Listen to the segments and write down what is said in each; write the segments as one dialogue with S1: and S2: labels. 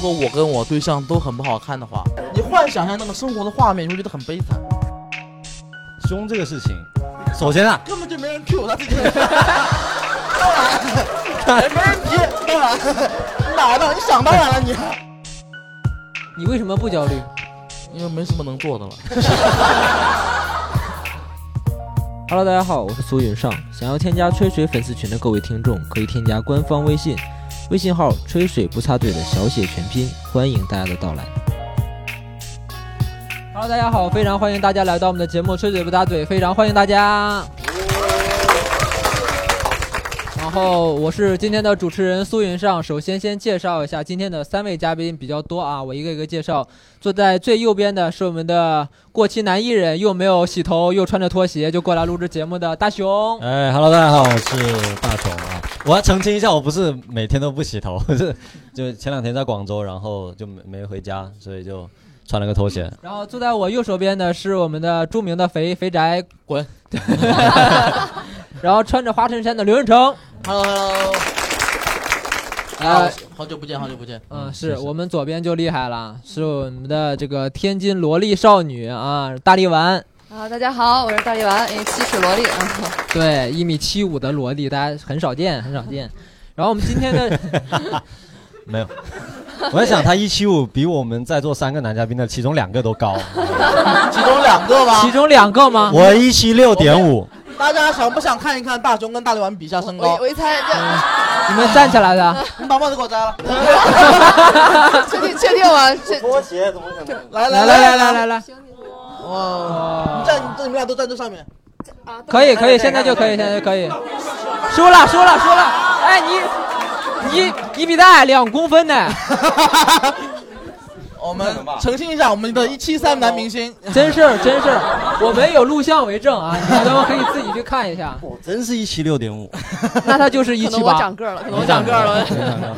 S1: 果我跟我对象都很不好看的话，你幻想一下那个生活的画面，你会觉得很悲惨。
S2: 胸这个事情，首先啊，
S1: 根本就没人 Q 他自己，当然，没人提，当然，哪的？你想当然了你，
S3: 你为什么不焦虑？
S1: 因为没什么能做的了。
S3: Hello，大家好，我是苏云上。想要添加吹水粉丝群的各位听众，可以添加官方微信，微信号“吹水不插嘴”的小写全拼，欢迎大家的到来。Hello，大家好，非常欢迎大家来到我们的节目《吹水不插嘴》，非常欢迎大家。然后我是今天的主持人苏云上，首先先介绍一下今天的三位嘉宾比较多啊，我一个一个介绍。坐在最右边的是我们的过期男艺人，又没有洗头，又穿着拖鞋就过来录制节目的大熊。
S2: 哎，Hello，大家好，我是大虫啊。我要澄清一下，我不是每天都不洗头， 我是就前两天在广州，然后就没没回家，所以就穿了个拖鞋。
S3: 然后坐在我右手边的是我们的著名的肥肥宅，
S1: 滚！
S3: 然后穿着花衬衫的刘润成，
S1: Hello Hello，啊
S3: 呃，
S1: 好久不见，好久不见。
S3: 嗯，
S2: 是
S3: 是
S2: 是
S3: 我们左边就厉害了，是我们的这个天津萝莉少女啊，大力丸，
S4: 啊，大家好，我是大力丸，哎，七尺萝莉啊，
S3: 对，一米七五的萝莉，大家很少见，很少见。然后我们今天 的
S2: 没有，我在想他一七五比我们在座三个男嘉宾的其中两个都高，
S1: 其中两个吧
S3: 其，中两个吗？
S2: 我一七六点五，
S1: 大家想不想看一看大熊跟大力丸比一下身
S4: 我
S1: 高
S4: 我？一猜这
S3: 你 们站起来的，
S1: 你把帽子给我摘了。
S4: 确定确定吗？这
S2: 拖鞋怎么可能？
S1: 来
S3: 来
S1: 来
S3: 来来来来，
S1: 哇！
S3: 哦
S1: 站，你们俩都站这上面。
S3: 可以可以，现在就可以，现在就可以。输了输了输了，哎你你你比他矮两公分呢，
S1: 我们澄清一下，我们的一七三男明星，
S3: 真事儿真事儿，我们有录像为证啊，你们可以自己去看一下。
S2: 我真是一七六点五，
S3: 那他就是一
S4: 可
S3: 七
S4: 能我
S3: 八
S4: 长，个儿了，可能
S2: 我
S4: 我长个儿
S2: 长
S4: 了。
S2: 个儿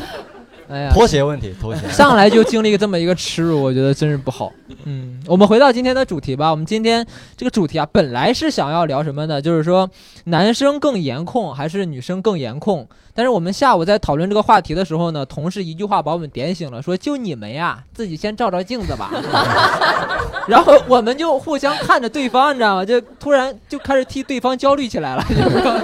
S3: 哎呀，
S2: 拖鞋问题，拖鞋。
S3: 上来就经历这么一个耻辱，我觉得真是不好。嗯，我们回到今天的主题吧。我们今天这个主题啊，本来是想要聊什么呢？就是说，男生更颜控还是女生更颜控？但是我们下午在讨论这个话题的时候呢，同事一句话把我们点醒了，说就你们呀，自己先照照镜子吧。然后我们就互相看着对方，你知道吗？就突然就开始替对方焦虑起来了，就是说。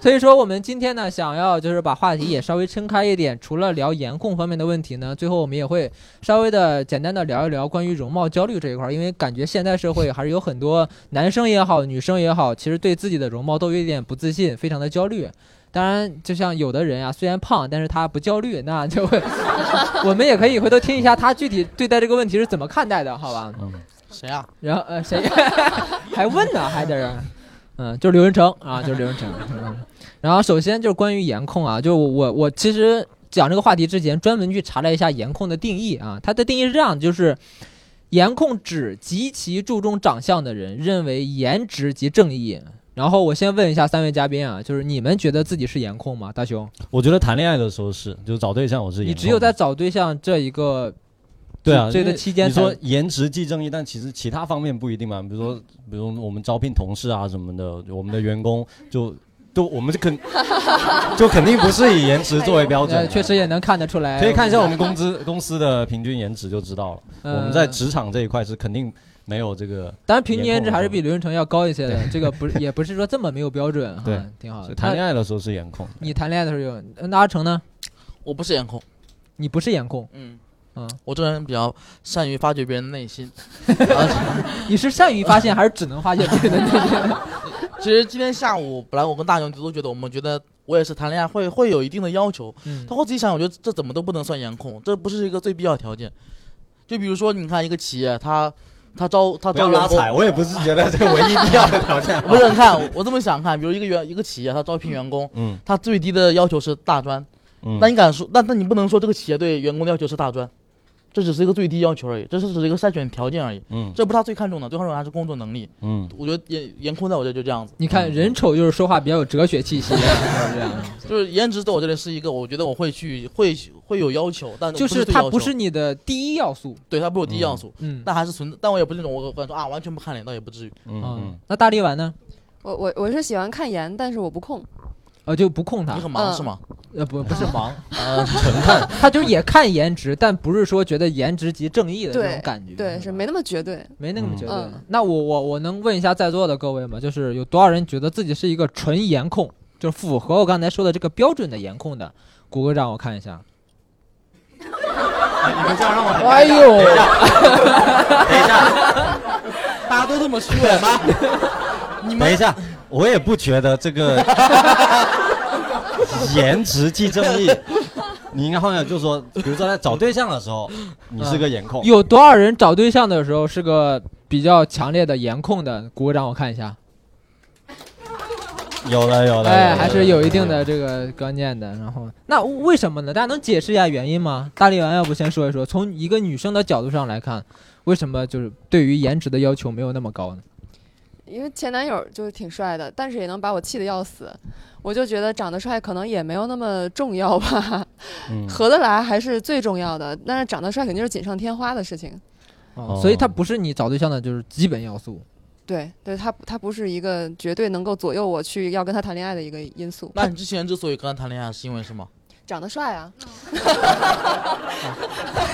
S3: 所以说，我们今天呢，想要就是把话题也稍微撑开一点，除了聊颜控方面的问题呢，最后我们也会稍微的简单的聊一聊关于容貌焦虑这一块儿，因为感觉现代社会还是有很多男生也好，女生也好，其实对自己的容貌都有一点不自信，非常的焦虑。当然，就像有的人啊，虽然胖，但是他不焦虑，那就会， 我们也可以回头听一下他具体对待这个问题是怎么看待的，好吧？
S2: 嗯，
S1: 谁啊？
S3: 然后呃，谁 还问呢？还在这儿，嗯，就是刘仁成啊，就是刘仁成。嗯然后首先就是关于颜控啊，就我我其实讲这个话题之前，专门去查了一下颜控的定义啊，它的定义是这样，就是颜控指极其注重长相的人，认为颜值即正义。然后我先问一下三位嘉宾啊，就是你们觉得自己是颜控吗？大雄，
S2: 我觉得谈恋爱的时候是，就是找对象我是颜控的。
S3: 你只有在找对象这一个
S2: 对啊，
S3: 这这
S2: 因为
S3: 个期间
S2: 你
S3: 才
S2: 说颜值即正义，但其实其他方面不一定嘛。比如说，比如我们招聘同事啊什么的，我们的员工就都我们就肯 就肯定不是以颜值作为标准
S3: 呃，
S2: 的，
S3: 确实也能看得出来。
S2: 可以看一下我们工资公司的平均颜值就知道了。
S3: 呃，
S2: 我们在职场这一块是肯定没有这个，
S3: 当然，平均颜值还是比刘润成要高一些的，这个不是也不是说这么没有标准，哈
S2: 对，
S3: 挺好
S2: 所
S3: 的。
S2: 以谈恋
S3: 爱，
S2: 爱的时候是颜控。
S3: 你谈恋爱的时候有，呃那阿成呢？
S1: 我不是颜控，
S3: 你不是颜控，
S1: 嗯
S3: 嗯，
S1: 我这人比较善于发掘别人的内心。
S3: 你是善于发现还是只能发现自己的内心？
S1: 其实今天下午，本来我跟大牛都觉得，我们觉得我也是谈恋爱会会有一定的要求。
S3: 嗯
S1: 但我自己想，我觉得这怎么都不能算颜控，这不是一个最必要条件。就比如说，你看一个企业，他他招他
S2: 不要
S1: 招
S2: 拉
S1: 员
S2: 踩，
S1: 工，
S2: 我也不是觉得这唯一必要的条件。
S1: 不是你看 我这么想看，比如一个员一个企业，他招聘员工，
S2: 嗯
S1: 他最低的要求是大专，
S2: 嗯
S1: 那，你敢说？那那你不能说这个企业对员工的要求是大专，这只是一个最低要求而已，这是只是一个筛选条件而已，
S2: 嗯
S1: 这不是他最看重的，最看重的还是工作能力。
S2: 嗯，
S1: 我觉得颜颜控在我这就这样子，
S3: 你看人丑就是说话比较有哲学气息，啊是这样的
S1: 就是颜值在我这里是一个，我觉得我会去会会有要求，但
S3: 就
S1: 不是
S3: 是
S1: 最
S3: 它
S1: 要
S3: 不
S1: 求
S3: 是你的第一要素。
S1: 对它不是我第一要素，
S3: 嗯
S1: 但还是存，但我也不是那种我感觉啊完全不看脸，倒也不至于。
S2: 嗯
S3: 嗯
S2: 嗯，
S3: 那大力丸呢？
S4: 我我我是喜欢看颜，但是我不控，
S3: 呃，就不控他
S1: 你，很忙
S4: 嗯
S1: 是吗？呃
S3: 呃，不不是忙，
S2: 啊，陈汉，
S3: 他就是也看颜值，但不是说觉得颜值即正义的这
S4: 对
S3: 种感觉，
S4: 对，
S3: 吧
S4: 是没那么绝对。
S3: 没那么绝对的。
S4: 嗯
S3: 那我我我能问一下在座的各位吗？就是有多少人觉得自己是一个纯颜控，就是符合我刚才说的这个标准的颜控的？鼓个掌，我看一下。
S2: 你们这样让我
S3: 哎呦，
S1: 大家都这么说呀妈，你
S2: 等一
S1: 们
S2: 下，我也不觉得这 个颜值即正义。你应该好像就说，比如说在找对象的时候，你是个颜控，
S3: 有多少人找对象的时候是个比较强烈的颜控的？鼓个掌，我看一下。
S2: 有了有了，
S3: 哎，
S2: 了
S3: 还是有一定的这个观念的。然后，那为什么呢？大家能解释一下原因吗？大力丸，要不先说一说，从一个女生的角度上来看，为什么就是对于颜值的要求没有那么高呢？
S4: 因为前男友就是挺帅的，但是也能把我气得要死。我就觉得长得帅可能也没有那么重要吧，
S2: 嗯
S4: 合得来还是最重要的。但是长得帅肯定是锦上添花的事情。
S2: 哦
S3: 啊所以它不是你找对象的就是基本要 素。
S4: 对，对他他不是一个绝对能够左右我去要跟他谈恋爱的一个因素。
S1: 那你之前之所以跟他谈恋爱，是因为什么？
S4: 长得帅啊，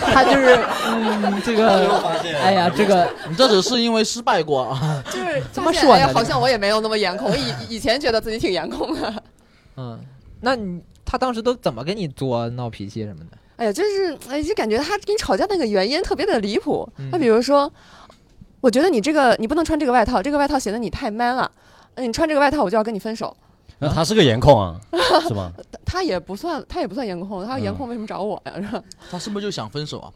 S3: 他就是，嗯，这
S2: 哦
S3: 个，哎呀，这个，
S1: 你这只是因为失败过啊？
S4: 就是
S3: 怎么
S4: 发现
S3: 说呢
S4: 哎呀
S3: 这个
S4: 好像我也没有那么颜控， 以以前觉得自己挺颜控的。
S3: 嗯，那你他当时都怎么跟你作闹脾气什么的？
S4: 哎呀，就是哎，就感觉他跟你吵架那个原因特别的离谱
S3: 嗯。
S4: 那比如说，我觉得你这个你不能穿这个外套，这个外套显得你太 man 了。呃你穿这个外套，我就要跟你分手。
S2: 那他是个颜控 啊，是吧？
S4: 他他也不算，他也不算颜控，他要颜控为什么找我呀？是吧？
S1: 他是不是就想分手啊？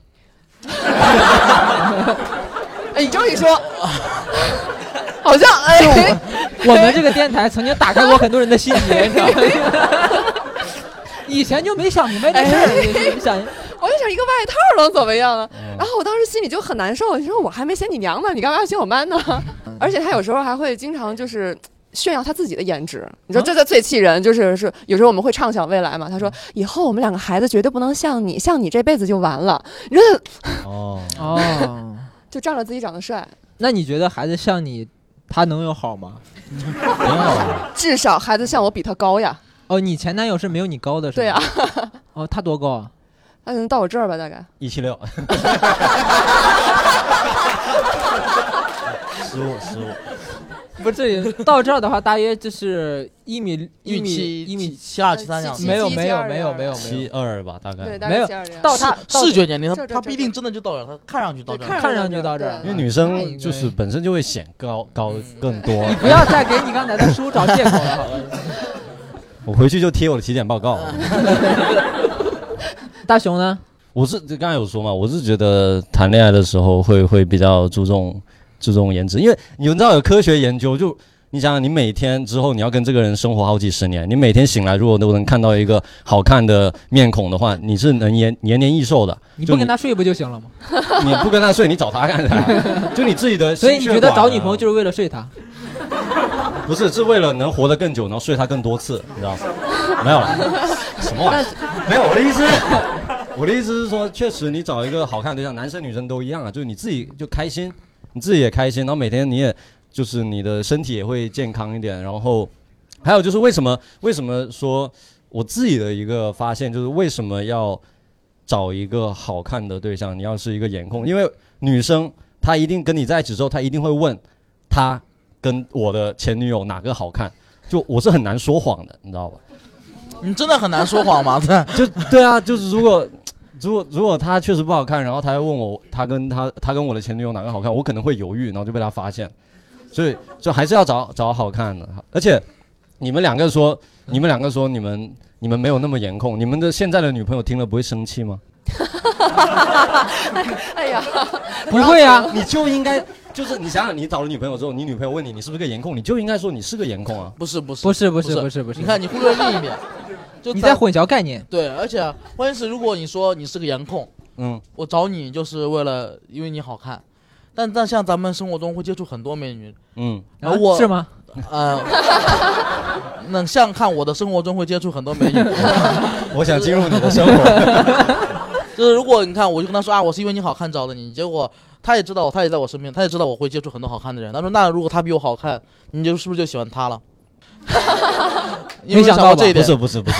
S4: 哎，你这么一说， 好像哎，
S3: 我们这个电台曾经打开过很多人的心结，你知道吗？ 以前就没想明白这事儿，你想，
S4: 我就想一个外套能怎么样啊？
S2: 嗯
S4: 然后我当时心里就很难受，你说我还没嫌你娘呢，你干嘛要嫌我 man 呢？ 而且他有时候还会经常就是。炫耀他自己的颜值，你说这这最气人，就是是有时候我们会畅想未来嘛。他说以后我们两个孩子绝对不能像你，像你这辈子就完了。你说
S2: 哦，
S3: 哦，
S4: 就仗着自己长得帅，
S3: 那你觉得孩子像你，他能有好吗？
S2: 挺好的，
S4: 至少孩子像我比他高呀。
S3: 哦，你前男友是没有你高的，是吧？
S4: 对啊，，
S3: 哦，他多高啊？
S4: 嗯，到我这儿吧，大概
S2: 一七 六，十五十五，
S3: 不是，这里到这儿的话，大约就是一米一
S1: 一
S3: 米
S1: 七
S3: 一米，
S1: 七二七三这样
S4: 七
S1: 子，
S3: 没有
S4: 七
S3: 没有
S4: 七
S3: 没有没有没
S2: 七
S3: 有，
S2: 二吧，大概
S4: 对，。大
S3: 没
S4: 概
S3: 有
S4: 这样这样。
S3: 到他到
S1: 视觉年龄，他
S4: 这这
S1: 他
S4: 这
S1: 不一定真的就到这儿，他看上去到
S4: 对
S1: 这
S4: 看
S1: 儿。
S3: 看上去到这儿
S4: 对，
S2: 因为女生就是
S3: 哎
S2: 本身就会显高高
S1: 嗯
S2: 更多，
S3: 不要再给你刚才的书找借口了，好吧？
S2: 我回去就贴我的体检报告。
S3: 大熊呢？
S2: 我是就刚才有说嘛，我是觉得谈恋爱的时候会会比较注重注重颜值，因为你们知道有科学研究，就你想想，你每天之后你要跟这个人生活好几十年，你每天醒来如果都能看到一个好看的面孔的话，你是能延延年益寿的。
S3: 你
S2: 就
S3: 不跟他睡不就行了吗？
S2: 你不跟他睡，你找他干啥？就你自己的心
S3: 所以
S2: 血管啊。
S3: 你觉得找女朋友就是为了睡他？
S2: 不是是为了能活得更久，然后睡他更多次，你知道吗？没有啦，什么玩意儿？没有，我的意思是， 我的意思是说，确实你找一个好看的对象，男生女生都一样啊，就是你自己就开心，你自己也开心，然后每天你也就是你的身体也会健康一点，然后还有就是为什么为什么说我自己的一个发现就是为什么要找一个好看的对象，你要是一个颜控，因为女生她一定跟你在一起之后，她一定会问她跟我的前女友哪个好看，就我是很难说谎的，你知道 吧？
S1: 你真的很难说谎吗？ 这
S2: 就对啊，就是如果如果如果她确实不好看，然后她还问我她跟她她跟我的前女友哪个好看，我可能会犹豫，然后就被她发现，所以就还是要找找好看的。而且你们两个说，你们两个说你们你们没有那么颜控，你们的现在的女朋友听了不会生气吗？
S4: 哎呀，
S3: 不会啊，
S2: 你就应该就是你想想，你找了女朋友之后，你女朋友问你你是不是个颜控，你就应该说你是个颜控啊。
S1: 不是不是
S3: 不是不是
S1: 不
S3: 不是不是
S1: 你看你忽略另一 点，就
S3: 你
S1: 在
S3: 在混淆概念。
S1: 对，而且关键是如果你说你是个颜控，
S2: 嗯，
S1: 我找你就是为了因为你好看，但但像咱们生活中会接触很多美女，
S2: 嗯，
S1: 然后我
S3: 是吗？
S1: 呃，能像看我的生活中会接触很多美女，
S2: 我想进入你的生活。
S1: 就是如果你看，我就跟他说啊，我是因为你好看找的你，结果他也知道我，他也在我身边，他也知道我会接触很多好看的人。他说那如果他比我好看，你就是不是就喜欢他了？因为
S3: 没想到吧
S1: 过这一
S2: 不
S1: 点
S2: 是不是不 是，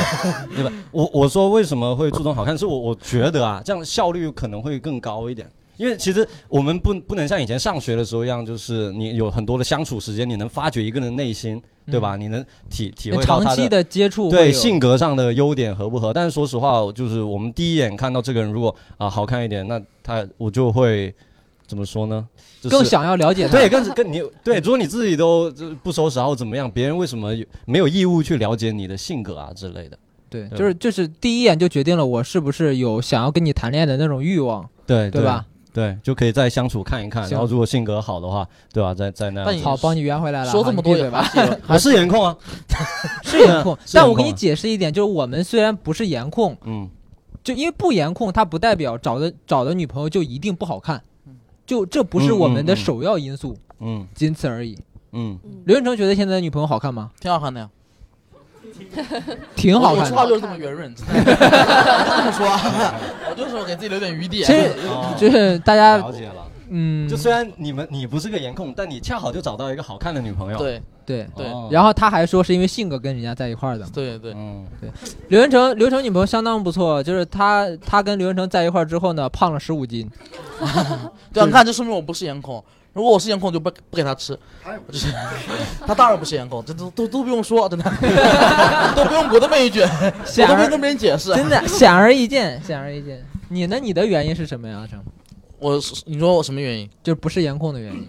S2: 对吧？我我说为什么会注重好看，是我我觉得啊，这样效率可能会更高一点。因为其实我们不不能像以前上学的时候一样，就是你有很多的相处时间，你能发掘一个人的内心，对吧？你能体体会到
S3: 嗯长
S2: 他
S3: 期的接触会
S2: 对
S3: 有
S2: 性格上的优点合不合？但是说实话，就是我们第一眼看到这个人，如果啊好看一点，那他我就会怎么说呢？就是、
S3: 更想要了解他
S2: 对，更更你对，如果你自己都就是不收拾好怎么样，别人为什么有没有义务去了解你的性格啊之类的？
S3: 对，
S2: 对
S3: 就是就是第一眼就决定了我是不是有想要跟你谈恋爱的那种欲望，
S2: 对
S3: 对吧？？
S2: 对，就可以再相处看一看，
S3: 行
S2: 然后如果性格好的话，对吧？再再那
S1: 但也
S2: 样。
S3: 好，帮你圆回来了。
S1: 说这么多
S3: 好你
S1: 也
S3: 闭嘴吧，
S1: 还是
S2: 我是颜控啊，
S3: 是颜控
S2: 是。颜
S3: 但我给
S2: 控
S3: 你
S2: 啊
S3: 解释一点，就是我们虽然不是颜控，
S2: 嗯，
S3: 就因为不颜控，它不代表找的找的女朋友就一定不好看，
S1: 嗯
S3: 就这不是
S2: 嗯
S3: 我们的
S2: 嗯嗯
S3: 首要因素，
S2: 嗯
S3: 仅此而已。
S2: 嗯，
S3: 刘润成觉得现在的女朋友好 看吗？
S1: 挺好看的呀。
S3: 挺好
S1: 我
S3: 看
S1: 说
S3: 的。
S1: 话就是这么圆润，真的这么说，我就是说给 自己留点余地。哎
S3: 其实
S2: 哦
S3: 就是 大家
S2: 了，解了。
S3: 嗯，
S2: 就虽然你们你不是个颜控，但你恰好就找到一个好看的女朋友。
S1: 对
S3: 对。
S1: 对
S2: 哦
S3: 然后他还说是因为性格跟人家在一块儿的，
S1: 对对，
S2: 嗯，
S3: 刘文成，刘文成女朋友相当不错，就是他，他跟刘文成在一块儿之后呢，胖了十五斤。
S1: 对啊，你看这说明我不是颜控。如果我是颜控，就不不给他吃。就是 他当然不是颜控，这都都都不用说，真的都不用我这么一句，我
S3: 显
S1: 都没
S3: 而
S1: 跟别人解释。
S3: 真的显而易见，显而易见。你呢？你的原因是什么呀？阿成，
S1: 我是你说我什么原因？
S3: 就是不是颜控的原因。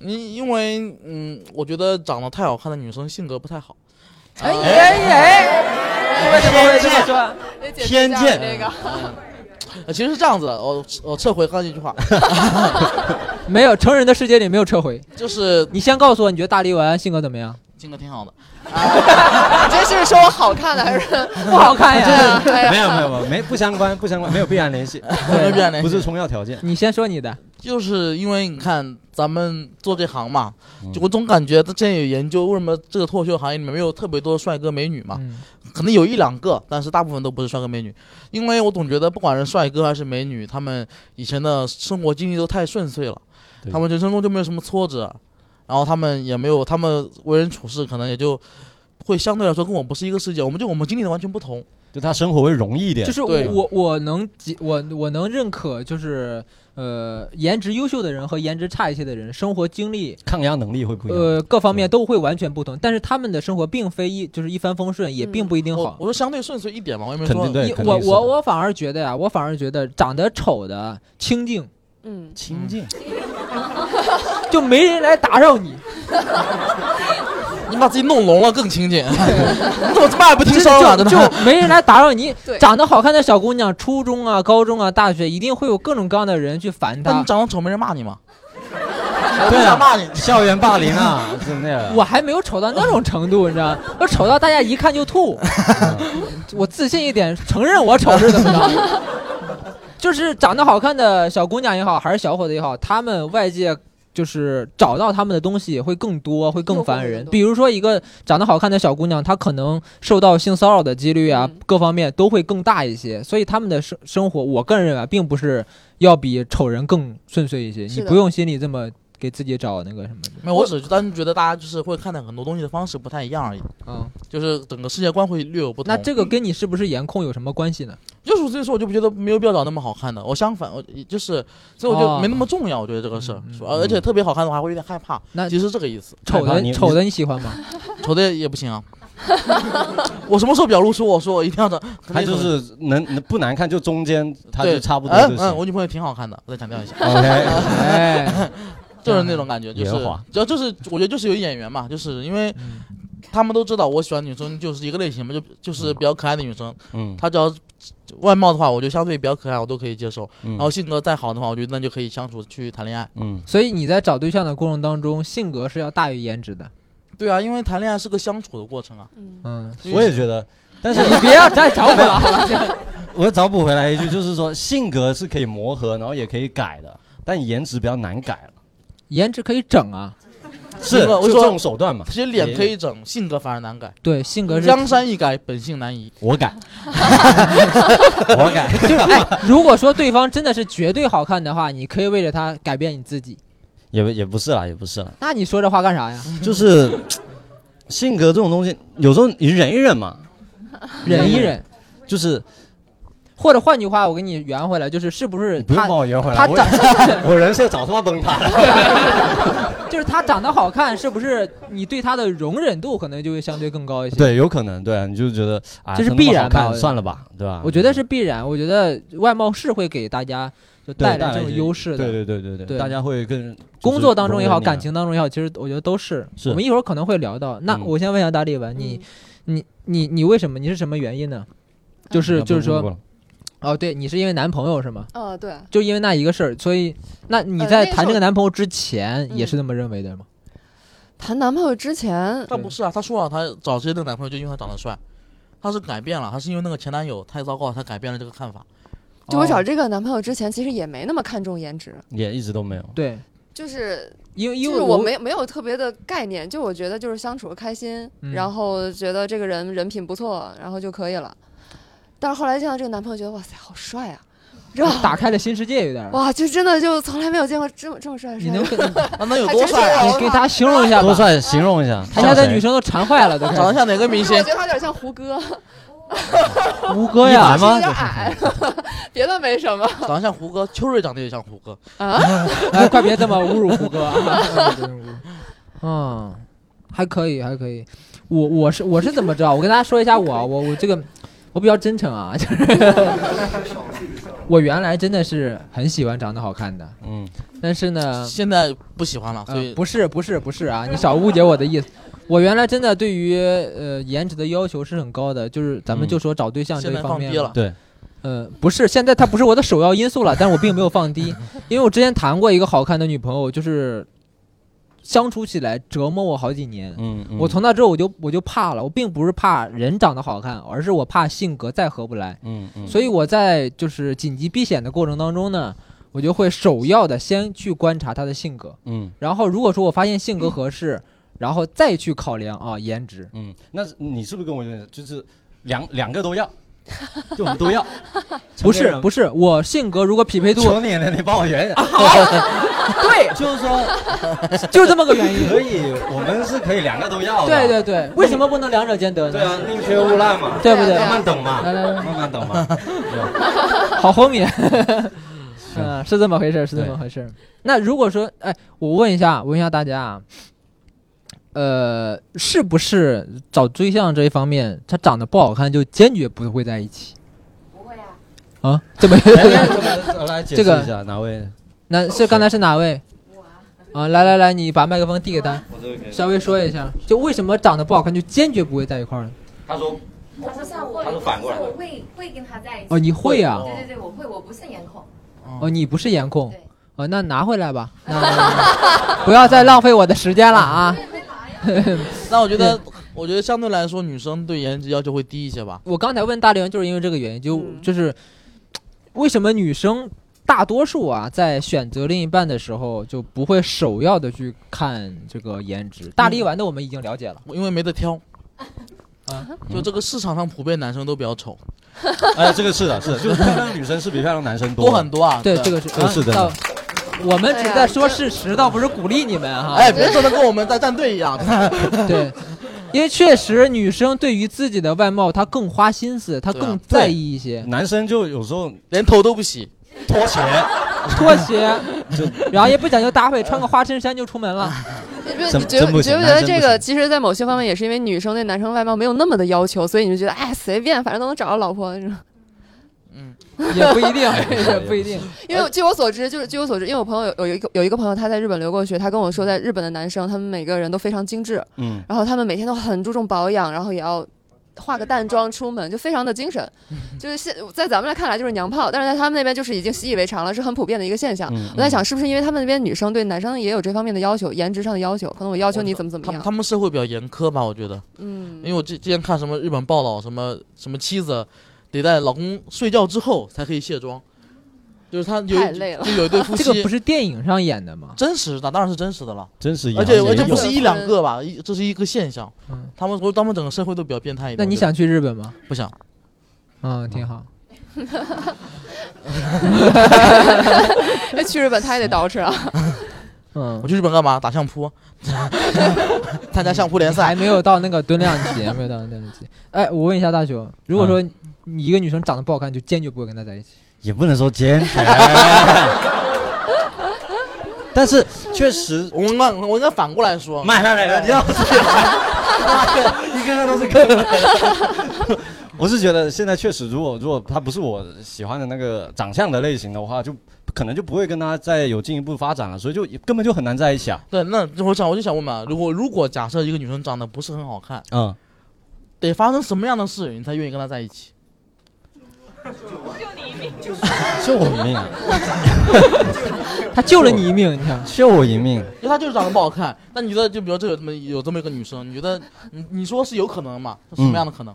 S1: 你因为嗯，我觉得长得太好看的女生性格不太好。
S3: 哎哎 哎！为什么会这么说？
S2: 偏见
S4: 这个
S1: 呃其实是这样子的，我我撤回刚才那句话，
S3: 没有，成人的世界里没有撤回。
S1: 就是
S3: 你先告诉我，你觉得大力丸性格怎么样？
S1: 性格挺好的。
S4: 你这是说我好看的还是
S3: 不好看
S4: 对啊
S3: 呀。
S4: 哎
S2: 没
S4: 呀？
S2: 有没有没有没不相关不相关，没有必然联系，
S1: 没有必然联系
S2: 不是充要条件。
S3: 你先说你的，
S1: 就是因为你看咱们做这行嘛，
S2: 嗯
S1: 就我总感觉之前有研究，为什么这个脱口秀行业里面没有特别多帅哥美女嘛？
S3: 嗯，
S1: 可能有一两个，但是大部分都不是帅哥美女，因为我总觉得不管是帅哥还是美女，他们以前的生活经历都太顺遂了，
S2: 对
S1: 他们人生中就没有什么挫折，然后他们也没有，他们为人处事可能也就会相对来说跟我不是一个世界，我们就我们经历的完全不同。
S2: 就他生活会容易一点
S3: 就。是
S1: 对
S3: 我我能几我我能认可，就是呃，颜值优秀的人和颜值差一些的人，生活经历
S2: 抗压能力会不一样。
S3: 呃，各方面
S2: 对
S3: 都会完全不同，但是他们的生活并非一就是一帆风顺，也
S4: 嗯
S3: 并不一定
S1: 我
S3: 好
S1: 我。说相对顺遂一点嘛，我也没
S2: 肯
S1: 说
S2: 定对
S3: 一，
S2: 肯定
S3: 我
S2: 是
S3: 我
S2: 的
S3: 我反而觉得呀、我反而觉得长得丑的清静，
S4: 嗯，
S2: 亲近，
S3: 就没人来打扰你，
S1: 你把自己弄聋了更亲近， 你怎么这么爱不听
S3: 真
S1: 声啊？
S3: 的
S1: 真
S3: 就
S1: 的
S3: 就没人来打扰你
S4: 对。
S3: 长得好看的小姑娘，初中啊、高中啊、大学，一定会有各种各样的人去烦
S1: 那
S3: 她
S1: 你。长得丑没人骂你吗？
S2: 对
S1: 想骂
S2: 啊
S1: 你，
S2: 校园霸凌啊， 真的。
S3: 我还没有丑到那种程度，你知道吗？ 我丑到大家一看就吐。 我自信一点，承认我丑是怎么着？ 就是长得好看的小姑娘也好，还是小伙子也好，他们外界就是找到他们的东西会更多，会更烦
S4: 诱惑会更
S3: 人。
S4: 多
S3: 比如说一个长得好看的小姑娘，她可能受到性骚扰的几率啊，
S4: 嗯
S3: 各方面都会更大一些。所以他们的生生活，我个人认为啊并不是要比丑人更顺遂一些。
S4: 是
S3: 你
S4: 的
S3: 不用心里这么给自己找那个什么的。
S1: 没有，我只是单纯觉得大家就是会看待很多东西的方式不太一样而已，
S3: 嗯，
S1: 就是整个世界观会略有不同。
S3: 那这个跟你是不是颜控有什么关系呢？
S1: 就是所以说，我就不觉得没有必要找那么好看的。我相反，我就是，所以我就
S3: 哦
S1: 没那么重要。我觉得这个事儿
S3: 嗯嗯，
S1: 说而且特别好看的话，会有点害怕。
S3: 那
S1: 其实这个意思，
S3: 丑
S2: 害怕你
S3: 的
S2: 你
S3: 丑的你喜欢吗？
S1: 丑的也不行啊。 我什么时候表露出我说我一定要找？
S2: 他就是能能不难看就中间，他就
S1: 对，
S2: 差不多
S1: 嗯
S2: 就行
S1: 嗯，。我女朋友挺好看的，我再强调一下，
S2: OK，
S3: 哎，
S2: 嗯
S1: 就是那种感觉，就是
S2: 圆滑
S1: 主要就是我觉得就是有演员嘛，就是因为
S3: 嗯
S1: 他们都知道我喜欢女生就是一个类型嘛，就就是比较可爱的女生。
S2: 嗯，
S1: 她只要外貌的话，我觉得相对比较可爱，我都可以接受。
S2: 然
S1: 然后性格再好的话，我觉得那就可以相处去谈恋爱。
S2: 嗯
S3: 所以你在找对象的过程当中，性格是要大于颜值的。
S1: 对啊，因为谈恋爱是个相处的过程啊。
S3: 嗯，
S2: 嗯，我也觉得，但是
S3: 你别要再找我了，好吧？
S2: 我找补回来一句，就是说性格是可以磨合，然后也可以改的，但颜值比较难改了，
S3: 颜值可以整啊，
S2: 是
S1: 我
S2: 就
S1: 说
S2: 这种手 段嘛
S1: 其，实脸可以整，性格反而难改。
S3: 对，性格是。
S1: 江山易改，本性难移。
S2: 我 改，我改，
S3: 哎，如果说对方真的是绝对好看的话，你可以为了他改变你自己。
S2: 也不也不是啦，也不是啦，
S3: 那你说这话干啥呀？
S2: 就是性格这种东西，有时候你忍一忍嘛，
S3: 忍一忍，
S2: 就是
S3: 或者换句话，我给你圆回来，就是是不是
S2: 不用
S3: 他
S2: 帮我圆回来，
S3: 他
S2: 我
S3: 长
S2: 我人设早他妈崩塌了。
S3: 就是他长得好看，是不是你对他的容忍度可能就会相对更高一些？
S2: 对，有可能，对，你就觉得啊，
S3: 这是
S2: 他那么
S3: 必
S2: 好
S3: 然吧
S2: 看
S3: 我觉得
S2: 算了吧，对吧？嗯
S3: 我觉得是必然，我觉得外貌是会给大家就
S2: 对
S3: 带来
S2: 带
S3: 这
S2: 来
S3: 种
S2: 一
S3: 优势的。
S2: 对对对对
S3: 对
S2: 大家会更
S3: 工作当中也好，感。
S2: 就是容忍你啊
S3: 情当中也好，其实我觉得都是。
S2: 是
S3: 我们一会儿可能会聊到。那
S2: 嗯
S3: 我先问一下大力文，
S4: 嗯
S3: 你你你你为什么？你是什么原因呢？就是
S2: 啊
S3: 就是
S2: 不不不
S3: 说，哦，对，你是因为男朋友是吗？
S4: 呃，对，
S3: 就因为那一个事儿，所以那你
S4: 呃
S3: 在
S4: 那个
S3: 谈
S4: 时
S3: 这
S4: 候
S3: 个男朋友之前
S4: 嗯
S3: 也是这么认为的吗？
S4: 谈男朋友之前，
S1: 但不是啊，她说了，她找这些那个男朋友就因为他长得帅，她是改变了，她是因为那个前男友太糟糕，她改变了这个看法。
S4: 就我
S3: 哦
S4: 找这个男朋友之前，其实也没那么看重颜值，
S2: 也一直都没有。
S3: 对，
S4: 就是
S3: 因为因
S4: 就
S3: 为
S4: 是我没没有特别的概念，就我觉得就是相处开心，
S3: 嗯
S4: 然后觉得这个人人品不错，然后就可以了。但是后来见到这个男朋友，觉得哇塞，好帅啊，热
S3: 打开了新世界，有点儿。
S4: 哇，就真的就从来没有见过这么这么帅的
S3: 嗯你
S4: 帅
S3: 能
S4: 哥。
S3: 给你
S1: 那能有
S4: 还
S1: 多
S4: 真
S1: 帅 啊？
S4: 是
S3: 给大家形容一下吧？
S2: 多帅，形容一下。
S3: 台下的
S2: 像谁
S3: 女生都馋坏了，都开
S1: 长得
S3: 始。
S1: 像哪个明
S4: 我
S1: 星
S4: 觉？得他有点像 胡歌，
S3: 吴哥
S2: 一
S3: 呀
S2: 百，吗
S4: 有点 矮， 别的没什么
S1: 长得像胡歌，秋瑞长得也像胡歌。
S4: 啊。
S3: 哎，快别这么侮辱胡歌啊！嗯，还可以，还可以。我我是我是怎么知道？我跟大家说一下我啊我我这个我比较真诚啊， 就是我原来真的是很喜欢长得好看的，
S2: 嗯，
S3: 但是呢，
S1: 现在不喜欢了，所
S3: 呃
S1: 以，
S3: 不是不是不是啊，你少误解我的意思。我原来真的对于呃颜值的要求是很高的，就是咱们
S2: 嗯
S3: 就说找对象这
S1: 现
S3: 一
S1: 在
S3: 方
S1: 放
S3: 面
S1: 低
S3: 嘛
S1: 了。
S2: 对，
S3: 呃，不是，现在它不是我的首要因素了，但 我并没有放低，因为我之前谈过一个好看的女朋友，就是相处起来折磨我好几年。
S2: 嗯，嗯
S3: 我从那之后我就我就怕了，我并不是怕人长得好看，而是我怕性格再合不来。
S2: 嗯嗯，
S3: 所以我在就是紧急避险的过程当中呢，我就会首要的先去观察她的性格，
S2: 嗯
S3: 然后如果说我发现性格合适，然后再去考量啊颜值。
S2: 嗯，那你是不是跟我有点就是两两个都要，就我们都要？
S3: 不是不是，我性格如果匹配度
S2: 求你了，你帮我圆一下。
S3: 对，
S2: 就是说，
S3: 就是这么个原因。
S2: 可以，我们是可以两个都要的。
S3: 对对对，哦为什么不能两者兼得
S2: 对
S3: 呢？
S2: 啊，宁缺毋滥嘛，
S3: 对不对
S2: 慢
S4: 啊
S2: 慢等嘛，
S3: 来来来
S2: 慢慢等嘛。对
S3: 好后面， 嗯，是这么回事儿，是这
S2: 对
S3: 么回事儿。那如果说，哎，我问一下，我问一下大家啊，呃，是不是找对象这一方面，他长得不好看就坚决不会在一起？不会啊。啊，这么
S2: 来 来来，解释
S3: 这个
S2: 一下哪位？
S3: 那是刚才是哪位？啊，来来来，你把麦克风递给他，稍微说一下，就为什么长得不好看就坚决不会在一块儿呢？
S2: 他说
S5: 他说像我，
S2: 他说反过来
S5: 我会会跟他在一起。
S3: 哦，你会啊？
S5: 对对对，我会，我不是颜控。
S3: 哦，你不是颜控
S5: 对，
S3: 哦，那拿回来吧，那 不要再浪费我的时间了啊！
S1: 那我觉得，我觉得相对来说，女生对颜值要求会低一些吧。
S3: 我刚才问大刘就是因为这个原因，就
S4: 嗯
S3: 就是为什么女生大多数啊在选择另一半的时候就不会首要的去看这个颜值？大力丸的我们已经了解了，
S1: 因为没得挑。
S3: 啊，
S1: 就这个市场上普遍男生都比较丑，
S2: 哎，这个是的，是的，就是漂亮的女生是比漂亮的男生
S1: 多
S2: 多
S1: 很
S2: 的。
S1: 多啊。
S3: 对这个是
S2: 这是
S3: 啊
S2: 真的
S3: 到我们只
S4: 哎呀
S3: 在说
S4: 这
S3: 事实，倒不是鼓励你们哈。
S1: 哎，别做的跟我们在战队一样。
S3: 对，因为确实女生对于自己的外貌，她更花心思，她
S1: 对啊
S3: 更
S2: 对
S3: 在意一些。
S2: 男生就有时候
S1: 连头都不洗，
S2: 拖鞋，
S3: 拖 鞋，然后也不讲究搭配，穿个花衬衫就出门 了。
S4: 你不
S2: 真
S4: 你觉
S2: 真
S4: 得
S2: 不
S4: 你
S2: 行
S4: 觉不觉得
S2: 男生
S4: 这
S2: 不
S4: 个
S2: 行
S4: 其实，在某些方面也是因为女生对男生外貌没有那么的要求，所以你就觉得哎随便，反正都能找着老婆。
S1: 嗯，
S3: 也不一定， 也不一定。
S4: 因
S2: 哎
S4: 为据我所知，就是据我所知，因为我朋友有有一个有一个朋友，他在日本留过学，他跟我说，在日本的男生他们每个人都非常精致，
S2: 嗯，
S4: 然后他们每天都很注重保养，然后也要化个淡妆出门，就非常的精神。
S2: 嗯
S4: 就是现在咱们来看来就是娘炮，但是在他们那边就是已经习以为常了，是很普遍的一个现象。
S2: 嗯
S4: 我在想，是不是因为他们那边女生对男生也有这方面的要求，颜值上的要求？可能我要求你怎么怎么
S1: 他们
S4: 样
S1: 他。们社会比较严苛吧，我觉得。
S4: 嗯
S1: 因为我之之前看什么日本报道，什么什么妻子得在老公睡觉之后才可以卸妆，就是他有
S4: 太累了
S1: 就有一对夫妻，
S3: 这个不是电影上演的吗？
S1: 真实的，当然是真实的了。
S2: 真是一样，
S1: 而且
S2: 也
S1: 而且
S2: 有
S1: 不是一两个吧，一这是一个现象。
S3: 嗯
S1: 他们我他们整个社会都比较变态一点。
S3: 那你
S1: 我觉得
S3: 想去日本吗？
S1: 不想？
S3: 嗯，挺好。
S4: 那去日本他也得捯饬啊。
S3: 嗯
S1: 我，去日本干嘛？打相扑，参加相扑联
S3: 还
S1: 赛。
S3: 没有到那个吨量级，还没有到那个吨量级。哎，我问一下大雄，如果说你一个女生长得不好看，就坚决不会跟她在一起。
S2: 也不能说坚决，但是确实，
S1: 我应该我应该反过来说，
S2: 买买买买，哦哎你要是 一个个都是坑。我是觉得现在确实，如果如果他不是我喜欢的那个长相的类型的话，就可能就不会跟他再有进一步发展了，所以就根本就很难在一起啊。
S1: 对，那我想我就想问嘛，如果如果假设一个女生长得不是很好看，
S2: 嗯，
S1: 得发生什么样的事你才愿意跟她在一起？
S2: 救我一啊命，
S3: 她救了你一命，你看，
S2: 救我一命！
S1: 因为她就是长得不好看。那你觉得就比如这有这么有这么一个女生，你觉得你你说是有可能嘛？是什么样的可能？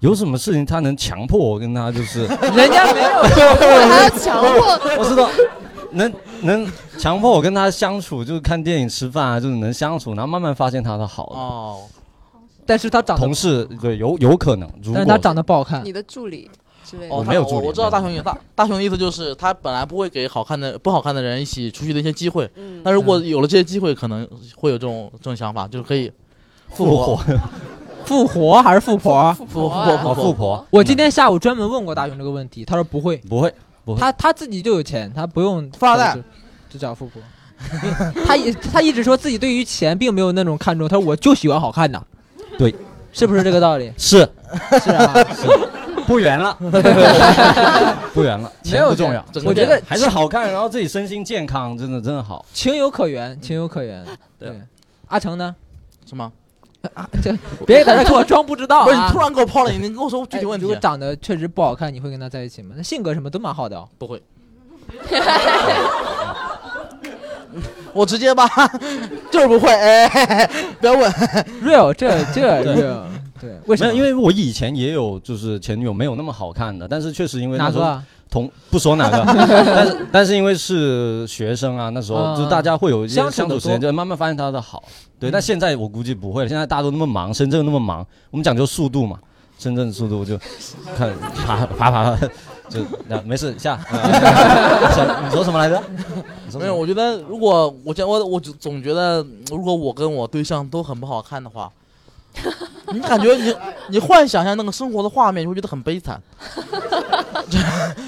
S2: 有什么事情他能强迫我跟他就是？
S3: 人家没 有
S4: 我还要强迫，
S2: 我知道，能能强迫我跟他相处，就是看电影、吃饭啊，就是能相处，然后慢慢发现他的好。
S1: 哦，
S3: 但是她长得
S2: 同，事对有有可能，如
S3: 但
S2: 果
S3: 是她长得不好看
S4: 你，的助理之类的。
S1: 哦
S2: 我没有
S1: 他
S2: 助理
S1: 我知道大雄也大大雄的意思就是他本来不会给好看的不好看的人一起出去的一些机会，
S4: 嗯，
S1: 但如果有了这些机会，可能会有这种这种想法，就是可以
S2: 复活，
S3: 富婆还是富婆？
S1: 复
S4: 活
S1: 活
S4: 啊
S2: 哦，富婆
S3: 我今天下午专门问过大雄这个问题，他说不会，
S2: 不会，不会
S3: 他他自己就有钱，他不用
S1: 富二代
S3: 就，就找富婆。 他一他一直说自己对于钱并没有那种看重，他说我就喜欢好看的，
S2: 对，？
S3: 是不是这个道 理
S2: 是
S3: 是啊，
S2: 不圆 了，不圆了，
S3: 没
S2: 钱
S3: 有
S2: 不重要，
S1: 整
S3: 我
S1: 个
S3: 觉得
S2: 还是好看，然后自己身心健康，真的真的好。
S3: 情有可原，情有可原。
S2: 对
S3: 对，阿成呢？
S1: 是吗？
S3: 啊，这别在这给我装不知道
S1: 不是你
S3: 啊
S1: 突！然给我抛了，你跟我说具体问
S3: 哎如
S1: 题啊
S3: 果。长得确实不好看，你会跟他在一起吗？那性格什么都蛮好的哦。
S1: 不会。我直接吧， 就是不会，哎， 不要问。
S3: real，这这 real，对，为什
S2: 没
S3: 么？
S2: 有，因为我以前也有就是前女友没有那么好看的，但是确实因为
S3: 哪
S2: 那时
S3: 个
S2: 候
S3: 啊？
S2: 同不说哪 个，但是但是因为是学生啊，那时候
S3: 嗯
S2: 就大家会有一些
S3: 相处
S2: 相
S3: 得
S2: 处时间，
S3: 多
S2: 就慢慢发现他的好。对，
S3: 嗯
S2: 但现在我估计不会了，现在大家都那么忙，深圳又那么忙，我们讲究速度嘛，深圳速度就看爬爬爬，就那没事下。呃想你说什么来着？你说什么
S1: 没有，我觉得如果我觉我我总总觉得，嗯如果我跟我对象都很不好看的话，你感觉你你幻想一下那个生活的画面，你会觉得很悲惨。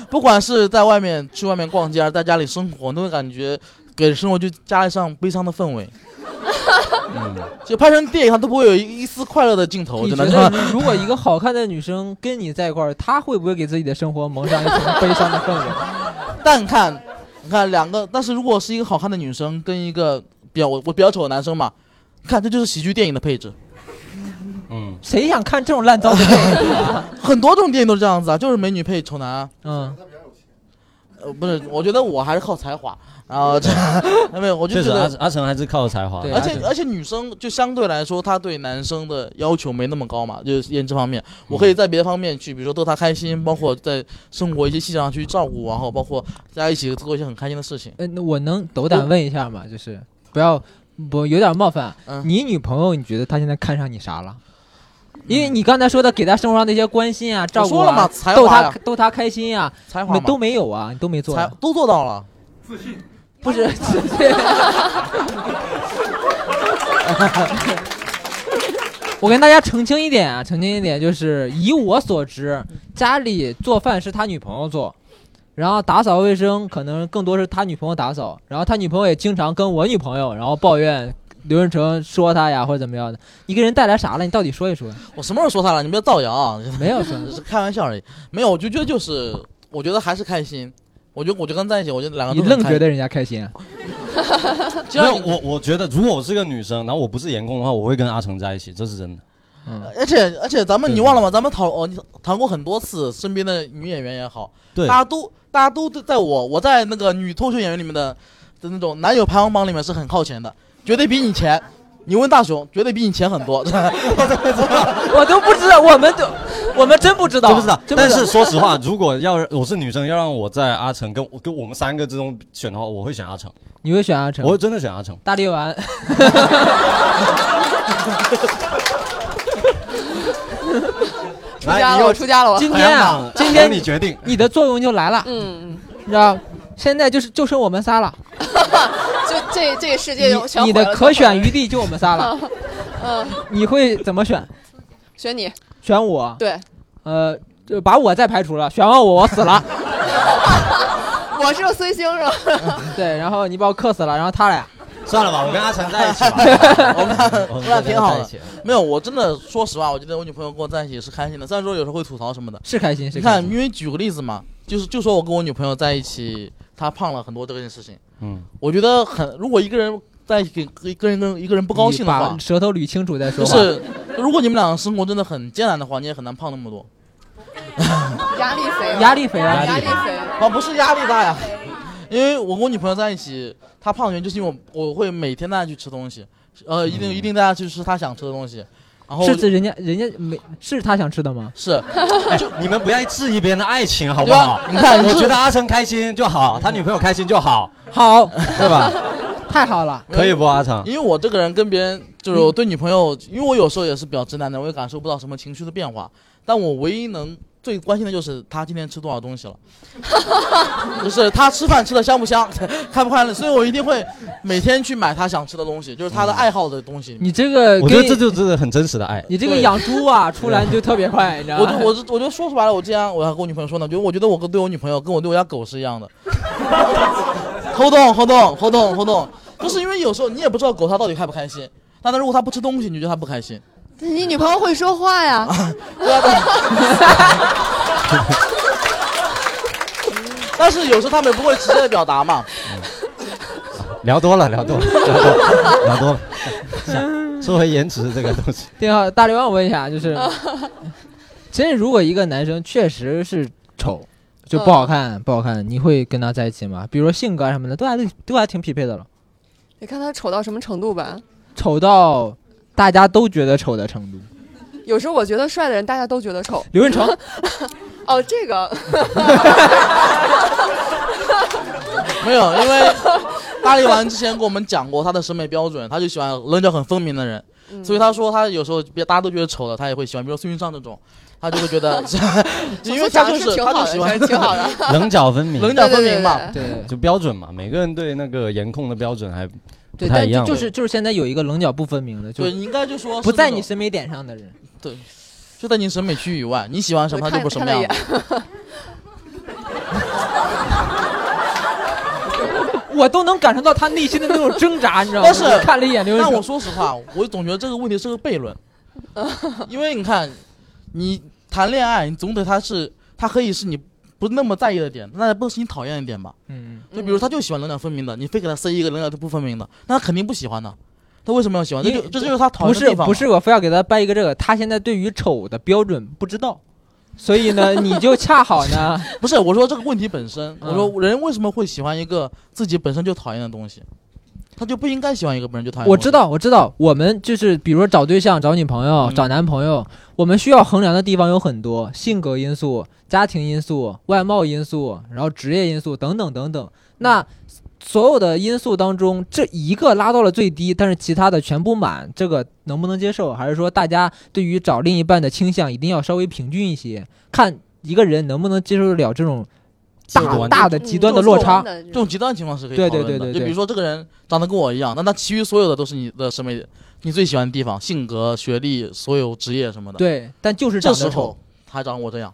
S1: 不管是在外面去外面逛街，还是在家里生活，你都会感觉给生活就加上悲伤的氛围。
S2: 嗯
S1: 就拍成电影，它都不会有一一丝快乐的镜头，
S3: 你
S1: 真
S3: 觉
S1: 的。
S3: 得如果一个好看的女生跟你在一块儿，她会不会给自己的生活蒙上一层悲伤的氛围？
S1: 但看，你看两个，但是如果是一个好看的女生跟一个比较我我比较丑的男生嘛，看这就是喜剧电影的配置，
S2: 嗯，
S3: 谁想看这种烂糟的电影啊？
S1: 很多这种电影都是这样子啊，就是美女配丑男啊。
S3: 嗯，
S1: 呃，不是，我觉得我还是靠才华，然后这没有，我就
S2: 确
S1: 觉
S2: 实啊阿
S1: 得，
S2: 阿成还是靠才华
S3: 对，
S1: 而
S3: 阿
S1: 且
S3: 成
S1: 而且女生就相对来说，她对男生的要求没那么高嘛，就是颜值方面，我可以在别的方面去，比如说逗她开心，包括在生活一些细节上去照顾，然后包括大家一起做一些很开心的事情。
S3: 呃，那我能斗胆问一下吗？就是不要不有点冒犯。啊
S1: 嗯
S3: 你女朋友，你觉得她现在看上你啥了？因为你刚才说的给她生活上的一些关心啊、照顾
S1: 说了嘛
S3: 啊
S1: 才，华
S3: 逗她
S1: 呀
S3: 逗她开心啊，
S1: 才华
S3: 没
S1: 嘛，
S3: 都没有啊，你都没做
S1: 才
S3: 啊，
S1: 都做到了。
S3: 不是？ 我跟大家澄清一点啊，澄清一点，就是以我所知，家里做饭是他女朋友做，然后打扫卫生可能更多是他女朋友打扫，然后他女朋友也经常跟我女朋友，然后抱怨刘润成说他呀或者怎么样的，你给人带来啥了？你到底说一说？
S1: 我什么时候说他了？你不要造谣啊！
S3: 没有说，
S1: 只是开玩笑而已。没有，我就觉得就是，我觉得还是开心。我觉得我就跟他在一起，我觉得两
S2: 啊
S1: 个
S3: 你
S1: 都很
S3: 愣
S1: 开
S3: 觉得人家开心啊？
S1: 心就
S2: 没有
S1: 像你，
S2: 我我觉得如果我是个女生，然后我不是颜控的话，我会跟阿成在一起，这是真的。
S3: 嗯，
S1: 而且而且咱们
S2: 对
S1: 你忘了吗？咱们讨哦，你谈过很多次，身边的女演员也好，
S2: 对
S1: 大家都大家都在我我在那个女脱口秀演员里面的的那种男友排行榜里面是很靠前的，绝对比你前。你问大雄，绝对比你前很 多。
S3: 我都不知道，我们都我们真不知道，
S2: 知不知道？
S3: 真不
S2: 但
S3: 知道
S2: 是说实话， 如果要是我是女生，要让我在阿成跟我跟我们三个之中选的话，我会选阿成，
S3: 你会选阿成？
S2: 我会真的选阿成。
S3: 大力丸，
S4: 出家了，我出家了，我。
S3: 今
S2: 排
S3: 天
S2: 行榜，
S3: 啊今
S2: 由
S3: 天
S2: 你决定，
S1: 啊
S3: 你的作用就来了，
S4: 嗯，
S3: 你知道？现在就是就剩我们仨了，
S4: 就这这个世界就全
S3: 你你
S4: 毁
S3: 的
S4: 了
S3: 可选余地就我们仨了，
S4: 嗯嗯，
S3: 你会怎么选？
S4: 选你，
S3: 选我？
S4: 对，
S3: 呃，就把我再排除了，选完我我死了，
S4: 我是个随星是吧？
S3: 对，然后你把我克死了，然后他俩，
S2: 算了吧，我跟阿成在一起 吧。
S1: 我们俩我
S2: 我
S1: 们
S2: 们
S1: 俩
S2: 俩
S1: 挺好
S2: 在一
S1: 的
S2: 起。
S1: 没有，我真的说实话，我觉得我女朋友跟我在一起是开心的，虽然说有时候会吐槽什么的。
S3: 是开心是
S1: 你
S3: 开
S1: 看，
S3: 心。
S1: 因为举个例子嘛，就是就说我跟我女朋友在一起，她胖了很多这件事情，
S2: 嗯，
S1: 我觉得很，如果一个人在一起跟一个人跟一个人不高兴的
S3: 你
S1: 话
S3: 把，舌头捋清楚再说
S1: 就
S3: 话。
S1: 是如果你们俩的生活真的很艰难的话，你也很难胖那么多。
S4: 压力肥啊，
S3: 压力肥啊，
S4: 压
S2: 压
S4: 力
S2: 力
S4: 肥，
S1: 啊，不是压力大呀， 因为我跟我女朋友在一起，她胖的原因就是因为我我会每天带她去吃东西，呃，一定一定带她去吃她想吃的东西，然后
S3: 是这人家人家没是他想吃的 吗？
S1: 是
S2: 哎你们不要质疑别人的爱情，好
S1: 对
S2: 不好
S1: 吧？？你看，
S2: 我觉
S1: 是
S2: 得阿成开心就好，他女朋友开心 就好，
S3: 好，
S2: 对吧？
S3: 太好了，
S2: 可以不，阿成？
S1: 因为我这个人跟别人就是我对女朋友，因为我有时候也是比较直男的，我也感受不到什么情绪的变化。但我唯一能最关心的就是她今天吃多少东西了，就是她吃饭吃的香不香， 开不快乐。所以我一定会每天去买她想吃的东西，就是她的爱好的东西。
S3: 你这个
S2: 我觉得
S3: 跟
S2: 这就是很真实的爱。
S3: 你这个
S1: 对
S3: 养猪啊，出来就特别快，你知道
S1: 我
S3: 吗
S1: 就？我就我就说出来了，我这样我还跟我女朋友说呢，就我觉得我跟对我女朋友跟我对我家狗是一样的。hold on hold on hold on hold on，就是因为有时候你也不知道狗它到底开不开心，但它如果它不吃东西，你就觉得它不开心。
S4: 你女朋友会说话呀？
S1: 对啊，但 但是有时候他们也不会直接的表达 嘛。
S2: 聊多了，聊 多了，聊多了，聊多了。 说回颜值这个东西，
S3: 对啊，大刘让我问一下，就是
S1: 嗯
S3: 真如果一个男生确实是丑，就不
S1: 嗯
S3: 好看，不好看，你会跟他在一起吗？比如说性格啊什么的，都还都还挺匹配的了，
S4: 你看她丑到什么程度吧？
S3: 丑到大家都觉得丑的程度。
S4: 有时候我觉得帅的人大家都觉得丑。
S3: 刘润成，
S4: 哦，这个
S1: 没有，因为大力丸之前跟我们讲过他的审美标准，他就喜欢棱角很分明的人，
S4: 嗯
S1: 所以他说他有时候别大家都觉得丑的，他也会喜欢，比如说孙云尚这种，他就会觉 得， 因为他
S4: 长
S1: 就
S4: 得
S1: 是
S4: 挺
S1: 他
S4: 好
S1: 就
S4: 的，
S1: 喜欢
S4: 挺好的。
S2: 棱角分明，
S1: 棱角分明嘛。
S4: 对
S3: 对
S2: 就标准嘛，每个人对那个颜控的标准还不
S3: 对，
S2: 太
S3: 但
S2: 一
S3: 就
S2: 样
S3: 就是就是现在有一个棱角不分明的，就
S1: 对，你应该就说
S3: 不在你
S1: 身，
S3: 审美点上的人。
S1: 就在你审美区以外，你喜欢 什么
S4: 我
S1: 他
S4: 看
S1: 就不什
S4: 看
S1: 么
S4: 了一
S1: 样
S4: 眼。
S3: 我都能感受到他内心的那种挣扎，你知道吗？
S1: 但是
S3: 我看了一眼刘润
S1: 但我说
S3: 成，
S1: 实话，我总觉得这个问题是个悖论，因为你看，你谈恋爱，你总得他是他可以是你不那么在意的点，那也不是你讨厌的点吧？
S3: 嗯，
S1: 就比如他就喜欢棱角分明的，你非给他塞一个棱角不分明的，那他肯定不喜欢呢。他为什么要喜欢？这
S3: 因
S1: 就
S3: 为
S1: 这就是他讨
S3: 不
S1: 厌的
S3: 是
S1: 地方嘛。啊
S3: 不是，我非要给他掰一个这个，他现在对于丑的标准不知道，所以呢，你就恰好呢，
S1: 不是，我说这个问题本身，我
S3: 嗯
S1: 说人为什么会喜欢一个自己本身就讨厌的东西？他就不应该喜欢一个本身就讨厌。
S3: 我知，道我知道，我们就是比如说找对象、找女朋友、
S1: 嗯
S3: 找男朋友，我们需要衡量的地方有很多，性格因素、家庭因素、外貌因素，然后职业因素等等等等。那所有的因素当中，这一个拉到了最低，但是其他的全部满，这个能不能接受？还是说大家对于找另一半的倾向一定要稍微平均一些，看一个人能不能接受得了这种
S2: 极
S3: 大
S2: 端
S3: 大
S4: 嗯
S3: 的极端的落差？
S4: 这
S1: 这
S4: 种
S1: 种极端情况是可以
S3: 对
S1: 讨论的。
S3: 对对对
S1: 就
S3: 对
S1: 比如说这个人长得跟我一样，那他其余所有的都是你的审美，你最喜欢的地方，性格、学历、所有职业什么的。，
S3: 对，但就是长
S1: 这
S3: 得
S1: 时
S3: 丑
S1: 候他长我这样，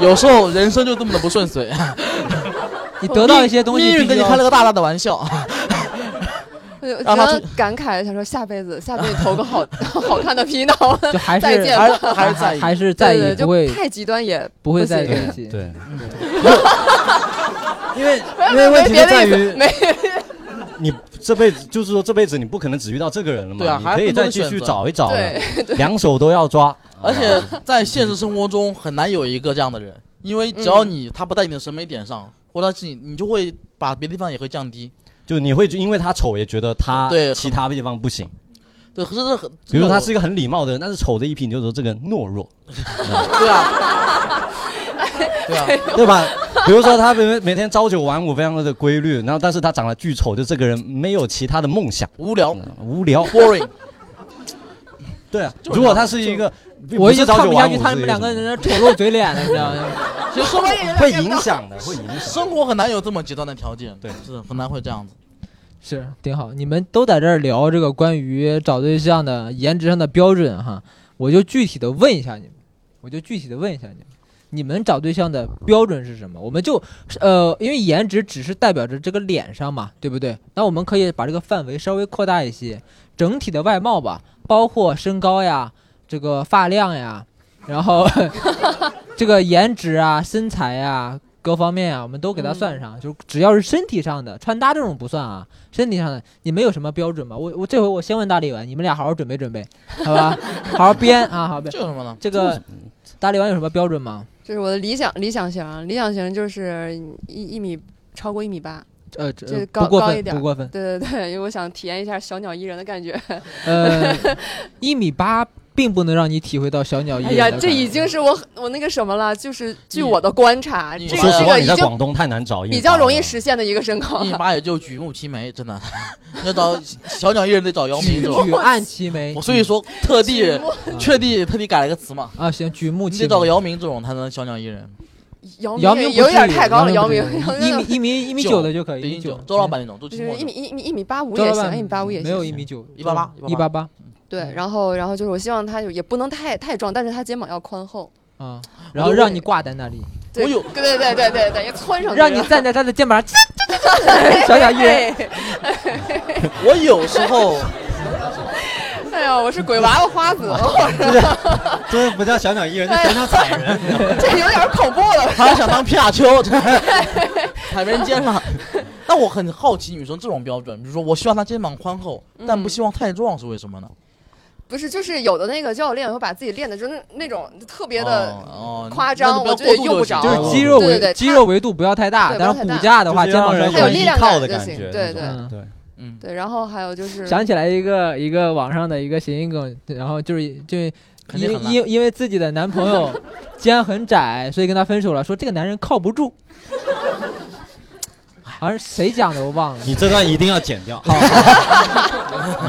S1: 有时候人生就这么的不顺遂。
S3: 你 得
S1: 哦
S3: 到一些东西，
S1: 命运给你开了个大大的玩 笑。
S4: 我就觉
S1: 让他
S4: 得
S1: 出
S4: 感慨，想说下辈子，下辈子投 个好好看的皮囊。
S3: 就还是
S4: 再见
S1: 还是还是在意，
S3: 还是在
S4: 对
S3: 意
S4: 对，
S3: 不
S4: 就
S3: 会
S4: 太极端也
S3: 不会在意
S4: 不行
S3: 这些。
S2: 对，因为因为问题
S4: 没
S2: 就
S4: 别的
S2: 在
S4: 意思，
S2: 于
S4: 没
S2: 你这辈子，就是说这辈子你不可能只遇到这个人了
S1: 对啊
S2: 嘛，你
S1: 还
S2: 可以
S1: 很多
S2: 再继
S1: 选
S2: 续
S1: 择
S2: 找一找，
S4: 对，
S2: 两手都要抓。
S1: 而且在现实生活中很难有一个这样的人，因为只要你他不在你的审美点上，或者是你你就会把别的地方也会降低。
S2: 就你会因为他丑也觉得他
S1: 对
S2: 其他地方不行，
S1: 对，可是这很，
S2: 比如说他是一个很礼貌的人，但是丑的一批你就说这个人 懦弱，
S1: 对啊，对啊，
S2: 对吧？比如说他每每天朝九晚五非常的规律，然后但是他长得巨丑，就这个人没有其他的梦想，
S1: 无聊
S2: 嗯无聊。
S1: ，boring。
S2: 对啊，
S1: 就是
S2: 啊如果他是一个，
S3: 我
S2: 不
S3: 已经
S2: 是
S3: 看
S2: 朝九
S3: 不下
S2: 晚
S3: 去
S2: 五
S3: 他们两个
S2: 是一
S3: 人
S2: 什么
S3: 的丑陋嘴脸了，你知道吗？
S1: 其实生活
S2: 会影响的，会影 响。
S1: 生活很难有这么极端的条件，
S2: 对
S1: 是很难会这样子。
S3: 是挺好，你们都在这儿聊这个关于找对象的颜值上的标准哈，我就具体的问一下你们，我就具体的问一下你们，你们找对象的标准是什么？我们就呃，因为颜值只是代表着这个脸上嘛，对不对？那我们可以把这个范围稍微扩大一些，整体的外貌吧，包括身高呀，这个发量呀，然后这个颜值啊、身材呀。各方面啊，我们都给它算上，就只要是身体上的穿搭这种不算啊，身体上的，你们有什么标准吗？我我这回我先问大力丸，你们俩好好准备准备，好吧？ 好好编啊，好好编
S1: 这。有什么呢？
S3: 这个
S4: 嗯
S3: 大力丸有什么标准吗？
S4: 这是我的理想理想型，理想型就是一一米超过一米八，
S3: 呃，
S4: 这
S3: 这
S4: 高
S3: 不过
S4: 高一
S3: 分，
S4: 点
S3: 不过分。
S4: 对对对，因为我想体验一下小鸟依人的感觉。
S3: 呃，一米八并不能让你体会到小鸟依
S4: 哎
S3: 人的
S4: 呀，
S3: 感觉。
S4: 这已经是我很我那个什么了，就是据
S1: 你
S4: 我的观察，这
S1: 你
S4: 个
S2: 说实
S4: 这
S2: 话，
S4: 个
S2: 你
S4: 已
S2: 在
S4: 经
S2: 广东太难找一，
S4: 比较 容易实现的一个身高
S1: 一
S4: 了。
S1: 八也就举目齐眉，真的。 要找小鸟依人得找姚明
S3: 举
S1: 是吧？
S3: 举案齐眉
S1: 我，所以说特地
S4: 举目
S1: 确地特地改了个词嘛，
S3: 啊，行，举目
S1: 你
S3: 齐
S1: 得找个
S3: 眉。
S1: 姚明这种才能小鸟依人。
S4: 姚
S3: 嗯姚
S4: 明
S3: 明
S4: 也
S3: 不
S4: 有
S3: 至
S4: 点
S3: 于
S4: 太高了，
S3: 姚
S4: 明
S3: 明不至于一米一米一米九的就可以，
S1: 对，
S3: 一
S1: 一
S3: 米
S1: 九
S3: 九。
S1: 周老板那种，周
S4: 就
S1: 奇
S4: 是
S1: 墨
S4: 一
S1: 那
S4: 米
S1: 种。
S4: 一米一米八五
S3: 周
S4: 也
S3: 老
S4: 行，
S3: 板
S4: 一米八五也
S3: 没有
S4: 行。
S3: 一米九，
S1: 188
S3: 一八八
S4: 对，然后然后就是我希望他就也不能太太壮，但是他肩膀要宽厚。
S3: 啊，然后让你挂在那里，
S4: 对，
S1: 我有
S4: 对对对对对，要窜上去，
S3: 让你 站在他的肩膀上，小鸟依人。
S1: 我有时候，
S4: 哎呀，我是鬼娃娃 花子，
S2: 这不叫小鸟依人，这小鸟踩人。
S4: 这有点恐怖了。
S1: 他想当皮卡丘，踩别人肩上。但我很好奇女生这种标准，比如说我希望她肩膀宽厚，但不希望太壮，是为什么呢？
S4: 不是，就是有的那个教练会把自己练的就是那种特别的，
S1: 哦哦
S4: 夸张
S1: 那就不要
S4: 我觉得
S1: 过度
S4: 用
S1: 就
S4: 不
S1: 行
S4: 着
S3: 就
S4: 哦
S3: 是肌肉
S4: 对对
S3: 维
S4: 对
S3: 肌
S4: 它
S3: 肉维度不要太大，
S4: 对
S3: 但
S4: 不
S3: 是
S4: 要太
S3: 骨
S4: 大
S3: 架的话，
S2: 就是
S3: 肩
S2: 让
S3: 膀
S2: 人
S3: 上
S4: 还有
S2: 有
S4: 力
S2: 依
S4: 量
S2: 靠
S4: 感
S2: 的
S4: 就
S2: 感
S4: 行
S2: 觉。
S4: 对
S2: 吧对，
S1: 嗯，
S4: 对，然后还有就是
S3: 想起来一个一个网上的一个谐音梗，然后就是就
S1: 肯
S3: 因
S1: 定
S3: 为
S1: 很烂。
S3: 因因为自己的男朋友肩很窄，所以跟他分手了，说这个男人靠不 住。好像是谁讲的我忘了。
S2: 你这段一定要剪掉，
S3: 好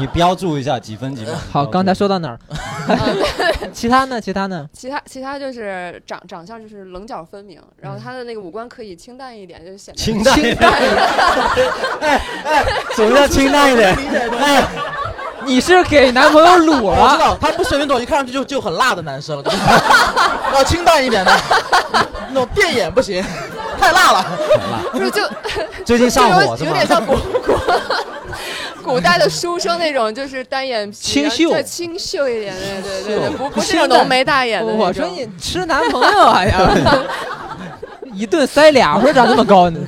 S2: 你标注一下几分几秒。
S3: 好，刚才说到哪 儿？
S4: 啊
S3: 其他呢？其他呢？
S4: 其他其他就是长长相就是棱角分明，然后他的那个五官可以清淡一点，就显得
S2: 清淡一点， 哎什 么叫清淡一点？哎，
S3: 你是给男朋友卤
S1: 我知
S3: 了？
S1: 道，他不是那种一看上去就就很辣的男生， 要清淡一点的，那种电眼不行，太辣了。
S4: 不是 就
S2: 最近
S4: 就
S2: 上
S4: 有
S2: 火是
S4: 有
S2: 吗？
S4: 点像古古古代的书生那种，就是单眼皮，
S3: 清秀
S4: 对清秀一点，对对对对，不不是
S3: 清
S4: 那
S3: 淡
S4: 种浓眉大眼的那种。
S3: 我说你吃男朋友哎呀，一顿塞俩，我说长这么高呢？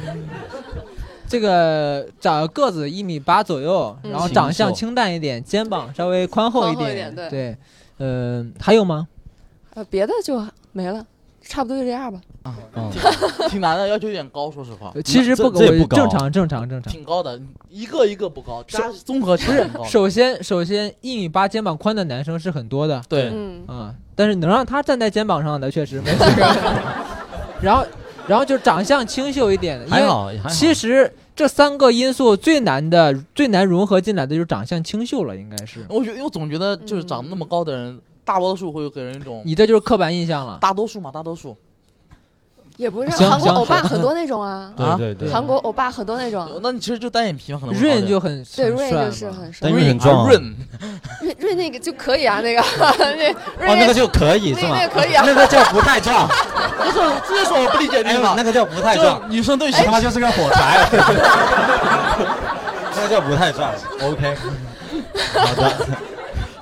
S3: 这个长个子一米八左右，
S4: 嗯
S3: 然后长相
S2: 清秀
S3: 清淡一点，肩膀稍微宽厚一
S4: 宽厚一
S3: 点，
S4: 点对
S3: 对，呃，还有吗？
S4: 呃别的就没了，差不多就这样吧。
S2: 嗯
S1: 挺难的，要求有点高，说实话，
S3: 其实不，
S2: 这这也不
S3: 我
S2: 高啊
S3: 正常正常正常。
S1: 挺高的，一个一个不高，加综合起来挺高的。
S3: 首先，首先一米八肩膀宽的男生是很多的
S1: 对，
S4: 嗯，
S3: 啊、但是能让他站在肩膀上的确实没几个。 然后，然后就长相清秀一点的，因为
S2: 还好，还好。
S3: 其实这三个因素最难的、最难融合进来的就是长相清秀了，应该是
S1: 我觉得，因为我总觉得就是长得
S4: 嗯
S1: 那么高的人，大多数会给人一种
S3: 你这就是刻板印象了。
S1: 大多数嘛，大多数。
S4: 也不是
S3: 行
S4: 韩国
S3: 行
S4: 欧巴很多那种啊，
S1: 啊
S2: 对对对，
S4: 韩国欧巴很多那种。
S1: 那你其实就单眼皮嘛，可能嗯会好
S3: 润
S1: 点
S3: 就很
S4: 对，
S3: 很
S4: 瑞
S3: 帅
S4: 就是
S3: 嘛
S4: 很帅
S2: 但，
S1: 润
S2: 是很壮
S1: 啊
S2: 啊
S1: 润，
S4: 瑞瑞那个就可以啊，那个那
S2: 哦，
S4: 瑞
S2: 那个就可以
S4: 那
S2: 是吗？
S4: 那个可以啊
S2: 那个叫不太 壮，
S1: 这是我这就是我不理解的
S2: 哎
S1: 地
S2: 呦，
S1: 方。
S2: 那个叫不太壮
S1: 就，女生对
S2: 他
S1: 小
S2: 妈就是个火柴，那个叫不太壮。OK，好的，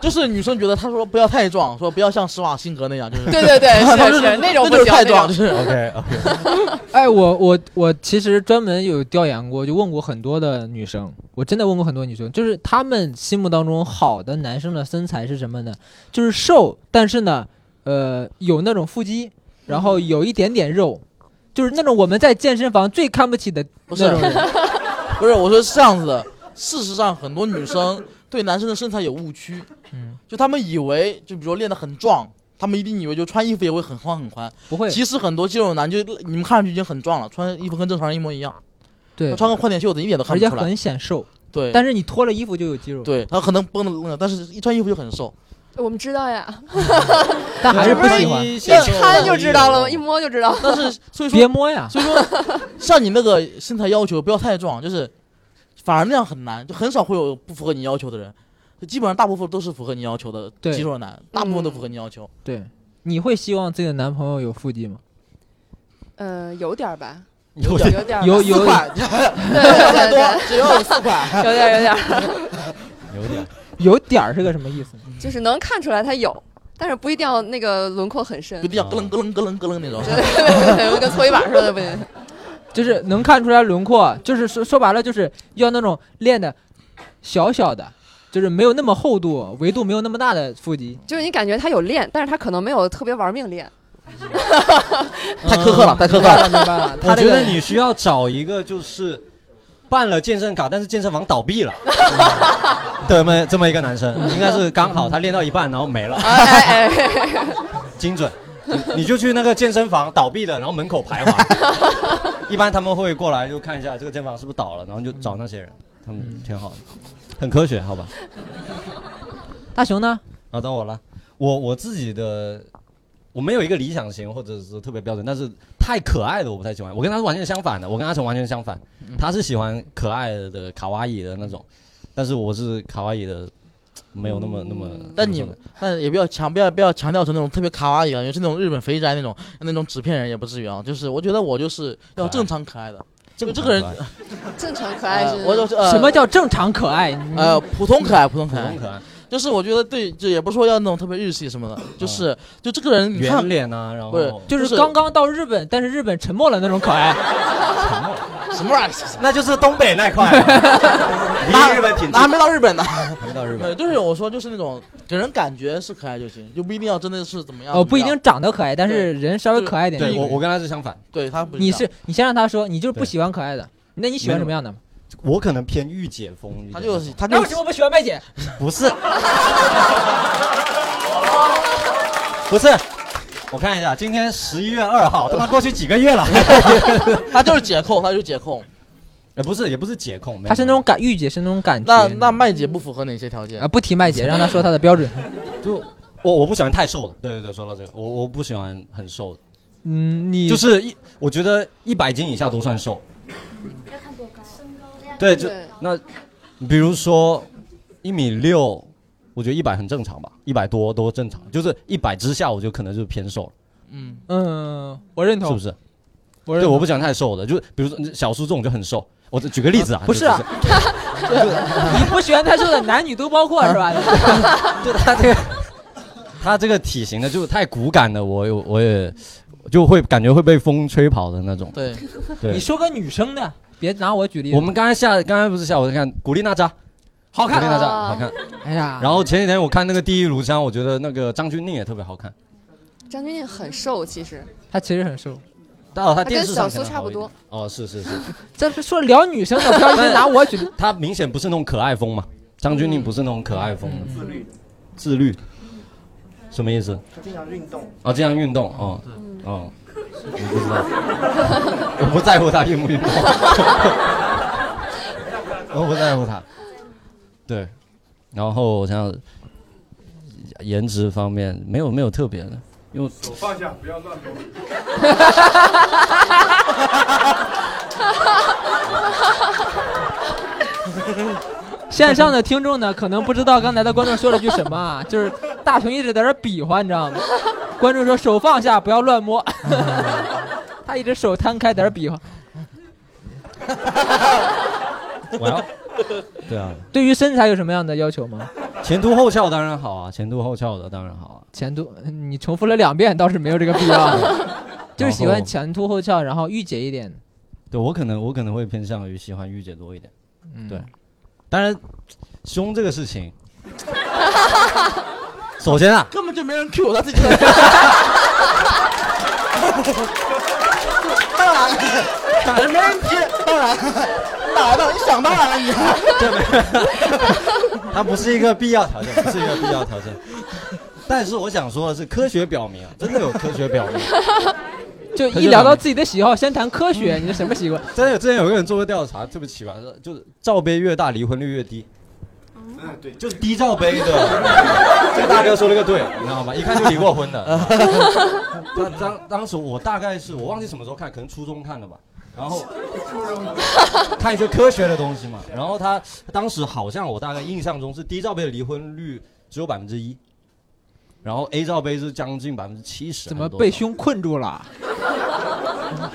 S1: 就是女生觉得他说不要太壮，说不要像施瓦辛格那样，就是
S4: 对对对
S1: 他
S4: 是
S1: 就是
S4: 那种不
S1: 就是
S4: 行，
S1: 太
S4: 那
S1: 壮，
S4: 种
S1: 就是
S2: OK OK，
S3: 哎，我我我其实专门有调研过，就问过很多的女生，我真的问过很多女生，就是她们心目当中好的男生的身材是什么呢？就是瘦，但是呢，呃，有那种腹肌，然后有一点点肉，就是那种我们在健身房最看不起的
S1: 不是
S3: 那种人。
S1: 不是我说是这样子的。事实上，很多女生对男生的身材有误区，
S3: 嗯，
S1: 就她们以为，就比如说练得很壮，她们一定以为就穿衣服也会很宽很宽，
S3: 不会，
S1: 其实很多肌肉男就你们看上去已经很壮了，穿衣服跟正常人一模一样，
S3: 对
S1: 他，穿个宽点袖子一点都看
S3: 而
S1: 不
S3: 且
S1: 出来。
S3: 很显瘦，
S1: 对，
S3: 但是你脱了衣服就有肌肉。
S1: 对他可能绷的愣的，但是一穿衣服就很瘦。
S4: 我们知道呀，
S3: 但还是不喜欢，
S2: 一
S4: 看就知道了吗？一摸就知 道。
S1: 但是所以
S3: 别
S1: 说，
S3: 摸呀。
S1: 所以说，像你那个身材要求不要太壮，就是反而那样很难，就很少会有不符合你要求的人，就基本上大部分都是符合你要求的
S3: 对
S1: 肌肉男，大部分都符合你要求。
S3: 对，你会希望自己的男朋友有腹肌吗？
S4: 嗯，有点儿吧，
S2: 有
S4: 有
S2: 点
S4: 点儿吧，
S3: 有
S1: 四
S3: 有
S1: 块，
S4: 对对对
S1: 多
S4: 对，
S1: 只有四块。
S4: 有点儿有点儿，
S2: 有点，
S3: 有点儿是个什么意思？
S4: 就是能看出来他有，但是不一定要那个轮廓很深
S1: 一。定要咯楞咯楞咯楞咯楞那种。
S4: 对对对，跟搓衣板似的，不行。
S3: 就是能看出来轮廓，就是说说白了，就是要那种练的小小的，就是没有那么厚度，维度没有那么大的腹肌。
S4: 就是你感觉他有练，但是他可能没有特别玩命练。
S1: 太苛刻了
S3: 嗯
S1: 太苛刻
S3: 明白了，明白了。
S2: 我
S3: 他这
S2: 觉
S3: 个
S2: 得你需要找一个就是办了健身卡，但是健身房倒闭了，这么这么一个男生，应该是刚好他练到一半然后没了，
S4: 哎哎，
S2: 精准。你 你就去那个健身房倒闭了，然后门口徘徊，一般他们会过来就看一下这个健身房是不是倒了，然后就找那些人，他们挺好的，很科学，好吧？
S3: 大熊呢？
S2: 啊，到我了。我我自己的，我没有一个理想型或者是特别标准，但是太可爱的我不太喜欢。我跟他是完全相反的，我跟阿成完全相反，他是喜欢可爱的卡哇伊的那种，但是我是卡哇伊的，没有那么那么。
S1: 嗯但你但也不要强，不要不要强调成那种特别卡哇伊啊，也是那种日本肥宅那种那种纸片人也不至于啊。就是我觉得我就是要正常可爱的，
S2: 这
S1: 这个人
S4: 正常可爱
S1: 呃
S4: 是。
S1: 我就是呃
S3: 什么叫正常可爱？你
S1: 呃普通可爱，普通
S2: 普
S1: 可爱
S2: 通，可爱，
S1: 就是我觉得对，就也不是说要那种特别日系什么的，就是就这个人你看
S2: 圆脸啊，然
S1: 不是
S2: 后
S3: 就是
S1: 就是啊
S3: 刚刚到日本，但是日本沉默了那种可 爱。
S1: 什么玩意
S2: 那就是东北那块， 离日本
S1: 儿，
S2: 挺
S1: 哪还没到日本呢？
S2: 还没到日
S1: 对，
S2: 本。
S1: 就是我说就是那种给人感觉是可爱就行，就不一定要真的是怎么样。
S3: 哦，
S1: 怎
S3: 不
S1: 么
S3: 一
S1: 样
S3: 定长得可爱，但是人稍微可爱一点就可以。
S2: 对我我跟他是相反，
S1: 对他不一
S3: 你
S1: 样
S3: 是你先让他说，你就是不
S2: 对
S3: 喜欢可爱的，那你喜欢什么样的？
S2: 我可能偏御姐风。
S1: 他就是他
S3: 那
S1: 就
S3: 为什么不喜欢麦姐？
S2: 不 是，不是，我看一下，今天十一月二号，他妈过去几个月了？
S1: 他就是解控，他就是解控。
S2: 也哎不是，也不是解控，没有
S3: 她是那种感御姐，是那种感觉。
S1: 那那麦姐不符合哪些条件
S3: 啊，？不提麦姐，让她说她 的标准。
S2: 就我我不喜欢太瘦的。对对对，说到这个，我我不喜欢很瘦的，
S3: 嗯，你
S2: 就是一我觉得一百斤以下都算瘦。
S5: 要看多高，啊身高
S2: 对，就
S4: 对
S2: 那比如说一米六，我觉得一百很正常吧，一百多都正常，就是一百之下我就可能就是偏瘦了，
S1: 嗯，
S3: 嗯，我认同，
S2: 是不是？
S3: 我认
S2: 对，
S3: 同
S2: 我不喜欢太瘦的，就是比如说小叔这种就很瘦。我举个例子啊，
S3: 不
S2: 就是
S3: 啊， 你不喜欢太瘦的，男女都包括是吧？
S2: 就他这个，他这个体型呢，就是太骨感的，我有我也就会感觉会被风吹跑的那种。
S1: 对，
S2: 对
S3: 你说个女生的，别拿我举例。
S2: 我们刚才下，刚才不是下午在看《古力娜扎》，
S3: 好
S2: 古力
S3: 看，
S2: 娜扎
S4: 啊
S2: 好看。
S3: 哎呀，
S2: 然后前几天我看那个《第一炉香》，我觉得那个张钧甯也特别好看。
S4: 张钧甯很瘦，其实
S3: 她其实很瘦。
S2: 但哦，他
S4: 跟
S2: 电视上
S4: 小苏
S2: 可能好一点
S4: 差不多。
S2: 哦，是是是，
S3: 这是说聊女生的，不要一直拿我举例。
S2: 他明显不是那种可爱风嘛，张钧甯不是那种可爱风的，嗯自律，自律，什么意思？他经常运动。哦，经常运动，哦，哦，我不知道，我不在乎他运不运动，我不在乎他，对，然后我想想颜值方面没有没有特别的，因为
S6: 手放下，不要乱动。
S3: 线上的听众呢，可能不知道刚才的观众说了句什 么啊，就是大熊一直在这儿比划，你知道吗？观众说手放下，不要 乱摸。他一直手摊开在这儿比划。
S2: 我要，对啊，
S3: 对于身材有什么样的要求吗？
S2: 前凸后翘当然好啊，前凸后翘的当然好啊。
S3: 前凸，你重复了两遍，倒是没有这个必 要。就是喜欢前凸后翘，然后御姐一点。
S2: 对我可能我可能会偏向于喜欢御姐多一点。
S3: 嗯，
S2: 对当然，胸这个事情，首先啊，
S1: 根本就没人 Q 他 自己在。当然，反正没人提，当然，哪到你想当然了你。
S2: 它不是一个必要条件，不是一个必要条件。但是我想说的是，科学表明，啊，真的有科学表明，
S3: 就嗯一聊到自己的喜好，先谈科学，你是什么习惯？
S2: 真的有之前有一个人做过调查，特别奇怪，说就是罩杯越大，离婚率越低。嗯，对，就是低罩杯的。 这个大哥说了个对，你知道吗？一看就离过婚 的。当当当时我大概是我忘记什么时候看，可能初中看的吧。然后看一些科学的东西嘛。然后他当时好像我大概印象中是低罩杯的离婚率只有百分之一，然后 A 罩杯是将近百分之七十。
S3: 怎么被？胸困住了？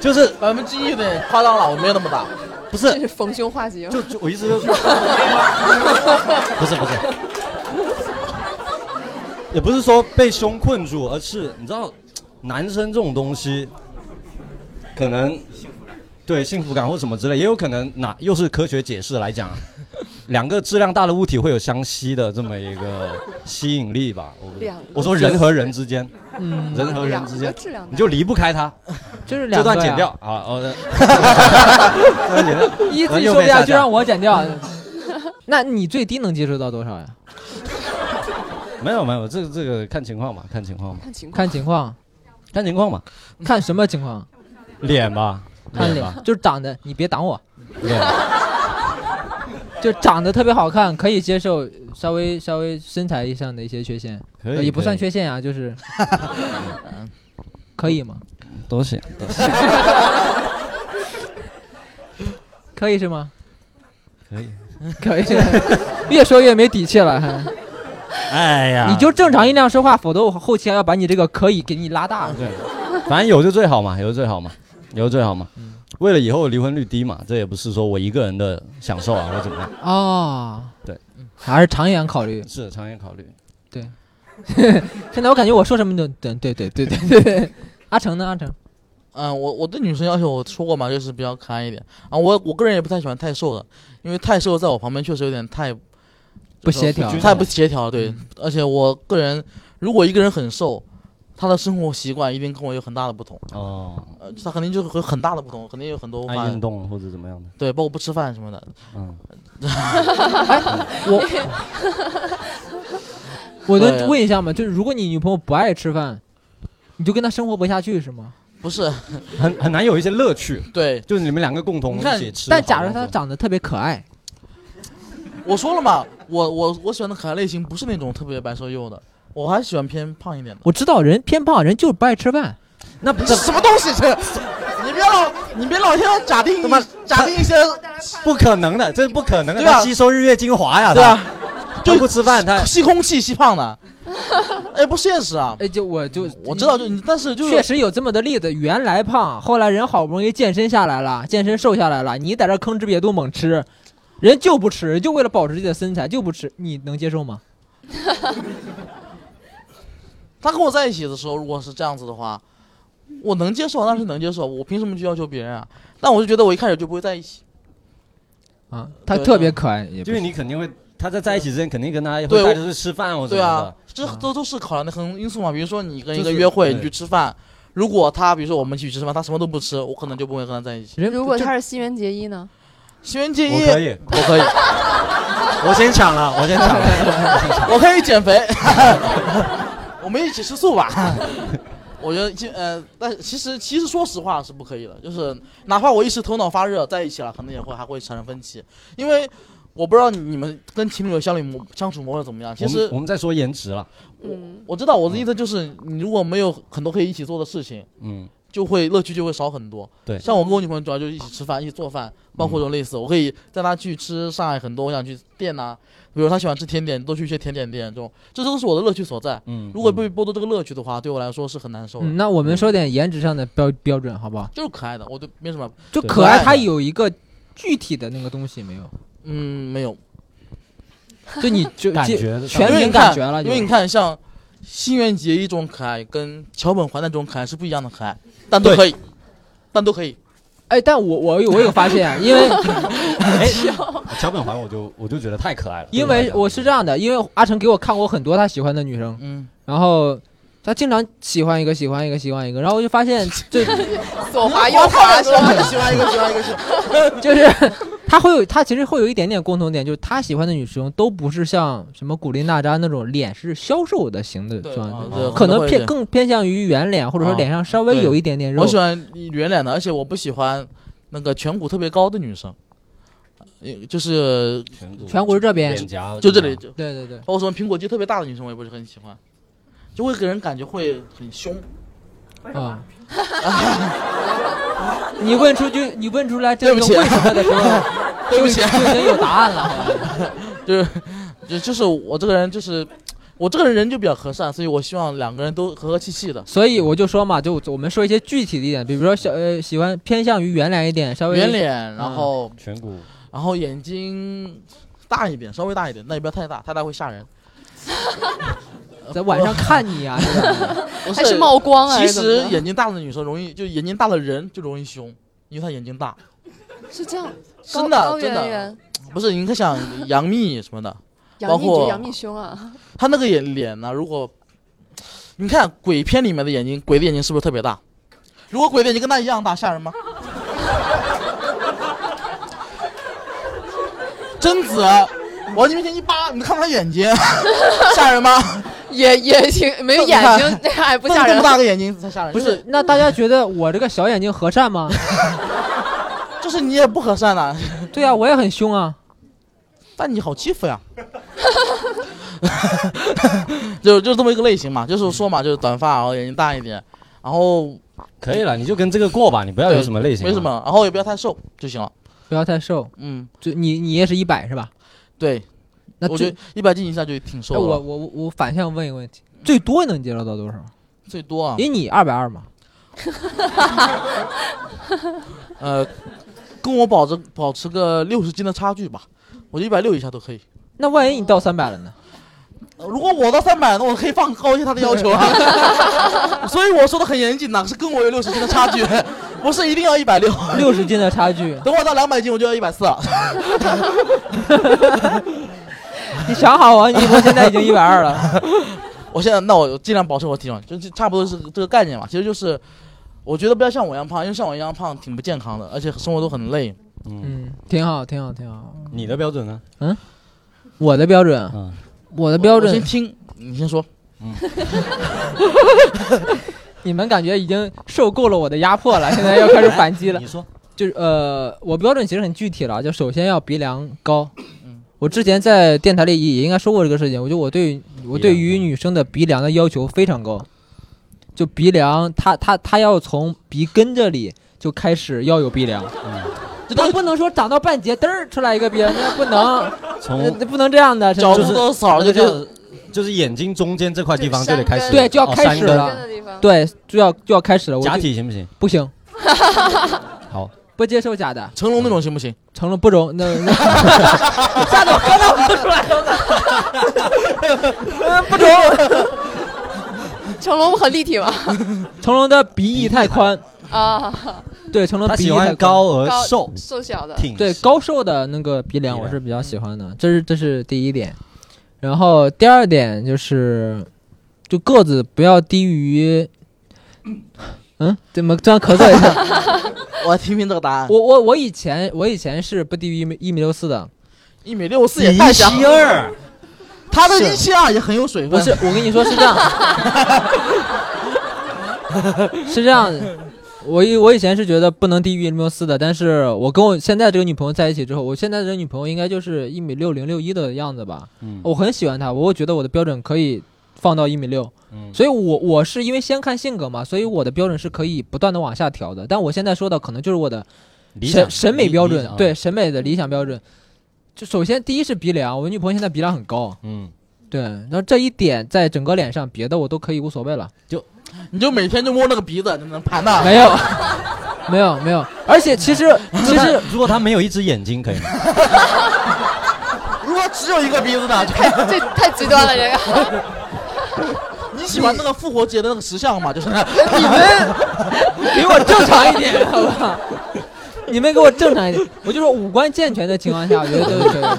S2: 就是
S1: 百分之一得夸张了，我没有那么大。
S2: 不
S4: 这
S2: 是
S4: 是逢凶化吉。
S2: 就就我意 思就是，不是不是，也不是说被胸困住，而是你知道，男生这种东西，可能对幸福感或什么之类，也有可能哪又是科学解释来讲，两个质量大的物体会有相吸的这么一个吸引力吧。我不
S4: 两个
S2: 我说人和人之间，
S3: 嗯，
S2: 人和人之间
S4: 两个质量大，
S2: 你就离不开它。
S3: 就是两
S2: 这
S3: 个
S2: 段
S3: 呀
S2: 剪掉，啊，哦， 这这段剪掉，
S3: 一自己
S2: 又
S3: 受不
S2: 被
S3: 了
S2: 下
S3: 就
S2: 架
S3: 让我剪 掉。那你最低能接受到多少呀？
S2: 没有没有，这个这个看情况吧，看情况吧，
S4: 看情况，
S3: 看情况，
S2: 看情况吧，
S3: 看什么情况？
S2: 脸呃吧，
S3: 看
S2: 吧，
S3: 脸，就是长得，你别挡我，
S2: 脸吧，
S3: 就长得特别好看，可以接受稍微稍微身材上的一些缺陷，
S2: 可以
S3: 呃也不
S2: 可以
S3: 算缺陷啊，就是，可以吗？
S2: 都行，都行，
S3: 可以是吗？
S2: 可以。
S3: 可以，越说越没底气了，还
S2: 哎呀，
S3: 你就正常音量说话，否则我后期还要把你这个可以给你拉大。
S2: 对，反正有就最好嘛，有就最好嘛，有就最好嘛。为了以后离婚率低嘛，这也不是说我一个人的享受啊，或怎么样，
S3: 哦，
S2: 对，
S3: 还是长远考虑。
S2: 是长远考虑。
S3: 现在我感觉我说什么都对对对对对对。阿成呢？阿成，
S1: 嗯，我我对女生要求我说过嘛，就是比较可爱一点。啊，我我个人也不太喜欢太瘦的，因为太瘦在我旁边确实有点太
S3: 不协调
S1: 太不协调。对，而且我个人如果一个人很瘦，他的生活习惯一定跟我有很大的不同，
S2: 哦，
S1: 呃，他肯定就会很大的不同，肯定有很
S3: 哎
S1: 多无
S2: 爱
S1: 法
S2: 运动或者怎么样的，
S1: 对，包括不吃饭什么的。
S2: 嗯，
S1: 我
S3: 我
S1: 对
S3: 能问一下吗？就是如果你女朋友不爱吃饭，你就跟她生活不下去是吗？
S1: 不是
S2: 很很难有一些乐趣，
S1: 对，
S2: 就是你们两个共同
S3: 你
S2: 一
S3: 看
S2: 起，吃好
S3: 但
S2: 东西。
S3: 假如她长得特别可爱，
S1: 我说了嘛，我我我喜欢的可爱类型不是那种特别白瘦幼的，我还喜欢偏胖一点的。
S3: 我知道人偏胖，人就是不爱吃饭。
S2: 那不
S1: 这什么东西？这你别老你别老要假定
S2: 他妈
S1: 假定一些
S2: 不可能的，这是不可能的，
S1: 对啊
S2: 他吸收日月精华呀，
S1: 对
S2: 他
S1: 吧？就
S2: 他不吃饭，啊他啊
S1: 吸空气吸胖的，哎，不现实啊！
S3: 哎，就我就
S1: 我知道，就你，但是就是
S3: 确实有这么的例子，原来胖，后来人好不容易健身下来了，健身瘦下来了，你在这吭哧瘪肚猛吃，人就不吃，就为了保持自己的身材就不吃，你能接受吗？
S1: 他跟我在一起的时候，如果是这样子的话，我能接受，当时能接受，我凭什么去要求别人啊？但我就觉得我一开始就不会在一起，
S3: 啊，他
S1: 对
S3: 特别可爱，也不
S2: 因为你肯定会，他在在一起之前肯定跟他会
S1: 对
S2: 带
S1: 我
S2: 着去吃饭或者
S1: 对
S2: 什
S1: 啊
S2: 么，
S1: 这
S3: 啊
S1: 这都是考量的很多因素嘛。比如说你跟一
S2: 就
S1: 个
S2: 是
S1: 约会，
S2: 对
S1: 你去吃饭，如果他比如说我们一起去吃饭，他什么都不吃，我可能就不会跟他在一起。
S3: 人
S4: 如果
S3: 就
S4: 他是西元结衣呢？
S1: 新垣结
S2: 的。我可
S1: 衣，
S2: 以，
S1: 我可以，
S2: 我先抢了，我先抢 了。
S1: 我可以减肥，我们一起吃素吧。我觉得其呃，但其实其实说实话是不可以的，就是哪怕我一时头脑发热在一起了，可能也会还会产生分歧，因为我不知道你们跟情侣的相处模相处模式怎么样。其
S2: 我
S1: 实
S2: 们我们再说颜值了，
S4: 嗯，
S1: 我知道我的意思就是，你如果没有很多可以一起做的事情，
S2: 嗯，
S1: 就会乐趣就会少很多。
S2: 对
S1: 像我跟我女朋友主要就一起吃饭，一起做饭，包括这种类似，我可以带她去吃上海很多我想去店呐、比如她喜欢吃甜点，多去一些甜点店，这种这都是我的乐趣所在。
S2: 嗯，
S1: 如果
S2: 嗯
S1: 被剥夺这个乐趣的话，对我来说是很难受的。
S3: 嗯，那我们说点颜值上的标标准好不好？
S1: 就是可爱的，我对没什么，
S3: 就
S2: 对
S3: 可爱，它
S1: 可爱的
S3: 有一个具体的那个东西没有？
S1: 嗯，没有
S3: 就你就
S2: 感
S3: 就
S2: 觉
S3: 全
S1: 因为
S3: 凭
S1: 你
S3: 感
S1: 看，
S3: 觉了，
S1: 因为
S3: 就
S1: 你看，像新垣结衣这种可爱跟桥本环奈这种可爱是不一样的可爱，但都可以，但都可以。
S3: 哎，但我我有我有发现，啊因为
S2: 哎，桥本环我就我就觉得太可爱了，
S3: 因为我是这样的，因为阿成给我看过很多他喜欢的女生，
S1: 嗯，
S3: 然后他经常喜欢一个喜欢一个喜欢一个，然后我就发现就
S4: 左滑右滑是吧？
S1: 喜欢一个，喜欢一个，喜欢。
S3: 就是 他会有他其实会有一点点共同点，就是他喜欢的女生都不是像什么古力娜扎那种脸是消瘦的型的
S1: 对
S3: 状态
S2: 啊，
S1: 对
S3: 可能
S1: 会
S3: 偏
S1: 对
S3: 更偏向于圆脸，或者说
S1: 啊
S3: 脸上稍微
S1: 对
S3: 有一点点肉
S1: 我。喜欢圆脸的，而且我不喜欢那个颧骨特别高的女生。呃就是
S3: 颧骨是这边，
S2: 脸颊嗯
S1: 就这里，就
S3: 对对对，
S1: 包括什么苹果肌特别大的女生，我也不是很喜欢，就会给人感觉会很凶。
S3: 啊、 你问出句，你问出来这
S1: 对
S3: 个
S1: 不
S3: 为
S1: 起
S3: 什么的时候，
S1: 对不起
S3: 就已就已经有答案了。好吧
S1: 就是就就是我这个人就是我这个人就比较和善，所以我希望两个人都和和气气的。
S3: 所以我就说嘛，就我们说一些具体的一点，比如说小呃喜欢偏向于圆脸一点，稍微
S1: 圆脸，
S4: 嗯
S1: 然后、
S2: 颧骨
S1: 然后眼睛大一点，稍微大一点，但也不要太大，太大会吓 人。
S3: 在晚上看 你啊，是吧
S1: 不
S4: 还是冒光啊？
S1: 其
S4: 还是怎么
S1: 实
S4: 着
S1: 眼睛大的女生容易，就眼睛大的人就容易凶，因为她眼睛大。
S4: 是这样，高
S1: 真的
S4: 高
S1: 真
S4: 圆
S1: 的
S4: 圆，
S1: 不是你看像杨幂什么的，包
S4: 杨幂你觉
S1: 括
S4: 得杨幂凶啊？
S1: 她那个眼脸呢，如果你看鬼片里面的眼睛，鬼的眼睛是不是特别大？如果鬼的眼睛跟她一样大，吓人吗？贞子，我往你面前一扒，你看她眼 睛，吓人吗？
S4: 也也挺没有
S1: 你
S4: 眼
S1: 看
S4: 睛，那还不
S1: 那
S4: 吓
S1: 你这么。
S4: 人
S1: 大个眼睛才吓人，
S3: 不
S1: 就是
S3: 是？那大家觉得我这个小眼睛和 善吗？
S1: 就是你也不和善呐、
S3: 对啊，我也很凶啊。
S1: 但你好欺负呀， 就就这么一个类型嘛，就是说嘛，就是短发，然后眼睛大一点，然后
S2: 可以了，你就跟这个过吧，你不要有什么类型啊，
S1: 没什么，然后也不要太瘦就行了。
S3: 不要太瘦，
S1: 嗯，
S3: 就你你也是一百是吧？
S1: 对，
S3: 那
S1: 我
S3: 最
S1: 觉得一百斤以下就挺瘦
S3: 哎
S1: 了，
S3: 我我我我反向问一个问题，最多能接受到多少？
S1: 最多啊
S3: 因，为你二百二嘛，
S1: 呃，跟我保持保持个六十斤的差距吧，我一百六以下都可以。
S3: 那万一你到三百了呢？
S1: 呃如果我到三百，那我可以放高一些他的要求啊。 所以我说的很严谨呐，是跟我有六十斤的差距， 不是一定要一百六。
S3: 六十斤的差距，
S1: 等我到两百斤，我就要一百四了。
S3: 你想好啊，你我现在已经一百二 了。
S1: 我现在那我尽量保持我体重，就就差不多是这个概念嘛。其实就是，我觉得不要像我一样胖，因为像我一样胖挺不健康的，而且生活都很累。
S2: 嗯，
S3: 嗯，挺好，挺好，挺好。
S2: 你的标准呢？
S3: 我的标准，
S2: 嗯，
S3: 我的标
S1: 我先
S3: 准，
S1: 听你先说，
S3: 你们感觉已经受够了我的压迫了，现在要开始
S1: 哎
S3: 反击了
S2: 你。说，
S3: 就是呃，我标准其实很具体了，啊就首先要鼻梁高
S1: 嗯。
S3: 我之前在电台里也也应该说过这个事情，我觉得我对我对于
S2: 鼻梁高
S3: 女生的鼻梁的要求非常高，就鼻梁，她她她要从鼻根这里就开始要有鼻梁，
S2: 嗯
S1: 这
S3: 她
S1: 都
S3: 不能说长到半截嘚儿出来一个鼻梁，那不能，
S2: 从
S3: 那不能这 样的，
S1: 角
S3: 真的
S1: 度都少就
S2: 就
S1: 就是
S2: 就是眼睛中间这块地方就得开始，
S3: 对就要
S2: 哦
S3: 开始
S2: 山根
S3: 了
S4: 山根的地方
S3: 对就要就要开始了，我
S2: 假
S3: 就
S2: 体行不行？
S3: 不行，
S2: 好，
S3: 不接受假的，
S1: 成龙那种行不行？
S3: 成了不容 那，那吓得我刚才不出来了，不中。
S4: 成龙很立体嘛？
S3: 成龙的鼻翼太宽，
S4: 啊，
S3: 对，成龙
S2: 他
S3: 的鼻翼
S2: 喜
S3: 太宽
S2: 欢高而
S4: 高
S2: 瘦，
S4: 瘦小的，
S2: 挺
S3: 对高瘦的那个鼻梁，
S2: 鼻梁
S3: 我是比较喜欢
S2: 嗯
S3: 的，这是这是第一点。然后第二点就是，就个子不要低于，嗯，怎么突然咳嗽 一下？
S1: 我来听听这个答案。
S3: 我我我以前我以前是不低于一米一米六四的，
S1: 一米六四也
S2: 一
S1: 太小，
S2: 七二，
S1: 他的一七二也很有水分。
S3: 不是，我跟你说是 这样，是这样的。我以我以前是觉得不能低于一米六四的，但是我跟我现在这个女朋友在一起之后，我现在这个女朋友应该就是一米六零六一的样子吧。
S2: 嗯
S3: 我很喜欢她，我会觉得我的标准可以放到一米六，
S2: 嗯
S3: 所以我我是因为先看性格嘛，所以我的标准是可以不断的往下调的。但我现在说的可能就是我的
S2: 理
S3: 审
S2: 想
S3: 审美标准，，
S2: 理理
S3: 对
S2: 想
S3: 审美的理想标准。就首先第一是鼻梁，我女朋友现在鼻梁很高，
S2: 嗯，
S3: 对，然后这一点在整个脸上，别的我都可以无所谓了。
S1: 你就每天就摸那个鼻子，能盘呐。
S3: 没有， 没有，没有。而且其实其
S2: 其实
S3: 实
S2: 如果他没有一只眼睛，可以吗？
S1: 如果只有一个鼻子的，就
S4: 太这太极端了，这个
S1: 你喜欢那个复活节的那个石像嘛？就是
S3: 你们 给我正常一点，好吧？你们给我正常一点，我就说五官健全的情况下，我觉得都是可以的。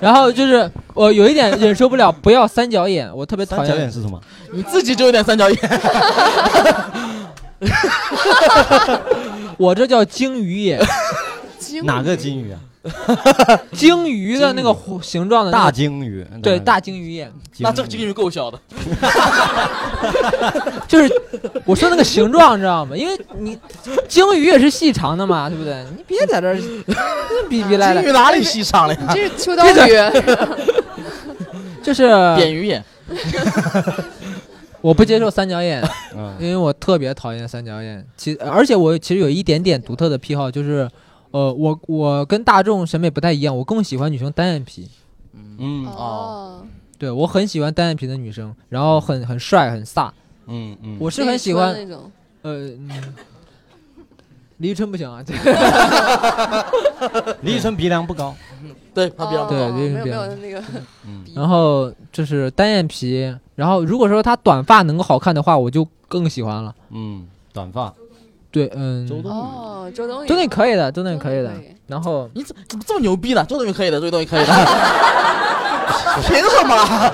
S3: 然后就是我有一点忍受不了，不要三角眼，我特别讨
S2: 三角眼
S3: 厌。
S2: 是什么？
S1: 你自己就有点三角眼，
S3: 我这叫鲸鱼眼，
S4: 惊
S2: 哪个金鱼啊？
S3: 鲸鱼的那个弧形状的那
S2: 大
S3: 个
S2: 鲸鱼，
S3: 嗯对大鲸鱼眼，
S1: 那这个金鱼够小的，
S3: 就是我说那个形状，你知道吗？因为你鲸鱼也是细长的嘛，对不对？你别在这 儿逼逼赖
S1: 金
S3: 赖，
S1: 鱼哪里细长了
S4: 你
S1: 呀？
S4: 这是秋刀鱼，
S3: 就是
S1: 扁鱼眼，
S3: 我不接受三角眼，
S2: 嗯
S3: 因为我特别讨厌三角眼。其而且我其实有一点点独特的癖好，就是呃，我我跟大众审美不太一样，我更喜欢女生单眼皮。
S2: 嗯
S1: 哦
S4: 哦，
S3: 对我很喜欢单眼皮的女生，然后很很帅很飒，
S2: 嗯嗯，
S3: 我是很喜欢
S4: 那一种。
S3: 呃。嗯李宇春不行啊，对
S2: 李宇春鼻梁不高，
S1: 对，它比较
S3: 对
S1: 高。
S4: 哦
S3: 这是
S4: 没
S3: 比
S4: 有没
S3: 较
S4: 有那个
S2: 嗯
S3: 然后就是单眼皮，然后如果说她短发能够好看的话，我就更喜欢了。
S2: 嗯，短发，
S3: 对，嗯，
S2: 周冬雨，
S4: 哦，周冬雨，
S3: 周冬雨可以的，周冬雨可以的
S4: 周冬雨可以。
S3: 然后
S1: 你怎怎么这么牛逼呢？这东西可以的，这东西可以的，凭什么？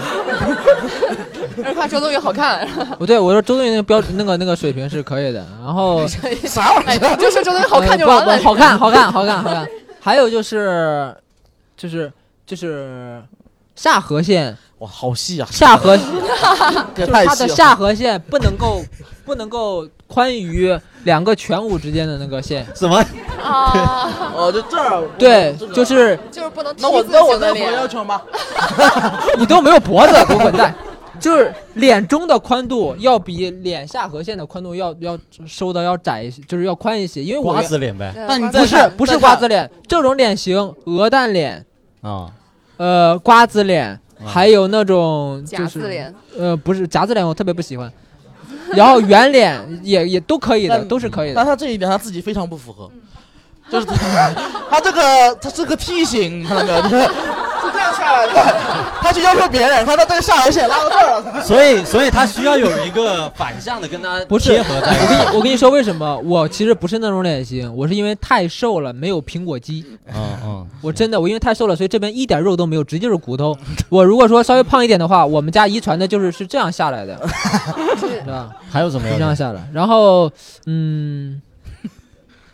S4: 有人夸周冬雨好看，
S3: 不哦对，我说周冬雨那个标那个那个水平是可以的。然后
S1: 啥玩意儿？
S4: 哎就说周冬雨 好看就
S3: 呃
S4: 完
S3: 不
S4: 了。
S3: 不好看，好看，好看，好看。还有就是，就是就是下颌线，
S1: 哇，好细啊！
S3: 下颌
S1: 这
S3: 就是
S1: 太
S3: 它
S1: 细
S3: 的
S1: 了。
S3: 下颌线不能够不能够宽于两个颧骨之间的那个线。
S2: 什么？
S4: 啊，
S1: 哦，就这儿。
S3: 对
S1: 这，个
S3: 就是
S4: 就是不能 T
S1: 那我
S4: 字
S1: 那我
S4: 形
S1: 再
S4: 的
S1: 有要
S4: 脸。
S1: 求吗？
S3: 你都没有脖子，给我滚蛋！就是脸中的宽度要比脸下颌线的宽度要要收的要窄一些，就是要宽一些，因为 我
S2: 瓜子脸呗，
S1: 那你
S4: 对
S1: 再
S3: 不
S1: 看
S3: 是不是
S1: 再看
S3: 瓜子脸，这种脸型，鹅蛋脸，
S2: 啊，
S3: 呃，瓜子脸，
S2: 嗯
S3: 还有那种就
S4: 夹
S3: 是
S4: 字脸，
S3: 呃，不是夹子脸，我特别不喜欢。然后圆脸也也都可以的，
S1: 但
S3: 都是可以
S1: 但
S3: 的。
S1: 他这一点他自己非常不符合，就是他他这个他是个梯形，他那个 是这样下来的，他去要求别人，他到这个下颌线拉到这儿了，
S2: 所以所以他需要有一个反向的跟他
S3: 不是
S2: 贴合在一起
S3: 我跟你说为什么？我其实不是那种脸型，我是因为太瘦了，没有苹果肌。
S2: 嗯嗯，
S3: 我真的，我因为太瘦了，所以这边一点肉都没有，直接就是骨头。我如果说稍微胖一点的话，我们家遗传的就是是这样下来的，
S4: 是
S3: 是吧？
S2: 还有什么
S3: 是
S2: 要
S3: 这样
S2: 讲？
S3: 下来。然后，嗯，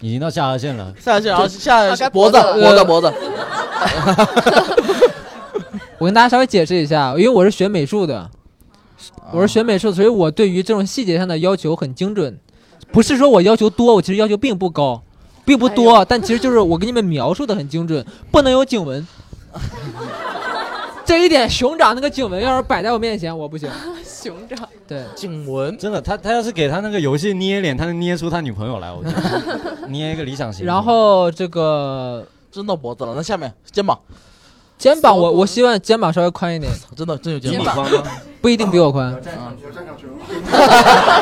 S2: 已经到 下颌线了，
S1: 下去然后下
S4: 啊该
S1: 脖
S4: 脖
S1: 子
S4: 子
S1: 脖子
S3: 了
S1: 脖子，
S3: 我跟大家稍微解释一下，因为我是学美术的，我是学美术，所以我对于这种细节上的要求很精准。不是说我要求多，我其实要求并不高，并不多，但其实就是我给你们描述的很精准，不能有颈纹。这一点，熊掌那个颈纹要是摆在我面前，我不行。
S4: 熊掌，
S3: 对，
S1: 颈纹
S2: 真的，他他要是给他那个游戏捏脸，他能捏出他女朋友来，我觉 得捏一个理想型。
S3: 然后这个
S1: 真到脖子了，那下面肩膀
S3: 肩膀我我希望肩膀稍微宽一点，
S1: 真的真有
S2: 比
S1: 肩
S2: 你
S1: 膀，
S2: 宽吗？
S3: 不一定比我 宽。
S4: 哦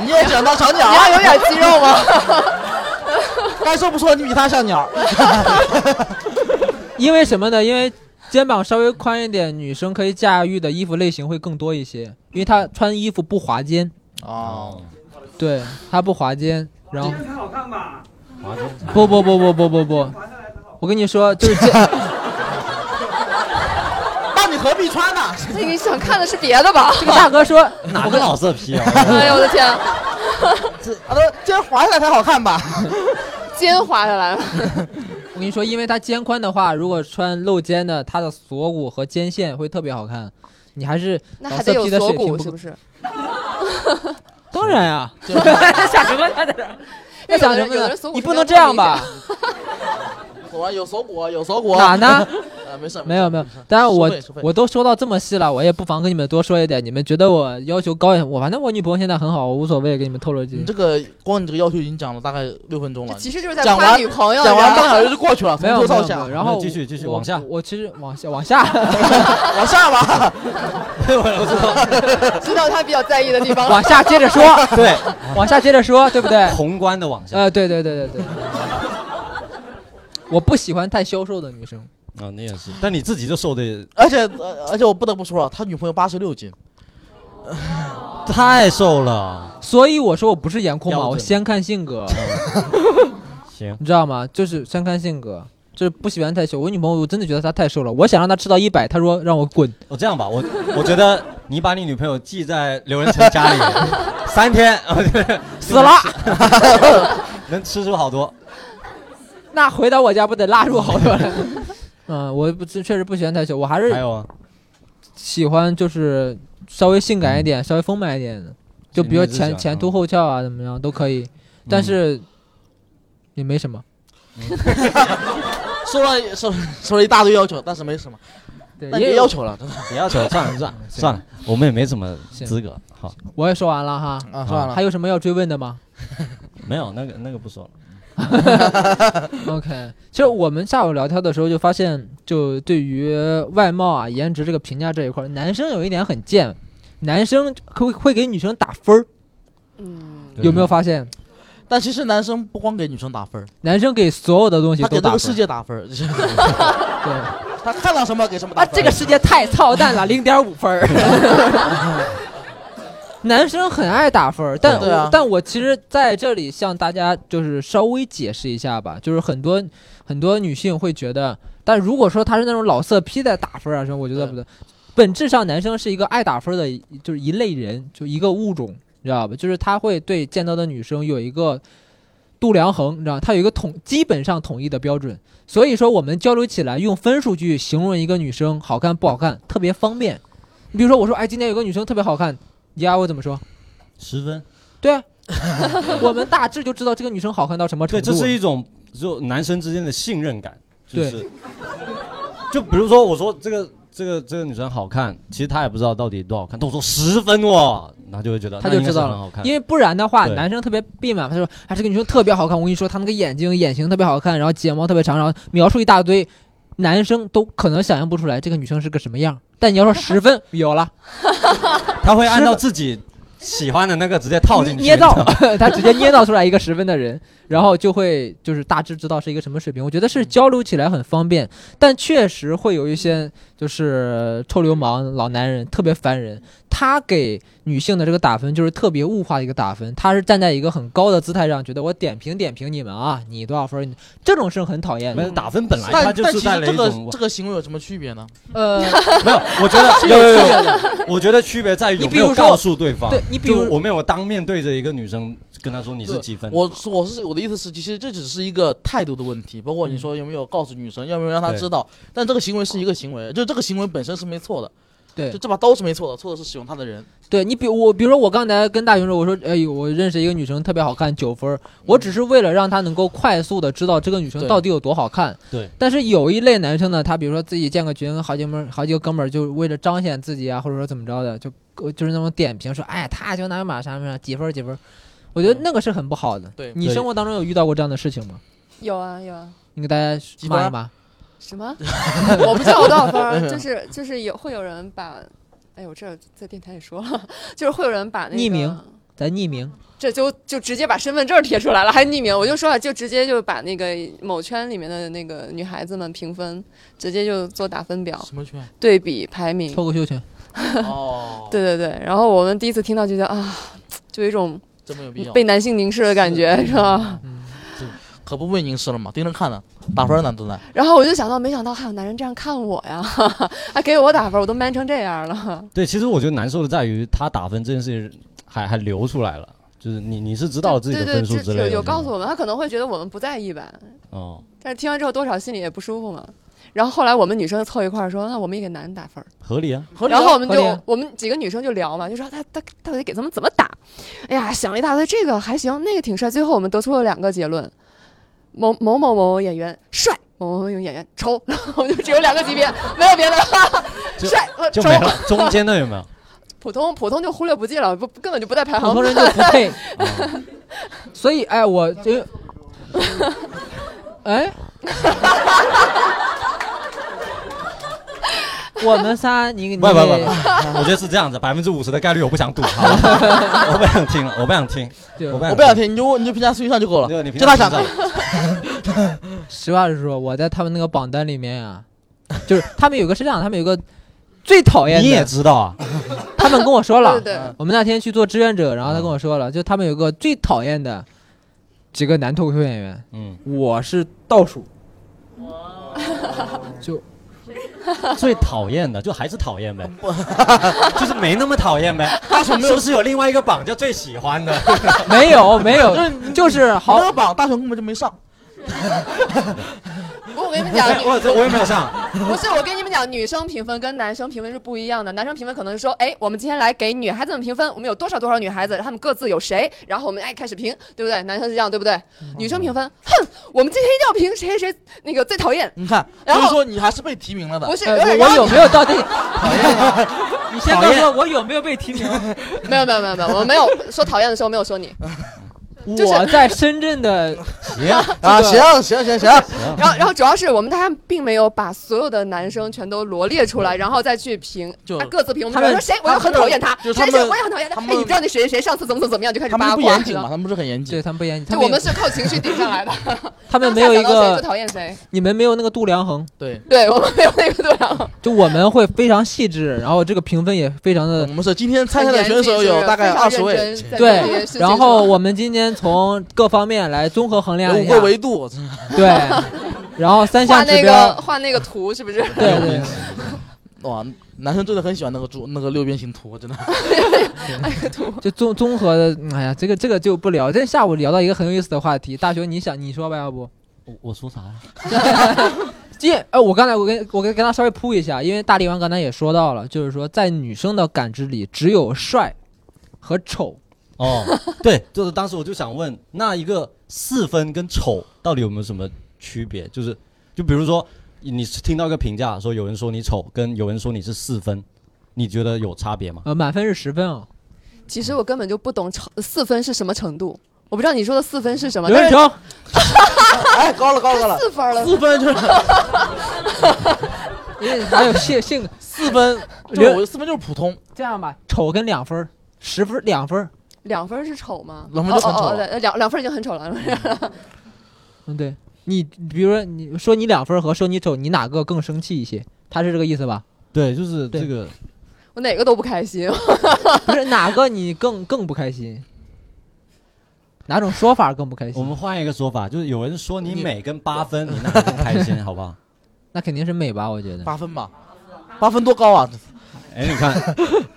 S1: 你也讲到小鸟
S4: 你要有
S1: 啊，
S4: 点肌肉吗？
S1: 该说不说你比他像鸟，
S3: 因为什么呢？因为肩膀稍微宽一点，女生可以驾驭的衣服类型会更多一些，因为她穿衣服不滑肩，
S1: 哦，
S3: 对，她不滑肩。然后
S6: 才好看吧？
S2: 华中
S3: 不不不不不不不，我跟你说，就是 肩，
S1: 那你何必 穿呢？啊
S4: 那你想看的是别 的吧？
S3: 这个大哥说，
S2: 哪个老色批 啊？
S4: 哎呦我的天，
S1: 这啊，那这样滑下来才好看吧？
S4: 肩滑下来了，
S3: 我跟你说，因为她肩宽的话，如果穿露肩的，她的锁骨和肩线会特别好看。你还是
S4: 那
S3: 老
S4: 还得
S3: 色
S4: 有
S3: 批的
S4: 锁
S3: 水平
S4: 骨
S3: 不
S4: 是
S3: 够
S4: 不，是？
S3: 当然啊，
S1: 就
S3: 想什么呢？那想什么
S4: 有的
S3: 呢
S4: 人锁？骨
S3: 你
S4: 是
S3: 不
S4: 没
S3: 能
S4: 有
S3: 这
S4: 那么
S3: 样
S4: 明显
S3: 吧？
S1: 有啊，有锁骨，有锁骨
S3: 哪呢？
S1: 呃，没事，
S3: 没有没有
S1: 事，
S3: 当然我
S1: 收费收费
S3: 我都说到这么细了，我也不妨跟你们多说一点。你们觉得我要求高一点，我反正我女朋友现在很好，我无所谓，给你们透露几
S1: 你。这个光你这个要求已经讲了大概六分钟 了，
S4: 其实就是在
S1: 讲
S4: 夸
S1: 完
S4: 女朋友，
S1: 讲完半
S4: 你知
S1: 个
S4: 道
S1: 小
S4: 吗
S1: 时就过去了，
S3: 没
S1: 从
S3: 有
S1: 头
S3: 没
S1: 到
S3: 有
S1: 下，
S3: 没有，然后
S2: 继续继续
S3: 我
S2: 往下
S3: 我我其实往下往下
S1: 往下吧。
S4: 知道他比较在意的地方了
S3: 往。下接着说，
S2: 对，
S3: 往下接着说，对 不对？
S2: 宏观的往下。
S3: 呃，对对对对对。我不喜欢太消瘦的女生，
S2: 啊，那也是，但你自己就瘦的
S1: 而且呃而且我不得不说啊，他女朋友八十六斤，
S2: 太瘦了。
S3: 所以我说我不是颜控
S2: 标
S3: 嘛，
S2: 准
S3: 我先看 性格，
S2: 行，
S3: 你知道吗？就是先看性格，就是不喜欢太瘦。我女朋友我真的觉得她太瘦了，我想让她吃到一百，她说让我滚。
S2: 我哦这样吧，我我觉得你把你女朋友寄在刘仁成家里三天，哦
S3: 死了，
S2: 能吃出好多。
S3: 那回到我家不得拉住好多人？ 嗯，我不确实不喜欢台球，我还是
S2: 还有啊，
S3: 喜欢就是稍微性感一点、稍微丰满一点的，就比如
S2: 你那只
S3: 前
S2: 小
S3: 前
S1: 嗯
S3: 凸后翘啊，怎么样都可以，但是也没什么。
S1: 说了说说了一大堆要求，但是没什么，
S3: 对
S1: 那，
S3: 也
S1: 也
S3: 有
S1: 要求了，真的
S2: 你要求算了算了算了，我们也没什么资格。好，
S3: 我也说完了哈，
S1: 啊，算了
S3: 还。有什么要追问的吗
S2: 没有那个那个不说了。
S3: ？OK，其实我们下午聊天的时候就发现，就对于外貌啊、颜值这个评价这一块儿，男生有一点很贱，男生会会给女生打分儿，
S4: 嗯，
S2: 对
S3: 有没有？发现？
S1: 但其实男生不光给女生打分儿，
S3: 男生给所有的东西
S1: 他给
S3: 都
S1: 这
S3: 打
S1: 个
S3: 分
S1: 世
S3: 儿，
S1: 界打分儿，
S3: 对。
S1: 他看到什么给什么打
S3: 啊，
S1: 分儿。
S3: 这个世界太操蛋了，零点五分儿。男生很爱打分儿，但
S1: 对啊
S3: 我但我其实在这里向大家就是稍微解释一下吧，就是很多很多女性会觉得，但如果说他是那种老色批的打分儿啊什么，我觉得不对。本质上，男生是一个爱打分儿的一，就是一类人，就一个物种，你知道吧？就是他会对见到的女生有一个度量衡，你知道吗，他有一个统基本上统一的标准。所以说，我们交流起来用分数去形容一个女生好看不好看，特别方便。你比如说，我说，哎，今天有个女生特别好看，你丫我怎么说？
S2: 十分。
S3: 对啊，我们大致就知道这个女生好看到什么程
S2: 对，
S3: 度
S2: 这
S3: 了。
S2: 是一种就男生之间的信任感，就
S3: 对
S2: 是，就比如说我说这个这个这个女生好看，其实她也不知道到底多好看，但我说十分哦，她就会觉得
S3: 他就
S2: 那应该
S3: 知
S2: 是
S3: 道
S2: 很好
S3: 了
S2: 看，
S3: 因。为不然的话，
S2: 对
S3: 男生特别闭嘛，他说啊这个女生特别好看，我跟你说，她那个眼睛眼型特别好看，然后睫毛特别长，然后描述一大堆，男生都可能想象不出来这个女生是个什么样。但你要说十分有了，
S2: 她会按照自己喜欢的那个直接套进去，
S3: 捏造， 他直接捏造出来一个十分的人，然后就会就是大致知道是一个什么水平。我
S2: 嗯
S3: 觉得是交流起来很方便，但确实会有一些就是臭流氓老男人特别烦人，他给女性的这个打分就是特别物化的一个打分，他是站在一个很高的姿态上，觉得我点评点评你们啊，你多少分儿，你这种是很讨厌
S2: 没
S3: 的。
S2: 有打分本来她
S1: 但
S2: 就
S1: 但
S2: 是
S1: 其
S2: 带
S1: 实
S2: 了
S1: 这
S2: 一
S1: 个
S2: 种
S1: 这个行为有什么区别呢？
S3: 呃，
S2: 没有，我觉得有有有，我觉得区别在于
S3: 你
S2: 有
S3: 比
S2: 没
S3: 如
S2: 有
S3: 说
S2: 告诉对方。
S3: 对你比如
S2: 就我没有当面对着一个女生跟她说你是
S1: 对
S2: 几分，
S1: 我是我是我的意思是，其实这只是一个态度的问题，包括你说有没有告诉女生，要没有让她
S2: 嗯对
S1: 知道。但这个行为是一个行为，就这个行为本身是没错的，
S3: 对
S1: 就，这把刀是没错的，错的是使用它的人。
S3: 对你比我，比如说我刚才跟大雄说，我说，哎，我认识一个女生特别好看，九分儿，我只是为了让她能够快速的知道这个女生
S1: 嗯对
S3: 到底有多好看。
S2: 对。
S3: 但是有一类男生呢，他比如说自己见个群，好几门好几个哥们儿，就为了彰显自己啊，或者说怎么着的，就呃就是那种点评说，哎，他就哪马啥啥几分儿几分儿，我觉得那个是很不好的。
S1: 嗯对
S3: 你生活当中有遇到过这样的事情吗？
S4: 有啊有啊。
S3: 你给大家
S1: 几分儿
S3: 骂一骂。
S4: 什么？我不知道我多少分儿，就是就是有会有人把，哎呦，这在电台里说了，就是会有人把那个
S3: 匿名，咱匿名，
S4: 这就就直接把身份证贴出来了，还匿名，我就说啊，就直接就把那个某圈里面的那个女孩子们评分，直接就做打分表
S1: 什么 圈？
S4: 对比排
S1: 嗯
S4: 名，
S3: 脱口秀群，
S1: 哦，，
S4: 对对对，然后我们第一次听到就觉得啊，就有一种
S1: 真没有必要，嗯
S4: 被男性凝视的感觉，是吧？
S3: 嗯
S1: 可不被凝视了嘛，盯着看呢，打分呢都在。
S4: 然后我就想到，没想到还有男人这样看我呀， 还给我打分，我都 man 成这样了。
S2: 对，其实我觉得难受的在于他打分这件事情还还流出来了，就是你你是知道自己的
S4: 对
S2: 分
S4: 对
S2: 数
S4: 对
S2: 之
S4: 就
S2: 类的，
S4: 有有告诉我们，他可能会觉得我们不在意吧，
S2: 哦，
S4: 但是听完之后多少心里也不舒服嘛。然后后来我们女生凑一块儿说，那我们也给男人打分儿。
S2: 合理啊，
S1: 合理啊
S4: 然后我们
S3: 合理
S4: 就
S3: 啊
S4: 我们几个女生就聊嘛，就说他他到底给咱们怎么打？哎呀，想了一大堆，这个还行，那个挺帅。最后我们得出了两个结论：某某某某演员帅，某某某演员丑。 然后我们就只有两个级别，没有别的了，
S2: 就
S4: 帅和
S2: 就
S4: 丑
S2: 没。了。中间的有没有？
S4: 普通普通就忽略不计了，不根本就不在排
S3: 普
S4: 行
S3: 通人
S4: 榜。
S3: 就不 配。
S2: 哦
S3: 所以，哎，我就， 哎， 我们仨，你你
S2: 不不不，我觉得是这样子，百分之五十的概率我不想赌，好吧我不想听了， 我不想听，
S3: 就
S2: 我不
S1: 我
S2: 想
S1: 不想听，你就问你就评价顺序上就够了
S2: 对，你。平
S1: 就他
S2: 常
S1: 想
S2: 听上
S3: 实话实说，我在他们那个榜单里面呀、就是他们有个是这样，他们有个最讨厌
S2: 你也
S3: 的，
S2: 知道啊，
S3: 他们跟我说了
S4: 对，对
S2: 嗯
S4: 对，
S3: 我们那天去做志愿者，然后他跟我说了，就他们有个最讨厌的几个男脱口秀演员，
S2: 嗯，
S3: 我是倒数，就
S2: 最讨厌的就还是讨厌呗， 就是没那么讨厌呗，是不是有另外一 个榜叫最喜欢的？
S3: 没有没有，就是
S1: 好，
S3: 好
S1: 那个榜大雄根本就没上，
S4: 不，我跟你们讲，
S2: 我这我也没有上，
S4: 不是，我跟你们讲，女生评分跟男生评分是不一样的。男生评分可能是说，哎，我们今天来给女孩子们评分，我们有多少多少女孩子，她们各自有谁，然后我们哎开始评，对不对？男生是这样，对不对？女生评分，哼，我们今天一定要评谁谁谁那个最讨厌，
S1: 你看，所
S4: 然后
S1: 以说你还是被提名了的
S4: 不。是？
S3: 哎
S4: 然
S3: 我我
S4: 后
S3: 有
S4: 你
S3: 没有到这？ 你先告诉我我有没有被提名？啊
S4: 没有没有没有没有，我没有说讨厌的时候没有说你。就是
S3: 我在深圳的
S2: 行
S1: 啊，
S3: 这
S1: 行
S3: 个
S1: 行行 行，
S4: 然后然后主要是我们大家并没有把所有的男生全都罗列出来，然后再去评，
S1: 就
S4: 啊各自评。我们
S3: 他们
S4: 说谁，我又很讨厌他，
S1: 就是他
S4: 谁谁
S1: 们
S4: 我也很讨厌他。
S1: 他
S4: 哎，
S1: 们
S4: 你知道那谁谁谁上次怎么怎么怎么样，就开始
S1: 他
S4: 八
S1: 们不
S4: 卦
S1: 严
S4: 你知
S1: 谨嘛，
S4: 道
S1: 他
S4: 吗。
S1: 们不是很严谨
S3: 对。他们不严谨，
S4: 就
S3: 他们
S4: 我们是靠情绪定上来的，
S3: 他们没
S4: 然
S3: 有一
S4: 后下讲到谁
S3: 个，
S4: 就讨厌谁。
S3: 你们没有那个度量衡，
S1: 对，
S4: 对我们没有那个度量，
S3: 就我们会非常细致，然后这个评分也非常
S1: 我
S4: 嗯
S3: 的
S1: 们是今天参赛的选手有大概二十位，，
S3: 对。然后我们今天从各方面来综合衡
S1: 有
S3: 量一
S1: 五
S3: 下
S1: 个，维度，
S3: 对，然后三
S4: 画
S3: 项指
S4: 那个
S3: 标，
S4: 画那个图是不是？
S3: 对对，
S1: 哇，男生真的很喜欢那个猪那个六边形图，真的。
S4: 那个图
S3: 就综综合的，嗯哎呀，这个这个就不聊。这下午聊到一个很有意思的话题，大学你想你说吧，要不？
S2: 我我说啥呀？
S3: 这呃，我刚才我跟我跟跟他稍微铺一下，因为大力丸刚才也说到了，就是说在女生的感知里，只有帅和丑
S2: 哦，对，就是当时我就想问，那一个四分跟丑到底有没有什么区别？就是，就比如说你听到一个评价说有人说你丑，跟有人说你是四分，你觉得有差别吗？
S3: 呃，满分是十分啊、
S4: 其实我根本就不懂程四分是什么程度，我不知道你说的四分是什么。
S3: 刘
S4: 但
S3: 仁
S4: 是
S3: 成，
S1: 哎，高了高了高了，
S4: 四分了，
S1: 四分就是
S3: 因为还有性性
S1: 四分，就是我四分就是普通，
S3: 这样吧，丑跟两分儿，十分儿两分儿，
S4: 两分是丑吗？
S1: 两分就很丑
S4: 哦哦哦
S1: 了
S4: 对，两两分已经很丑了。
S3: 嗯，对你，比如说你说你两分儿和说你丑，你哪个更生气一些？他是这个意思吧？
S2: 对，就是
S3: 对
S2: 这个
S4: 我哪个都不 开心，
S3: 不是哪个你更更不开心？哪种说法更不开
S2: 我们
S3: 心？
S2: 换一个说法，就是有人说你
S1: 你
S2: 美跟八分，你那个更开 心，好不好？
S3: 那肯定是美吧？我觉得
S1: 八分吧，八分多高啊？
S2: 哎，你看，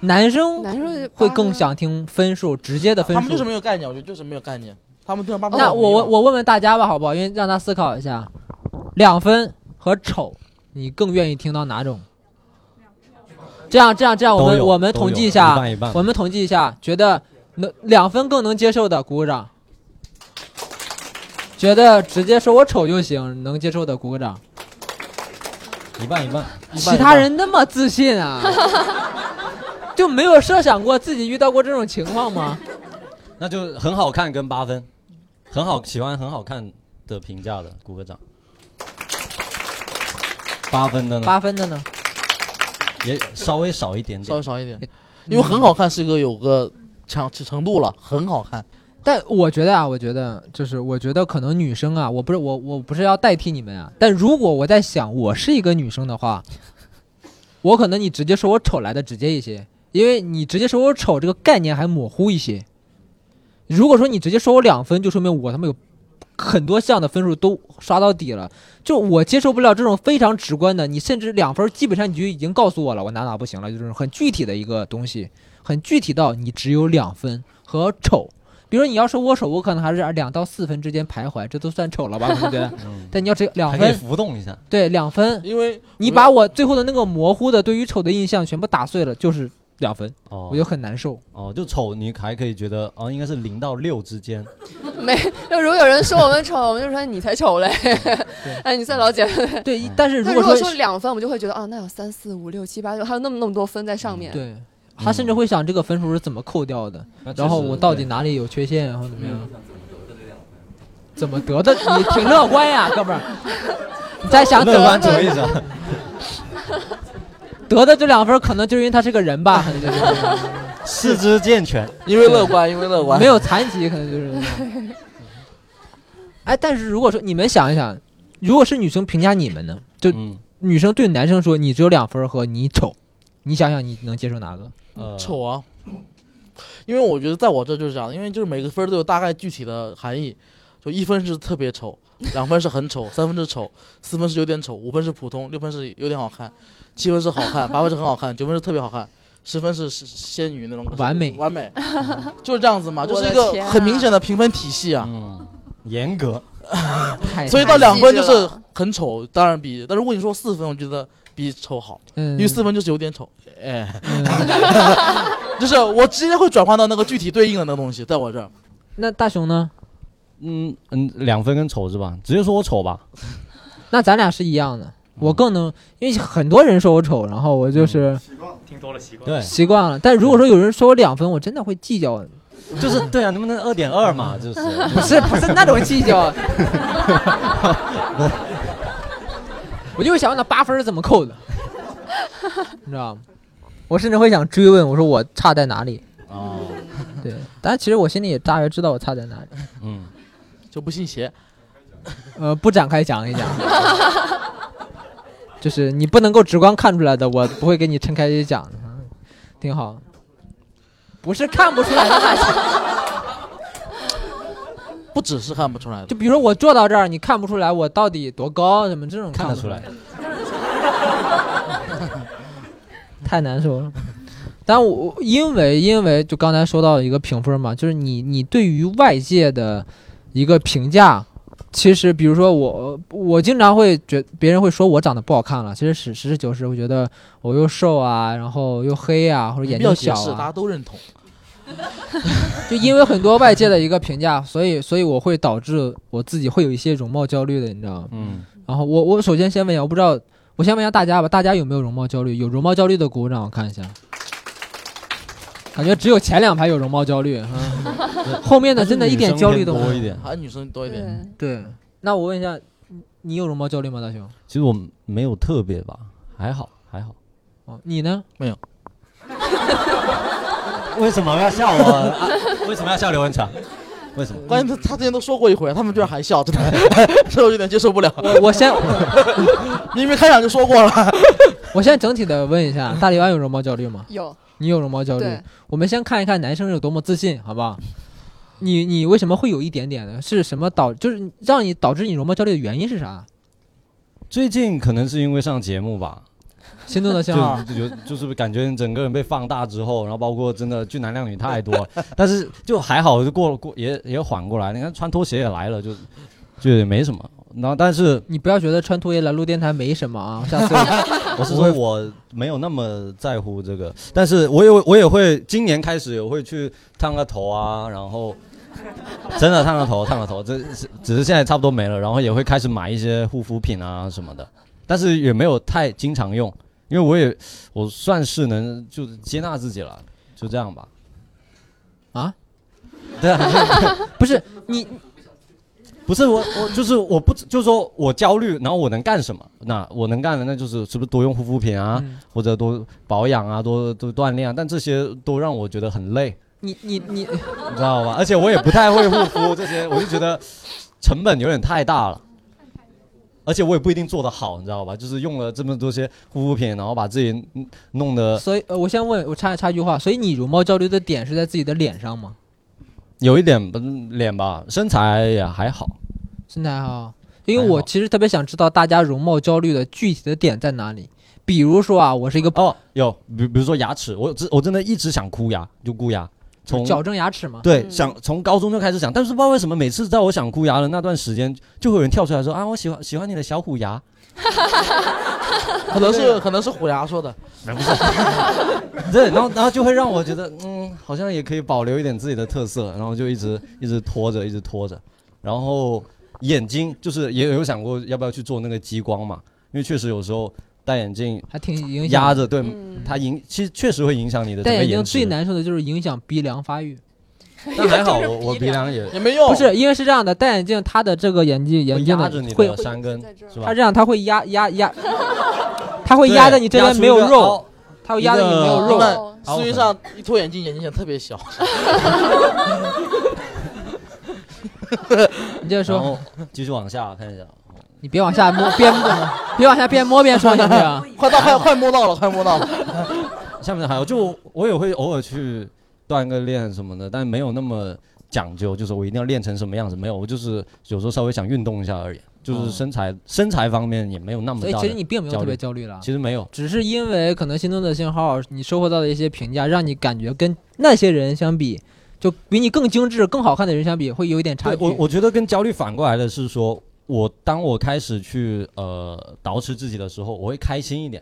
S3: 男生
S4: 男生
S3: 会更想听分数，直接的分
S1: 他
S3: 数。
S1: 们就是没有概念，我觉得就是没有概念，他们听到八分。
S3: 哦那我我
S1: 我
S3: 我问问大家吧，好不好？因为让他思考一下，两分和丑，你更愿意听到哪种？这样这样这样，我
S2: 都
S3: 们
S2: 有
S3: 我们
S2: 都
S3: 统
S2: 有
S3: 计一
S2: 一
S3: 下
S2: 半一，半
S3: 我们统计一下，觉得能两分更能接受的，鼓个掌。觉得直接说我丑就行，能接受的鼓个掌。
S2: 一半一半，
S3: 其他人那么自 信啊，就没有设想过自己遇到过这种情况吗？
S2: 那就很好看跟八分，很好喜欢很好看的评价的，鼓个掌。八分的呢，
S3: 八分的呢？
S2: 也稍微少一点
S1: 稍
S2: 点
S1: 微。少一点，因为很好看是一个有个强程度了，很好看。
S3: 但我觉得啊，我觉得就是，我觉得可能女生啊，我不是我我不是要代替你们啊，但如果我在想我是一个女生的话，我可能你直接说我丑来的直接一些，因为你直接说我丑这个概念还模糊一些。如果说你直接说我两分，就说明我他妈有很多项的分数都刷到底了，就我接受不了这种非常直观的，你甚至两分基本上你就已经告诉我了，我哪哪不行了，就是这种很具体的一个东西，很具体到你只有两分和丑。比如你要说我丑，我可能还是两到四分之间徘徊，这都算丑了 吧？我觉得。
S2: 嗯，
S3: 但你要只有两
S2: 还可以
S3: 分，
S2: 浮动一下。
S3: 对两分，
S1: 因为
S3: 你把我最后的那个模糊的对于丑的印象全部打碎了，就是两分，
S2: 哦
S3: 我就很 难受。
S2: 哦，就丑你还可以觉得哦，应该是零到六之间。
S4: 没，就如果有人说我们丑，我们就说你才丑嘞。 哎，你算老姐。
S3: 对，
S2: 哎
S3: 一但是
S4: 那
S3: 如
S4: 如
S3: 果
S4: 果
S3: 说
S4: 说两分，我们就会觉得啊，那有三四五六七八九，还有那么那么多分在上面。
S3: 对，他甚至会想这个分数是怎么扣掉的，
S2: 嗯那确实
S3: 然后我到底哪里有缺陷，然后怎么样？怎么得的？你挺乐观呀，哥们儿。 你在想怎
S2: 乐
S3: 么
S2: 观什么意思啊？
S3: 得的这两分，可能就是因为他是个人吧，可能就是这样
S2: 四肢健全，
S1: 因为乐观，因为乐观，
S3: 没有残疾，可能就是这样。 哎，但是如果说你们想一想，如果是女生评价你们呢，就
S2: 嗯，
S3: 女生对男生说你只有两分儿和你丑，你想想你能接受哪个？
S2: 呃，
S1: 丑啊。因为我觉得在我这就是这样，因为就是每个分儿都有大概具体的含义，就一分是特别丑，两分是很丑，三分是丑，四分是有点丑，五分是普通，六分是有点好看，七分是好看，八分是很好看，九分是特别好看，十分是是仙女那种
S3: 完美
S1: 完美，就是这样子嘛，
S4: 我
S1: 就
S4: 的
S1: 是一个
S4: 天啊
S1: 很明显的评分体系啊。
S2: 嗯，严格，
S3: 太
S1: 所以到
S4: 太
S1: 两
S4: 细
S1: 分
S4: 致
S1: 就是
S4: 了
S1: 很丑，当然比，但如果你说四分，我觉得比丑好，
S3: 嗯
S1: 因为四分就是有点丑，哎，
S3: 嗯
S1: 就是我直接会转换到那个具体对应的那个东西，在我这儿，
S3: 那大雄呢？
S2: 嗯嗯，两分跟丑是吧？直接说我丑吧。
S3: 那咱俩是一样的。我更能，因为很多人说我丑，然后我就是
S6: 听多了习惯。
S2: 对，
S3: 习惯了。但如果说有人说我两分，我真的会计较，
S2: 就是对啊，能不能二点二嘛？ 就是
S3: 不是不是那种计 较，我就会想问他八分是怎么扣 的，你知道吗？我甚至会想追问，我说我差在哪里？
S2: 啊，
S1: 哦
S3: 对，但其实我心里也大约知道我差在哪里，
S2: 嗯，
S1: 就不信邪，
S3: 呃，不展开讲一 讲，就是你不能够直观看出来的，我不会给你撑开去讲的，嗯挺好。不是看不出来的，
S1: 不只是看不出来的
S3: 就。比如说我坐到这儿，你看不出来我到底多高，什么这种
S2: 看
S3: 不
S2: 得出来，
S3: 太难受了。但我因为因为就刚才说到一个评分嘛，就是你你对于外界的一个评价，其实比如说我我经常会觉别人会说我长得不好看了，其实实实事求是，我觉得我又瘦啊，然后又黑啊，或者
S1: 你
S3: 眼
S1: 不要
S3: 睛
S1: 解
S3: 小
S1: 释，大家
S3: 啊，
S1: 都认同。
S3: 就因为很多外界的一个评价，所以所以我会导致我自己会有一些容貌焦虑的，你知道吗？
S2: 嗯，
S3: 然后我我首先先问一下，我不知道，我先问一下大家吧，大家有没有容貌焦虑？有容貌焦虑的鼓掌，我看一下。感觉只有前两排有容貌焦虑，嗯、 后面的真的一点焦虑都没
S2: 多一
S3: 有。
S2: 点。
S1: 还是啊女生多一点，
S4: 对，
S3: 对，那我问一下，你你有容貌焦虑吗，大雄？
S2: 其实我没有特别吧，还好还好。
S3: 哦，你呢？
S2: 为什么要笑我？啊为什么要笑刘文强？为什么？
S1: 关键他他之前都说过一回，他们居然还笑，真的， 这我有点接受不了。
S3: 我我先
S1: 明明开场就说过了，
S3: 我先整体的问一下，大力丸有容貌焦虑吗？
S4: 有
S3: 你有容貌焦虑
S4: 对？
S3: 我们先看一看男生有多么自信，好不好？你你为什么会有一点点呢？是什么导就是让你导致你容貌焦虑的原因是啥？
S2: 最近可能是因为上节目吧，
S3: 心动的信
S2: 就
S3: 号。
S2: 就就是感觉整个人被放大之后，然后包括真的俊男靓女太多了，但是就还好，就过了过也也缓过来。你看穿拖鞋也来了，就就也没什么。然后但是
S3: 你不要觉得穿拖鞋来录电台没什么啊，下次
S2: 我是说我没有那么在乎这个，但是我也我也会今年开始也会去烫个头啊，然后真的烫个头，烫个头，这是只是现在差不多没了，然后也会开始买一些护肤品啊什么的，但是也没有太经常用，因为我也我算是能就是接纳自己了，就这样吧。
S3: 啊？
S2: 对啊，就
S3: 不是你
S2: 不是我，我就是我不，就是说我焦虑，然后我能干什么？那我能干的，那就是是不是多用护肤品啊，
S3: 嗯
S2: 或者多保养啊，多多锻炼啊，但这些都让我觉得很累，
S3: 你你你
S2: 你知道吧？而且我也不太会护肤，这些我就觉得成本有点太大了，而且我也不一定做得好，你知道吧？就是用了这么多些护肤品，然后把自己嗯弄得
S3: 所以呃我先问，我插插一句话，所以你容貌焦虑的点是在自己的脸上吗？
S2: 有一点嗯脸吧，身材也还好。
S3: 身材哈，啊因为
S2: 还好
S3: 我其实特别想知道大家容貌焦虑的具体的点在哪里。比如说啊，我是一个
S2: 哦，有，比比如说牙齿，我真我真的一直想箍牙，就箍牙。从
S3: 矫正牙齿嘛，
S2: 对，
S4: 嗯
S2: 想从高中就开始想，但是不知道为什么，每次在我想箍牙的那段时间，就会有人跳出来说啊，我喜欢喜欢你的小虎牙。
S1: 可能是可能是虎牙说的，
S2: 对，然后然后就会让我觉得，嗯，好像也可以保留一点自己的特色，然后就一直一直拖着，一直拖着。然后眼睛就是也有想过要不要去做那个激光嘛，因为确实有时候戴眼镜
S3: 还挺影响
S2: 压着，对，
S4: 嗯
S2: 它影其实确实会影响你的整
S3: 戴
S2: 个
S3: 眼镜
S2: 颜
S3: 最
S2: 值。
S3: 难受的就是影响鼻梁发育，
S2: 但还好
S4: 就是
S2: 我 我
S4: 鼻
S2: 鼻梁也
S1: 也没用。
S3: 不是因为是这样的，戴眼镜它的这个眼镜眼
S2: 哦会
S3: 镜
S2: 压着
S3: 的
S2: 你
S3: 会
S2: 的山根
S4: 在这儿
S2: 是
S3: 它
S2: 吧？
S3: 这样它会压压压，它会压在你这边没有
S2: 压出一个凹
S3: 肉，它会压在你没有
S2: 一
S3: 肉
S1: 你
S4: 个。
S1: 看思云上一脱眼镜，眼睛显得特别小。
S3: 哦你接着
S2: 然
S3: 说。
S2: 后继续往下看一下，
S3: 你别往下摸，边摸，别往下边摸边说行不 行？
S1: 快到快快摸到了，快摸到 了。
S2: 下面还有，就我也会偶尔去锻个炼什么的，但没有那么讲究，就是我一定要练成什么样子，没有，我就是有时候稍微想运动一下而已，就是身材、身材方面也没有那么
S3: 哦所以
S2: 大
S3: 其
S2: 的
S3: 实你并没有
S2: 焦
S3: 特别
S2: 虑
S3: 焦虑了，
S2: 其实没有，
S3: 只是因为可能心动的信号，你收获到的一些评价，让你感觉跟那些人相比，就比你更精致、更好看的人相比，会有一点差
S2: 对
S3: 距。
S2: 我我觉得跟焦虑反过来的是说，我当我开始去呃捯饬自己的时候，我会开心一点，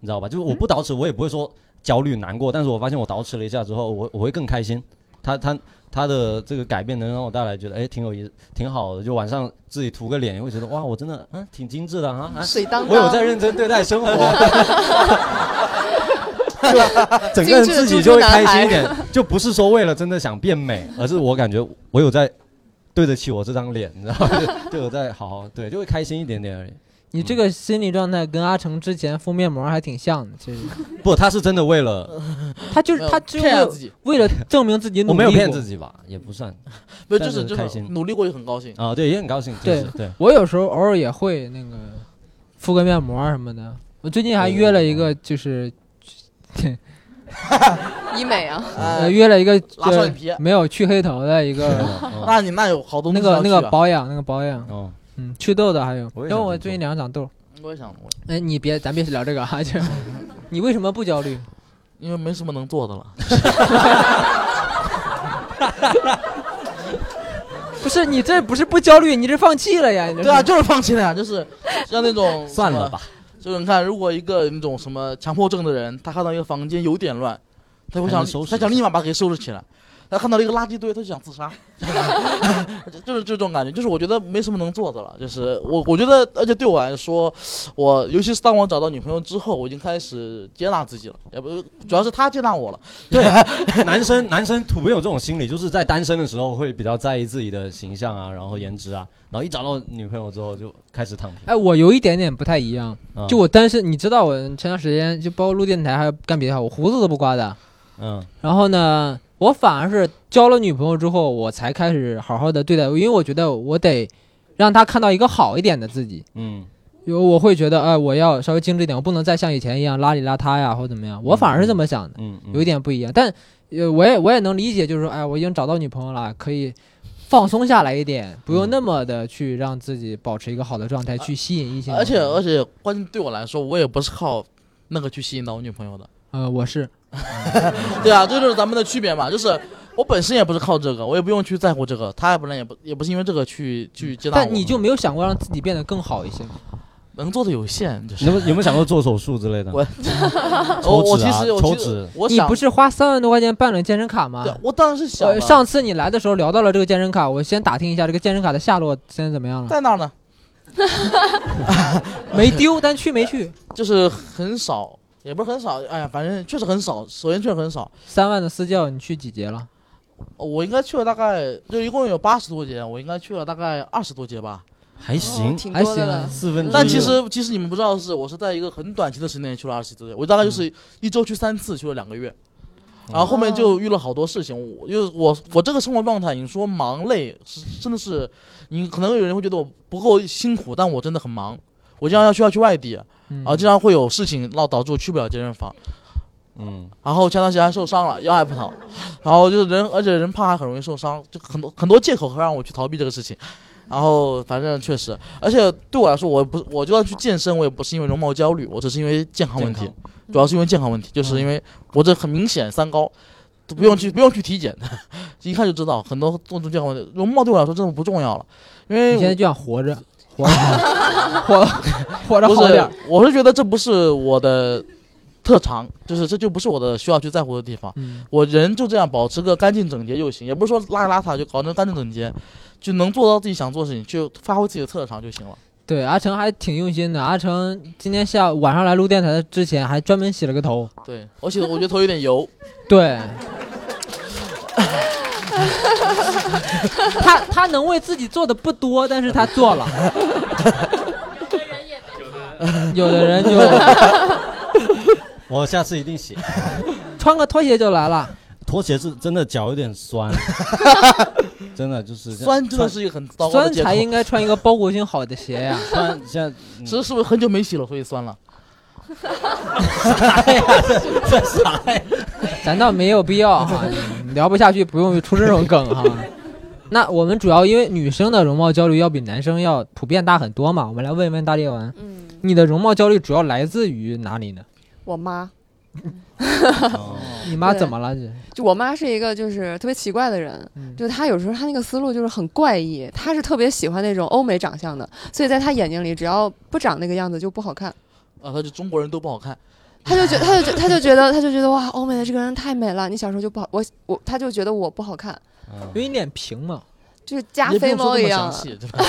S2: 你知道吧？就是
S3: 嗯
S2: 我不捯饬，我也不会说焦虑难过，但是我发现我捯饬了一下之后，我我会更开心。他他他的这个改变能让我带来觉得哎挺有意思，挺好的，就晚上自己涂个脸，会觉得哇我真的嗯挺精致的啊啊，
S4: 水当
S2: 我有在
S4: 当
S2: 认真对待生活，对吧？整个人自己就会开心一点，就不是说为了真的想变美，而是我感觉我有在对得起我这张脸，你知道吗？就对我在好好对，就会开心一点点而已。
S3: 你这个心理状态跟阿成之前敷面膜还挺像的，其实
S2: 不，他是真的为了，
S3: 他就是
S1: 没有
S3: 他就
S1: 骗了
S3: 是
S1: 自己，
S3: 为了证明自己努力
S2: 我没有骗
S3: 过
S2: 自己吧，也不算
S1: 不是
S2: 但
S1: 就是是就
S2: 开
S1: 是
S2: 心
S1: 努力过就很高兴。
S2: 啊，对，也很高兴，就是对，
S3: 我有时候偶尔也会那个敷个面膜啊什么的。我最近还约了一个，就是、
S4: 医美啊，
S1: 呃
S3: 呃，约了一个
S1: 拉双眼皮
S3: 呃没有去黑头的一个
S2: 嗯
S1: 那你那有好东西
S3: 那个
S1: 要
S3: 那
S1: 去
S3: 个
S1: 啊，
S3: 保养那个保养，
S2: 哦，
S3: 嗯，祛痘的还有，因
S2: 我也
S3: 为
S2: 想去
S3: 我
S2: 做
S3: 最近脸上长痘。
S1: 我也想过，
S3: 哎，你别咱别聊这个啊 哈，就你为什么不焦虑？
S1: 因为没什么能做的了。
S3: 不是你这不是不焦虑，你这放弃了呀？你这
S1: 对啊，就是放弃了呀，就是像那 种
S2: 算了 吧，
S1: 就是你看，如果一个那种什么强迫症的人，他看到一个房间有点乱，他会
S2: 还
S1: 想
S2: 能收拾
S1: 他想立马把它给收拾起来。他看到了一个垃圾堆，他就想自 杀， 就是这种感觉。就是我觉得没什么能做的了。就是我，我觉得，而且对我来说，我尤其是当我找到女朋友之后，我已经开始接纳自己了。也不，主要是她接纳我了。
S2: 男生男生普遍有这种心理，就是在单身的时候会比较在意自己的形象啊，然后颜值啊，然后一找到女朋友之后就开始躺平。
S3: 哎，我有一点点不太一样，
S2: 嗯
S3: 就我单身，你知道我前段时间就包括录电台还有干别的，我胡子都不刮的。
S2: 嗯，
S3: 然后呢，我反而是交了女朋友之后，我才开始好好的对待，因为我觉得我得让她看到一个好一点的自己。
S2: 嗯，
S3: 有我会觉得，哎、我要稍微精致一点，我不能再像以前一样邋里邋遢呀，或怎么样。我反而是这么想的，
S2: 嗯，嗯
S3: 有一点不一样。但呃，我也我也能理解，就是说，哎，我已经找到女朋友了，可以放松下来一点，
S1: 嗯
S3: 不用那么的去让自己保持一个好的状态，去吸引异性。
S1: 啊而且，而且，关键对我来说，我也不是靠那个去吸引到我女朋友的。
S3: 呃，我是
S1: 对啊，这就是咱们的区别嘛，就是我本身也不是靠这个，我也不用去在乎这个，他本来也不也不是因为这个去去接纳我
S3: 但你就没有想过让自己变得更好一些吗？
S1: 能做的有限，就是
S2: 你有没有有没有想过做手术之类的？
S1: 我
S2: 抽
S1: 我我
S2: 脂
S1: 其
S2: 啊
S1: 实我
S2: 抽
S1: 其实
S2: 脂
S1: 我
S3: 你
S1: 想
S3: 不是花三万多块钱办了健身卡吗
S1: 对？，我当然是想
S3: 呃，
S1: 的
S3: 上次你来的时候聊到了这个健身卡，我先打听一下这个健身卡的下落，现在怎么 样了？
S1: 在那儿呢，
S3: 没丢，但去没去？
S1: 就是很少，也不是很少，哎呀，反正确实很少，首先确实很少，
S3: 三万的私教你去几节了？
S1: 我应该去了大概就一共有八十多节，我应该去了大概二十多节吧，
S2: 嗯还行，
S4: 挺
S3: 还
S4: 多
S3: 行
S4: 的
S3: 啊
S4: 了。
S2: 四分之一。
S1: 但其实其实你们不知道的是，我是在一个很短期的时间内去了二十多节，我大概就是一周去三次，去了两个月。然后后面就遇了好多事情，我因为我我这个生活状态，你说忙累是真的是，你可能有人会觉得我不够辛苦，但我真的很忙，我经常要需要去外地，
S3: 嗯
S1: 然后经常会有事情，闹导致我去不了健身房，
S2: 嗯，
S1: 然后前段时间还受伤了，腰还不疼，然后就是人，而且人胖还很容易受伤，就很多很多借口会让我去逃避这个事情。然后反正确实，而且对我来说，我不我就算去健身，我也不是因为容貌焦虑，我只是因为健康问题
S2: 健，
S1: 主要是因为健康问题，
S3: 嗯
S1: 就是因为我这很明显三高，都不用去不用去体检， 一看就知道很多重度健康问题。容貌对我来说真的不重要了，因为
S3: 你现在就想活着，活着好，活活着好点儿
S1: 不。是，我是觉得这不是我的特长，就是这就不是我的需要去在乎的地方。
S3: 嗯，
S1: 我人就这样保持个干净整洁就行，也不是说邋里邋遢就搞成干净整洁，就能做到自己想做的事情，就发挥自己的特长就行了。
S3: 对，阿成还挺用心的。阿成今天下午晚上来录电台的之前，还专门洗了个头。
S1: 对，而且我觉得头有点油，
S3: 对， 他他能为自己做的不多，但是他做了。有的人就
S2: 我下次一定洗。
S3: 穿个拖鞋就来了。
S2: 拖鞋是真的脚有点酸，真的就是这样
S1: 酸真 的是一个很糟糕的
S3: 酸
S1: 借口
S3: 才。应该穿一个包裹性好的鞋呀、
S2: 穿现在嗯
S1: 其实是不是很久没洗了，所以酸了？
S2: 这啥呀？
S3: 咱倒没有必 要哈，聊不下去不用出这种梗哈。那我们主要因为女生的容貌焦虑要比男生要普遍大很多嘛，我们来问一问大力丸，
S4: 嗯，
S3: 你的容貌焦虑主要来自于哪里呢？
S4: 我妈，
S2: 哦
S3: 你妈
S4: 对
S3: 怎么了？这
S4: 就我妈是一个就是特别奇怪的人，
S3: 嗯
S4: 就她有时候她那个思路就是很怪异，她是特别喜欢那种欧美长相的，所以在她眼睛里只要不长那个样子就不好看。
S1: 啊，他就中国人都不好看，
S4: 她就觉，她就觉，她就觉得，她就觉得哇，欧美的这个人太美了。你小时候就不好，我我，她就觉得我不好看，
S3: 因为你脸平嘛，
S4: 就是加
S1: 你也不
S4: 菲
S1: 用说
S4: 猫
S1: 这
S4: 一
S1: 么
S4: 样
S1: 详。细，对吧？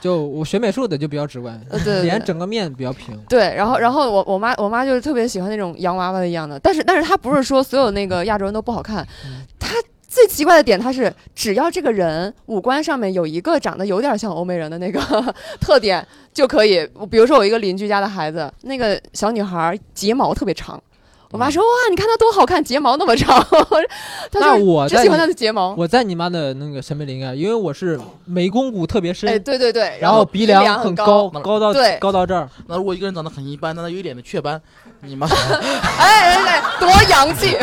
S3: 就我学美术的就比较直观，
S4: 呃， 对，对
S3: 脸
S4: 对
S3: 整个面比较平。
S4: 对，然后然后我我妈我妈就是特别喜欢那种洋娃娃一样的，但是但是她不是说所有那个亚洲人都不好看
S3: 嗯，
S4: 她最奇怪的点她是只要这个人五官上面有一个长得有点像欧美人的那个 特点就可以。我比如说我一个邻居家的孩子，那个小女孩睫毛特别长。我
S3: 嗯
S4: 妈说：“哇，你看她多好看，睫毛那么长。”
S3: 那
S4: 她就
S3: 我
S4: 只
S3: 在
S4: 喜欢
S3: 你
S4: 她的睫毛。
S3: 我在你妈的那个审美里应该，因为我是眉弓骨特别深，
S4: 哎，对对对，
S3: 然后鼻
S4: 梁
S3: 很
S4: 高。
S1: 高
S3: 高到
S4: 对
S3: 高到这儿，
S1: 那如果一个人长得很一般，但他有一脸的雀斑，你妈
S4: 哎哎哎，多洋气！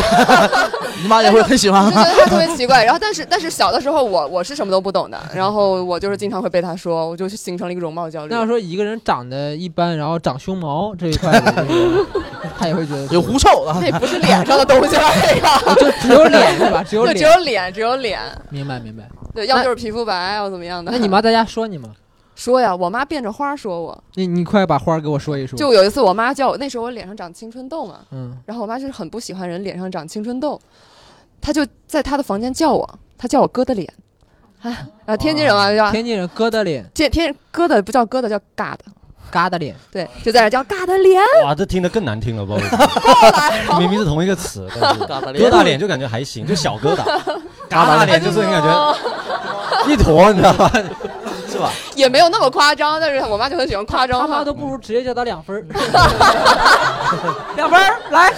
S1: 你妈也会很喜
S4: 就
S1: 欢
S4: 觉。得他特别奇怪。然后，但是但是小的时候我我是什么都不懂的，然后我就是经常会被他说，我就形成了一个容貌焦虑
S3: 那。要说一个人长得一般，然后长胸毛这一 块的这个，他也会觉得
S1: 有狐臭啊！
S4: 那也不是脸上的东西了， 这个
S3: 哦就只有脸是 吧？只有
S4: 对，只
S3: 脸，
S4: 有脸，只有脸。
S3: 明白 明白。
S4: 对，要不就是皮肤白，啊要怎么样的？
S3: 那你妈在家说你吗？
S4: 说呀，我妈变着花儿说我。
S3: 你你快把花儿给我说一说。
S4: 就有一次，我妈叫我，那时候我脸上长青春痘嘛，
S3: 嗯，
S4: 然后我妈就是很不喜欢人脸上长青春痘，她就在她的房间叫我，她叫我疙瘩脸。哎啊，天津人嘛，叫
S3: 天津人疙瘩脸，
S4: 天天疙瘩不叫疙瘩，叫嘎瘩。
S3: 疙瘩脸，
S4: 对，就在那叫嘎瘩脸。
S2: 哇，这听得更难听了，不好意思，明明是同一个词，但是
S1: 疙瘩
S2: 疙
S1: 脸，
S2: 瘩脸就感觉还行，就小疙瘩，疙瘩
S1: 瘩
S4: 哎
S2: 脸就是你感觉一坨，你知道吧？是吧？
S4: 也没有那么夸张，但是我妈就很喜欢夸
S3: 他
S4: 张
S3: 妈
S4: 化。
S3: 都不如直接叫他两 分儿，两分儿来。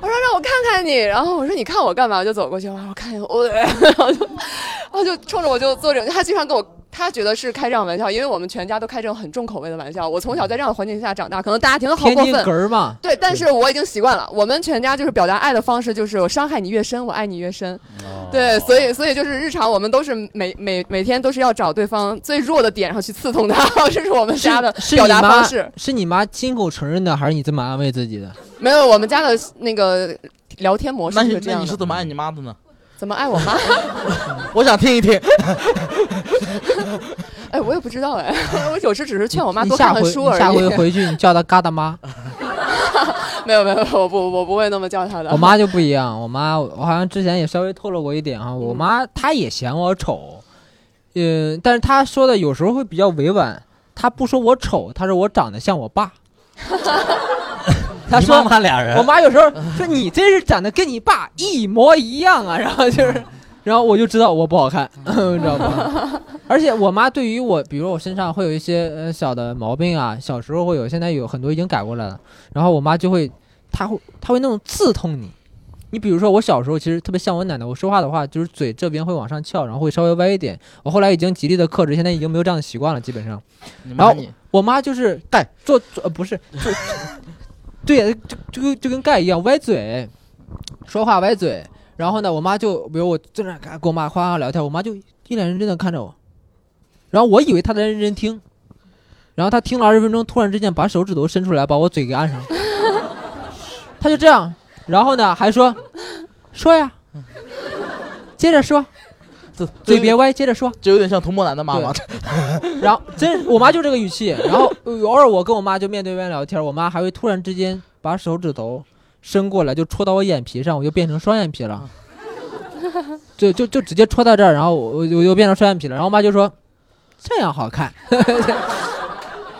S4: 我说让我看看你，然后我说你看我干嘛？我就走过去，我说我看一眼，我， 然后就，然后就冲着我就坐着，他经常跟我。他觉得是开这样玩笑，因为我们全家都开这种很重口味的玩笑。我从小在这样的环境下长大，可能大家听 得好
S3: 天
S4: 过
S3: 津
S4: 分
S3: 哏，儿嘛，
S4: 对，但是我已经习惯了。我们全家就是表达爱的方式，就是我伤害你越深，我爱你越深。
S3: 哦
S4: 对，所以所以就是日常我们都是每每每天都是要找对方最弱的点，然后去刺痛他， 这是我们
S3: 是
S4: 家的
S3: 是
S4: 表
S3: 你
S4: 达
S3: 妈
S4: 方式。
S3: 是你妈亲口承认的，还是你这么安慰自己的？
S4: 没有，我们家的那个聊天模式
S1: 那
S4: 就
S1: 你
S4: 是这
S1: 那
S4: 样
S1: 你是
S4: 的。
S1: 怎么爱你妈的呢？
S4: 怎么爱我妈？
S1: 我想听一听。
S4: 哎，我也不知道哎， 我有时只是劝我妈
S3: 你
S4: 多
S3: 下
S4: 看看
S3: 回
S4: 书而
S3: 你
S4: 已。
S3: 下回回去你叫她疙瘩妈，
S4: 没有没有，我不我不会那么叫她的。
S3: 我妈就不一样，我妈我好像之前也稍微透露过一点啊，我
S4: 嗯
S3: 妈她也嫌我丑，嗯，但是她说的有时候会比较委婉，她不说我丑，她说我长得像我 爸。她
S2: 你
S3: 说
S2: 妈妈俩人，
S3: 我妈有时候说你真是长得跟你爸一模一样啊，然 后就是，然后我就知道我不好看， 你知道吗？而且我妈对于我，比如我身上会有一些呃小的毛病啊，小时候会有，现在有很多已经改过来了。然后我妈就会，她会她会那种刺痛你。你比如说我小时候其实特别像我奶奶，我说话的话就是嘴这边会往上翘，然后会稍微歪一点。我后来已经极力的克制，现在已经没有这样的习惯了，基本上。
S1: 你妈
S3: 然后
S1: 你
S3: 我妈就是盖做做、呃、不是做， 对，就就就跟盖一样歪嘴，说话歪嘴。然后呢，我妈就比如我正在跟我妈夸夸聊天，我妈就一脸认真的看着我，然后我以为她在认真听，然后她听了二十分钟，突然之间把手指头伸出来，把我嘴给按上了，她就这样，然后呢还说说呀，接着说，
S1: 这
S3: 嘴别，歪，接着说。
S1: 这有点像童漠男的妈妈。
S3: 然后真，我妈就这个语气。然后呃偶尔我跟我妈就面对面聊天，我妈还会突然之间把手指头伸过来，就戳到我眼皮上，我就变成双眼皮了。
S4: 嗯
S3: 就就就直接戳到这儿，然后我我就我就变成双眼皮了。然后我妈就说：“这样好看。”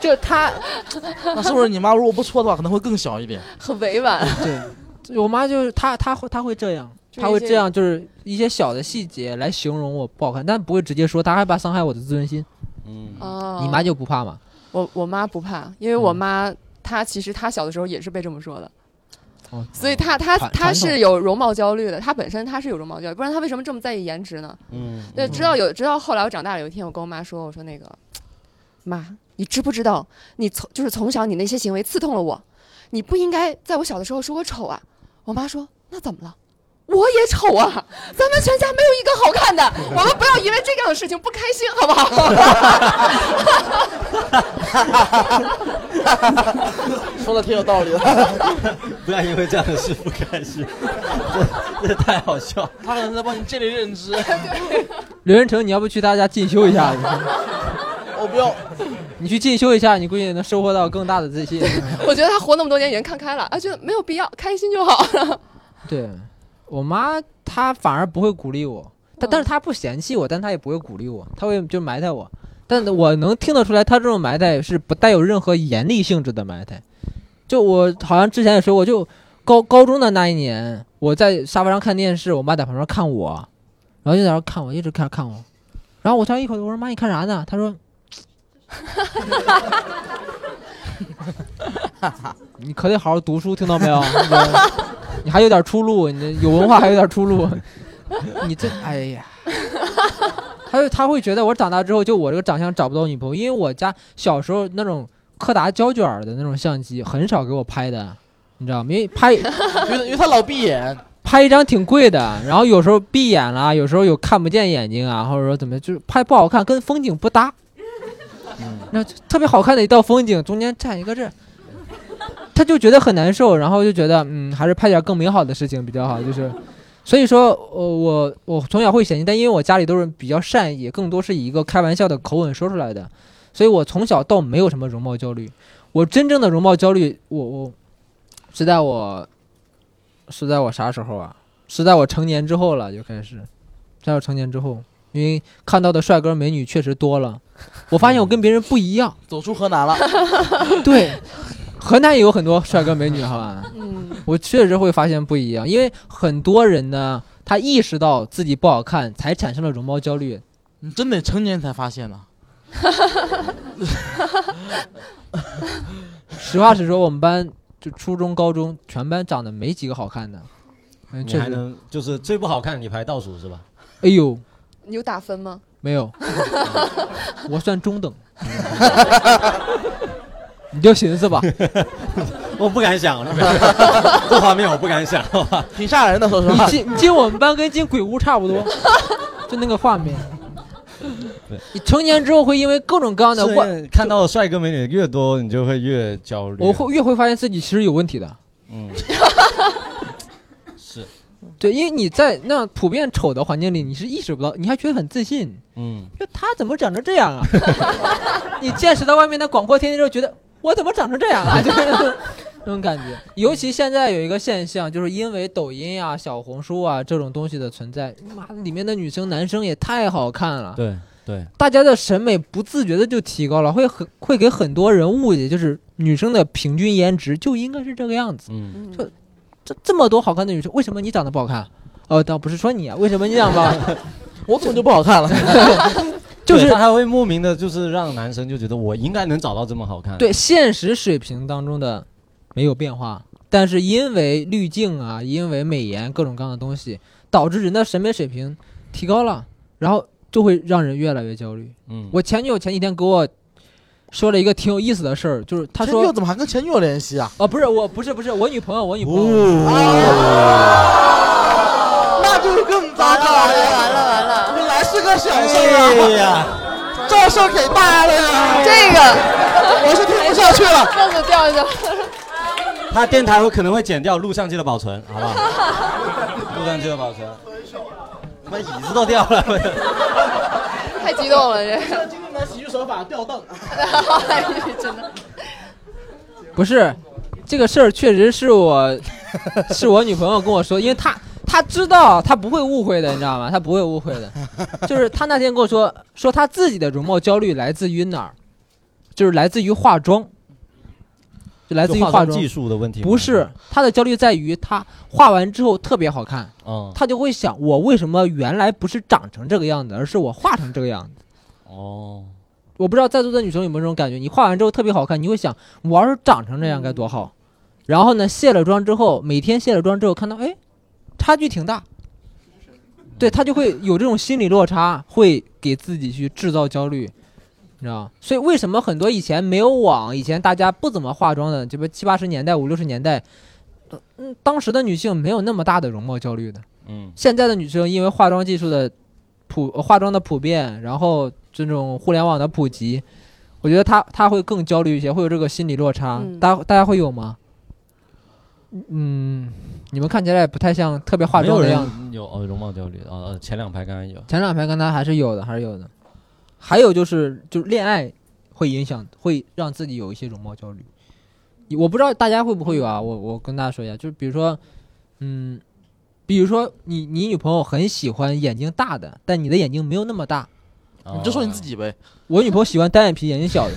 S3: 就她
S1: 那是不是你妈如果不戳的话，可能会更小一点？
S4: 很委婉，
S3: 对，我妈就是她，她会她会这样，
S4: 就是
S3: 她会
S4: 一些
S3: 这样，就是一些小的细节来形容我不好看，但不会直接说，她害怕伤害我的自尊心。
S2: 嗯，
S4: 哦，
S3: 你妈就不怕吗？
S4: 我我妈不怕，因为我妈她其实她小的时候也是被这么说的。
S3: 哦
S4: 所以她她
S3: 传
S4: 她
S3: 传统
S4: 是有容貌焦虑的，她本身她是有容貌焦虑，不然她为什么这么在意颜值呢？
S2: 嗯，
S4: 对，直到有直到后来我长大了，有一天我跟我妈说，我说那个妈，你知不知道，你从就是从小你那些行为刺痛了我，你不应该在我小的时候说我丑啊。我妈说那怎么了？我也丑啊，咱们全家没有一个好看的，我们不要因为这样的事情不开心，好 不好？
S1: 说的挺有道理的。
S2: 不然因为这样的事不开心，这这太好笑。
S1: 他可能在帮你建立认知。
S3: 刘仁成，你要不去他家进修一下？
S1: 我不要，
S3: 你去进修一下，你估计能收获到更大的自信。
S4: 我觉得他活那么多年已经看开了，啊，觉得没有必要，开心就好了。
S3: 对我妈，她反而不会鼓励我，她但是她不嫌弃我，但她也不会鼓励我，她会就埋汰我。但我能听得出来，她这种埋汰是不带有任何严厉性质的埋汰。就我好像之前也说过，就高高中的那一年，我在沙发上看电视，我妈在旁边看我，然后就在那看我，一直看看我。然后我突然一口我说妈，你看啥呢？她说，你可得好好读书，听到没有？你还有点出路，你这有文化还有点出路，你这哎呀，还有他会觉得我长大之后就我这个长相找不到女朋友，因为我家小时候那种柯达胶卷的那种相机很少给我拍的，你知道吗？因为拍
S1: 因为因为他老闭眼，
S3: 拍一张挺贵的，然后有时候闭眼啦，有时候有看不见眼睛啊，或者说怎么就是拍不好看，跟风景不搭。那就特别好看的一道风景，中间站一个这，他就觉得很难受，然后就觉得嗯，还是拍点更美好的事情比较好，就是。 所以说，呃、我我从小会嫌弃，但因为我家里都是比较善意，更多是以一个开玩笑的口吻说出来的，所以我从小到没有什么容貌焦虑。我真正的容貌焦虑，我我是在我是在我啥时候啊？是在我成年之后了就开始，在我成年之后，因为看到的帅哥美女确实多了，我发现我跟别人不一样。
S1: 走出河南了。
S3: 对，河南也有很多帅哥美女，好吧？
S4: 嗯，
S3: 我确实会发现不一样，因为很多人呢，他意识到自己不好看，才产生了容貌焦虑。
S1: 你真得成年才发现呢。
S3: 实话实说，我们班就初中、高中全班长得没几个好看的。嗯，
S2: 你
S3: 确
S2: 还
S3: 实，
S2: 能就是最不好看，你排倒数是吧？
S3: 哎呦，
S4: 你有打分吗？
S3: 没有，我算中等。你就寻思吧，
S2: 我不敢想，那个 这画面我不敢想。好吧
S1: 挺吓人的，说实
S3: 你
S1: 话。
S3: 进你进我们班跟进鬼屋差 不多，就那个画面
S2: 对。
S3: 你成年之后会因为各种各样的外
S2: 是看到帅哥美女越多，你就会越焦虑。啊
S3: 我会越会发现自己其实有问题的。
S2: 嗯， 是，
S3: 对，因为你在那样普遍丑的环境里，你是意识不到，你还觉得很自信，
S2: 嗯，
S3: 就他怎么长成这样啊？ 你见识到外面的广阔天地之后，觉得我怎么长成这样啊？ 就是那种感觉。尤其现在有一个现象，就是因为抖音啊、小红书啊这种东西的存在，妈的，里面的女生男生也太好看了，
S2: 对对，
S3: 大家的审美不自觉的就提高了，会很会给很多人误解，就是女生的平均颜值就应该是这个样子。
S2: 嗯，
S4: 嗯
S3: 就这这么多好看的女生，为什么你长得不好看？哦，倒不是说你啊，为什么你长得不好 看？
S1: 我怎么就不好 看了？
S3: 就是
S2: 对他还会莫名的，就是让男生就觉得我应该能找到这么好看。，
S3: 对现实水平当中的没有变化，但是因为滤镜啊，因为美颜各种各样的东西，导致人的审美水平提高了，然后就会让人越来越焦虑。
S2: 嗯，
S3: 我前女友前几天给我说了一个挺有意思的事儿，就是她
S1: 前女友
S3: 说。
S1: 怎么还跟前女友联系啊？
S3: 哦，不是，我不是，不是我女朋友，我女朋友，
S1: 哦啊那就更糟糕了呀！完了完 了，本来是个小事
S2: 哎
S1: 儿
S2: 呀，
S1: 啊，这事儿给大了呀！
S4: 这 个
S1: 我是听不下去了。
S4: 凳子掉下去了，
S2: 他电台我可能会剪掉，录上去的保存，好不好？录上去的保存。他妈椅子都掉了，
S4: 太激动了，这
S1: 这经典喜剧手法吊凳，啊
S4: 哎真的。
S3: 不是，这个事儿确实 是我，是我女朋友跟我说，因为她她知道她不会误会的，你知道吗？她不会误会的，就是她那天跟我说，说她自己的容貌焦虑来自于哪儿，就是来自于化妆，就来自于
S2: 就
S3: 化
S2: 化
S3: 妆
S2: 妆。技术的问题吗
S3: 不是，她的焦虑在于她画完之后特别好看，
S2: 嗯，
S3: 她就会想我为什么原来不是长成这个样子，而是我画成这个样子。
S2: 哦，
S3: 我不知道在座的女生有没有这种感觉，你画完之后特别好看，你会想我要是长成这样该多好。然后呢，卸了妆之后，每天卸了妆之后看到，哎，差距挺大，对她就会有这种心理落差，会给自己去制造焦虑，你知道吗所以为什么很多以前没有网，以前大家不怎么化妆的，这不七八十年代、五六十年代，呃嗯，当时的女性没有那么大的容貌焦虑的。
S2: 嗯
S3: 现在的女生因为化妆技术的普呃化妆的普遍，然后这种互联网的普及，我觉得他他会更焦虑一些，会有这个心理落差。
S4: 嗯
S3: 大大家会有吗？嗯，你们看起来也不太像特别化
S2: 没有
S3: 妆的
S2: 人
S3: 样子。
S2: 有呃容貌焦虑啊，呃前两排刚刚有，
S3: 前两排跟他还是有的，还是有的。还有就是，就是恋爱会影响，会让自己有一些容貌焦虑。我不知道大家会不会有啊？我我跟大家说一下，就是比如说，嗯，比如说你你女朋友很喜欢眼睛大的，但你的眼睛没有那么大，
S2: 哦
S1: 你就说你自己呗。
S3: 我女朋友喜欢单眼皮、眼睛小的，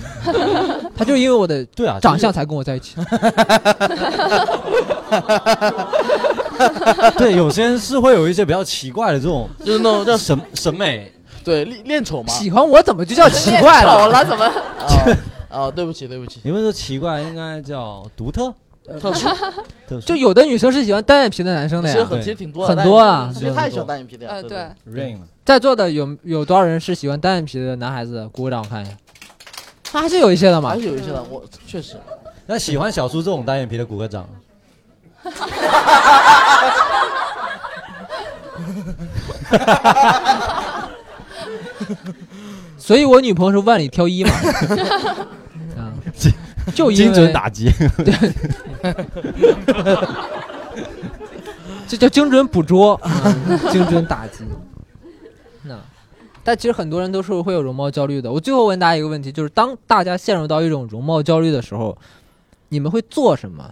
S3: 她就是因为我的
S2: 对啊，
S3: 长相才跟我在一起。
S2: 就是对，有些人是会有一些比较奇怪的这 种
S1: 就是那种叫
S2: 审审美，
S1: 对练练丑嘛。
S3: 喜欢我怎么就叫奇怪
S4: 丑
S3: 了？
S4: 了怎么？
S1: 啊啊，对不起对不 起，
S2: 你们说奇怪应该叫独特，
S1: 特殊
S2: 特殊
S3: 就有的女生是喜欢单眼皮的男生的
S1: 其实
S3: 呀，
S1: 啊很
S2: 对
S1: 其实挺多的
S3: 很多啊
S1: 但是其实太喜欢单眼皮的呀。
S4: 呃，
S1: 对不对
S4: 对，
S2: rain 嘛
S3: 在座的有有多少人是喜欢单眼皮的男孩子的？鼓个掌，我看一下，他还是有一些的嘛
S1: 还。是有一些的，我确实
S2: 那喜欢小叔这种单眼皮的骨骼长，
S3: 所以我女朋友是万里挑一 嘛。啊，就因为
S2: 精准打击，
S3: 这叫精准 捕捉，嗯精准打击。那，但其实很多人都是会有容貌焦虑的。我最后问大家一个问题，就是当大家陷入到一种容貌焦虑的时候，你们会做什么？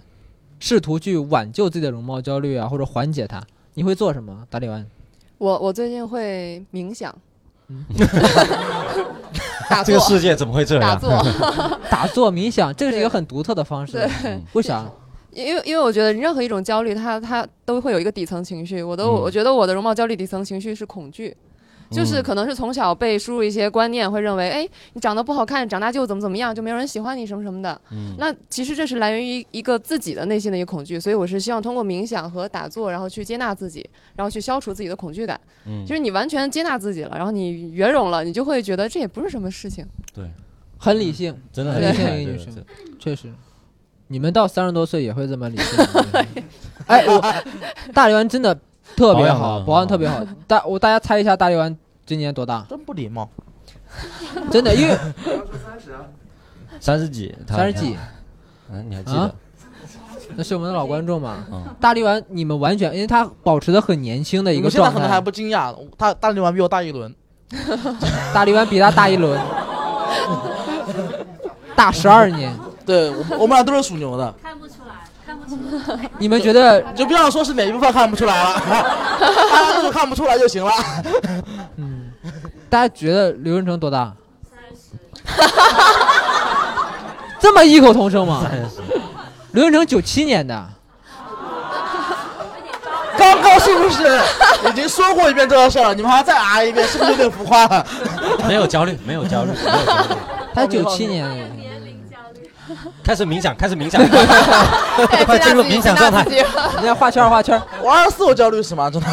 S3: 试图去挽救自己的容貌焦虑啊，或者缓解它，你会做什么？打理完，
S4: 我我最近会 冥想
S3: 嗯，
S4: 打
S2: 这个，啊
S4: 坐
S2: 世界怎么会这
S4: 打
S2: 样？
S4: 坐。
S3: 打坐冥想，这个是一个
S4: 对
S3: 很独特的方式
S4: 对。
S2: 嗯
S3: 为啥？
S4: 因为因为我觉得任何一种焦虑，它它都会有一个底层情绪。我都、
S2: 嗯
S4: 我觉得我的容貌焦虑底层情绪是恐惧，就是可能是从小被输入一些观念，会认为哎你长得不好看，长大就怎么怎么样，就没有人喜欢你什么什么的。
S2: 嗯
S4: 那其实这是来源于一个自己的内心的一个恐惧，所以我是希望通过冥想和打坐，然后去接纳自己，然后去消除自己的恐惧感。
S2: 嗯
S4: 就是你完全接纳自己了，然后你圆融了，你就会觉得这也不是什么事情。
S3: 很理性，
S2: 真的很
S4: 对
S2: 厉害，
S3: 对
S2: 对
S3: 对
S2: 对
S3: 确实。你们到三十多岁也会这么理性 吗？哎，我大力丸真的特别
S2: 保养
S3: 好，
S2: 得
S3: 保养特别好。大我大家猜一下，大力丸今年 多大？
S1: 真不礼貌。
S3: 真的，因为
S2: 三十几，他
S3: 三十几，，
S2: 啊，你还记得
S3: 啊？那是我们的老观众嘛。
S2: 嗯
S3: 大力丸，你们完全因为他保持的很年轻的一
S1: 你
S3: 个
S1: 们现在
S3: 状
S1: 可能还
S3: 态。
S1: 不惊讶，大大力丸比我大一轮，
S3: 大力丸比他大 一轮，大十二年。
S1: 对我 我们俩都是属牛的，
S5: 看不出来，看不出来。
S3: 你们觉得
S1: 你就不要说是哪一部分看不出来 了，大家都看不出来就 行了。
S3: 大家觉得刘润成多大？三十。这么异口同声吗？
S2: 三十，
S3: 刘润成九七年的，
S1: 刚刚是不是已经说过一遍这个事儿了？你们还要再啊一遍，是不是有点浮夸了？
S2: 没有焦虑， 没有 焦虑，没有焦虑。
S3: 他九七
S2: 哦
S3: 年的。
S5: 年龄焦虑，
S2: 开始冥想，开始冥想，
S4: 哎
S2: 快进入冥想状态。
S4: 接纳自己
S3: 你看画圈儿画圈儿，
S1: 我二十四，我焦虑什么？真的，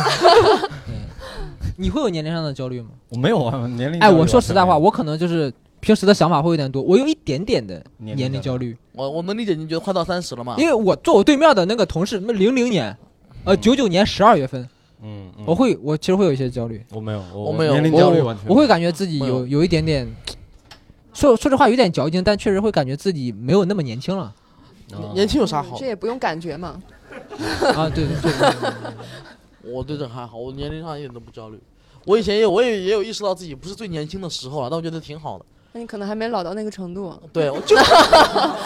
S3: 你会有年龄上的焦虑吗？
S2: 我没有啊，年龄。
S3: 哎，我说实在话，我可能就是平时的想法会有点多，我有一点点的
S2: 年龄
S3: 年龄
S2: 焦啊
S3: 焦虑，
S1: 我我能理解，你觉得快到三十了嘛？
S3: 因为我坐我对面的那个同事，那零零年，呃，九九年十二月份，
S2: 嗯，嗯
S3: 我会，我其实会有一些焦虑，
S2: 我没有，我
S1: 我没有
S2: 年龄
S3: 我
S2: 焦虑完全
S3: 我会感觉自己
S1: 没有
S3: 有有一点点，说说实话有点矫情，但确实会感觉自己没有那么年轻了
S1: 啊
S2: 啊
S1: 年年轻有啥好
S4: 这？也不用感觉嘛。
S3: 啊，对对对对，
S1: 我对这还好，我年龄上一点都不焦虑。我以前也有我也也有意识到自己不是最年轻的时候了，但我觉得挺好的。
S4: 那你可能还没老到那个程度。
S1: 对，我就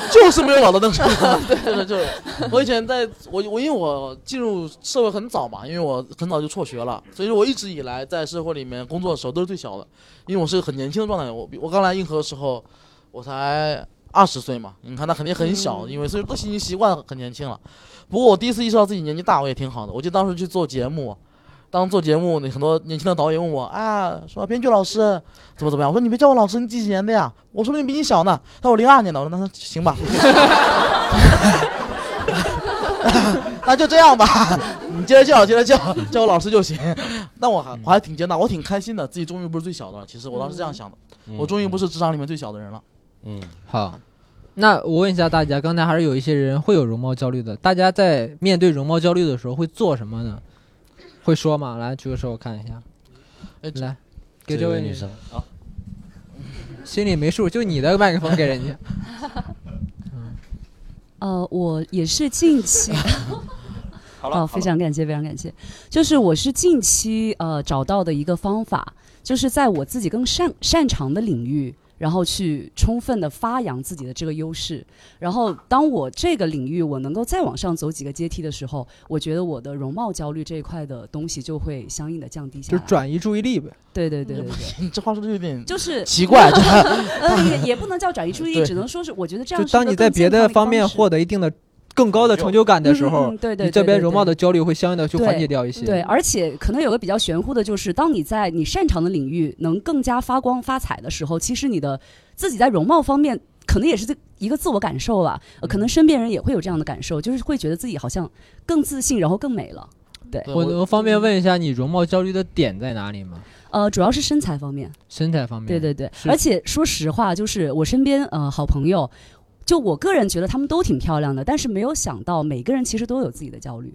S1: 就是没有老到那个程度，真的就是。我以前在我我因为我进入社会很早嘛，因为我很早就辍学了，所以说我一直以来在社会里面工作的时候都是最小的，因为我是很年轻的状态。我比我刚来硬核的时候，我才二十岁嘛，你看那肯定很小，
S4: 嗯
S1: 因为所以都已经习惯很年轻了。不过我第一次意识到自己年纪大，我也挺好的。我记得当时去做节目。当做节目，那很多年轻的导演问我啊，说编剧老师怎么怎么样？我说你别叫我老师，你几几年的呀？我说不定比你小呢。他说我零二年的，我说那行吧， 那就这样吧，你接着叫，接着叫，叫我老师就行。那我
S3: 嗯
S1: 还我还挺接纳，我挺开心的，自己终于不是最小的了。其实我当时这样想的，
S3: 嗯
S1: 我终于不
S2: 是，
S1: 是职场里面最小的人了。
S2: 嗯，
S3: 好，那我问一下大家，刚才还是有一些人会有容貌焦虑的，大家在面对容貌焦虑的时候会做什么呢？会说吗？来举个手，我看一下
S1: 哎。
S3: 来，给这位
S2: 女生
S3: 生，
S2: 啊，
S3: 心里没数，就你的麦克风给人家。
S6: 呃，我也是 近期，
S2: 好
S6: 哦，非常感谢，非常感谢。就是我是近期呃找到的一个方法，就是在我自己更擅擅长的领域，然后去充分的发扬自己的这个优势。然后当我这个领域我能够再往上走几个阶梯的时候，我觉得我的容貌焦虑这一块的东西就会相应的降低 下
S3: 就
S6: 来。
S3: 转嗯移注意力呗。
S6: 对对对对对，
S1: 你这话说的有点
S6: 就 是
S1: 奇 怪，这
S6: 呃，也也不能叫转移注意
S1: 对
S6: 力，只能说是我觉得
S3: 就
S6: 这样是一个
S3: 当你在
S6: 更
S3: 别
S6: 健
S3: 的
S6: 康
S3: 方面
S6: 方式
S3: 获得一定的更高的成就感的时候，
S6: 嗯嗯嗯对对
S3: 你这
S6: 对
S3: 边
S6: 对
S3: 容貌
S6: 对
S3: 的焦虑会相应的去缓解掉一些。
S6: 对，而且可能有个比较玄乎的，就是当你在你擅长的领域能更加发光发彩的时候，其实你的自己在容貌方面。可能也是这一个自我感受吧、呃可能身边人也会有这样的感受，就是会觉得自己好像更自信，然后更美了。
S3: 我
S1: 我
S3: 能方便问一下你容貌焦虑的点在哪里吗？
S6: 呃，主要是身材方面，
S3: 身材方面。
S6: 对对对，
S3: 是
S6: 而且说实话，就是我身边呃好朋友，就我个人觉得她们都挺漂亮的，但是没有想到每个人其实都有自己的焦虑。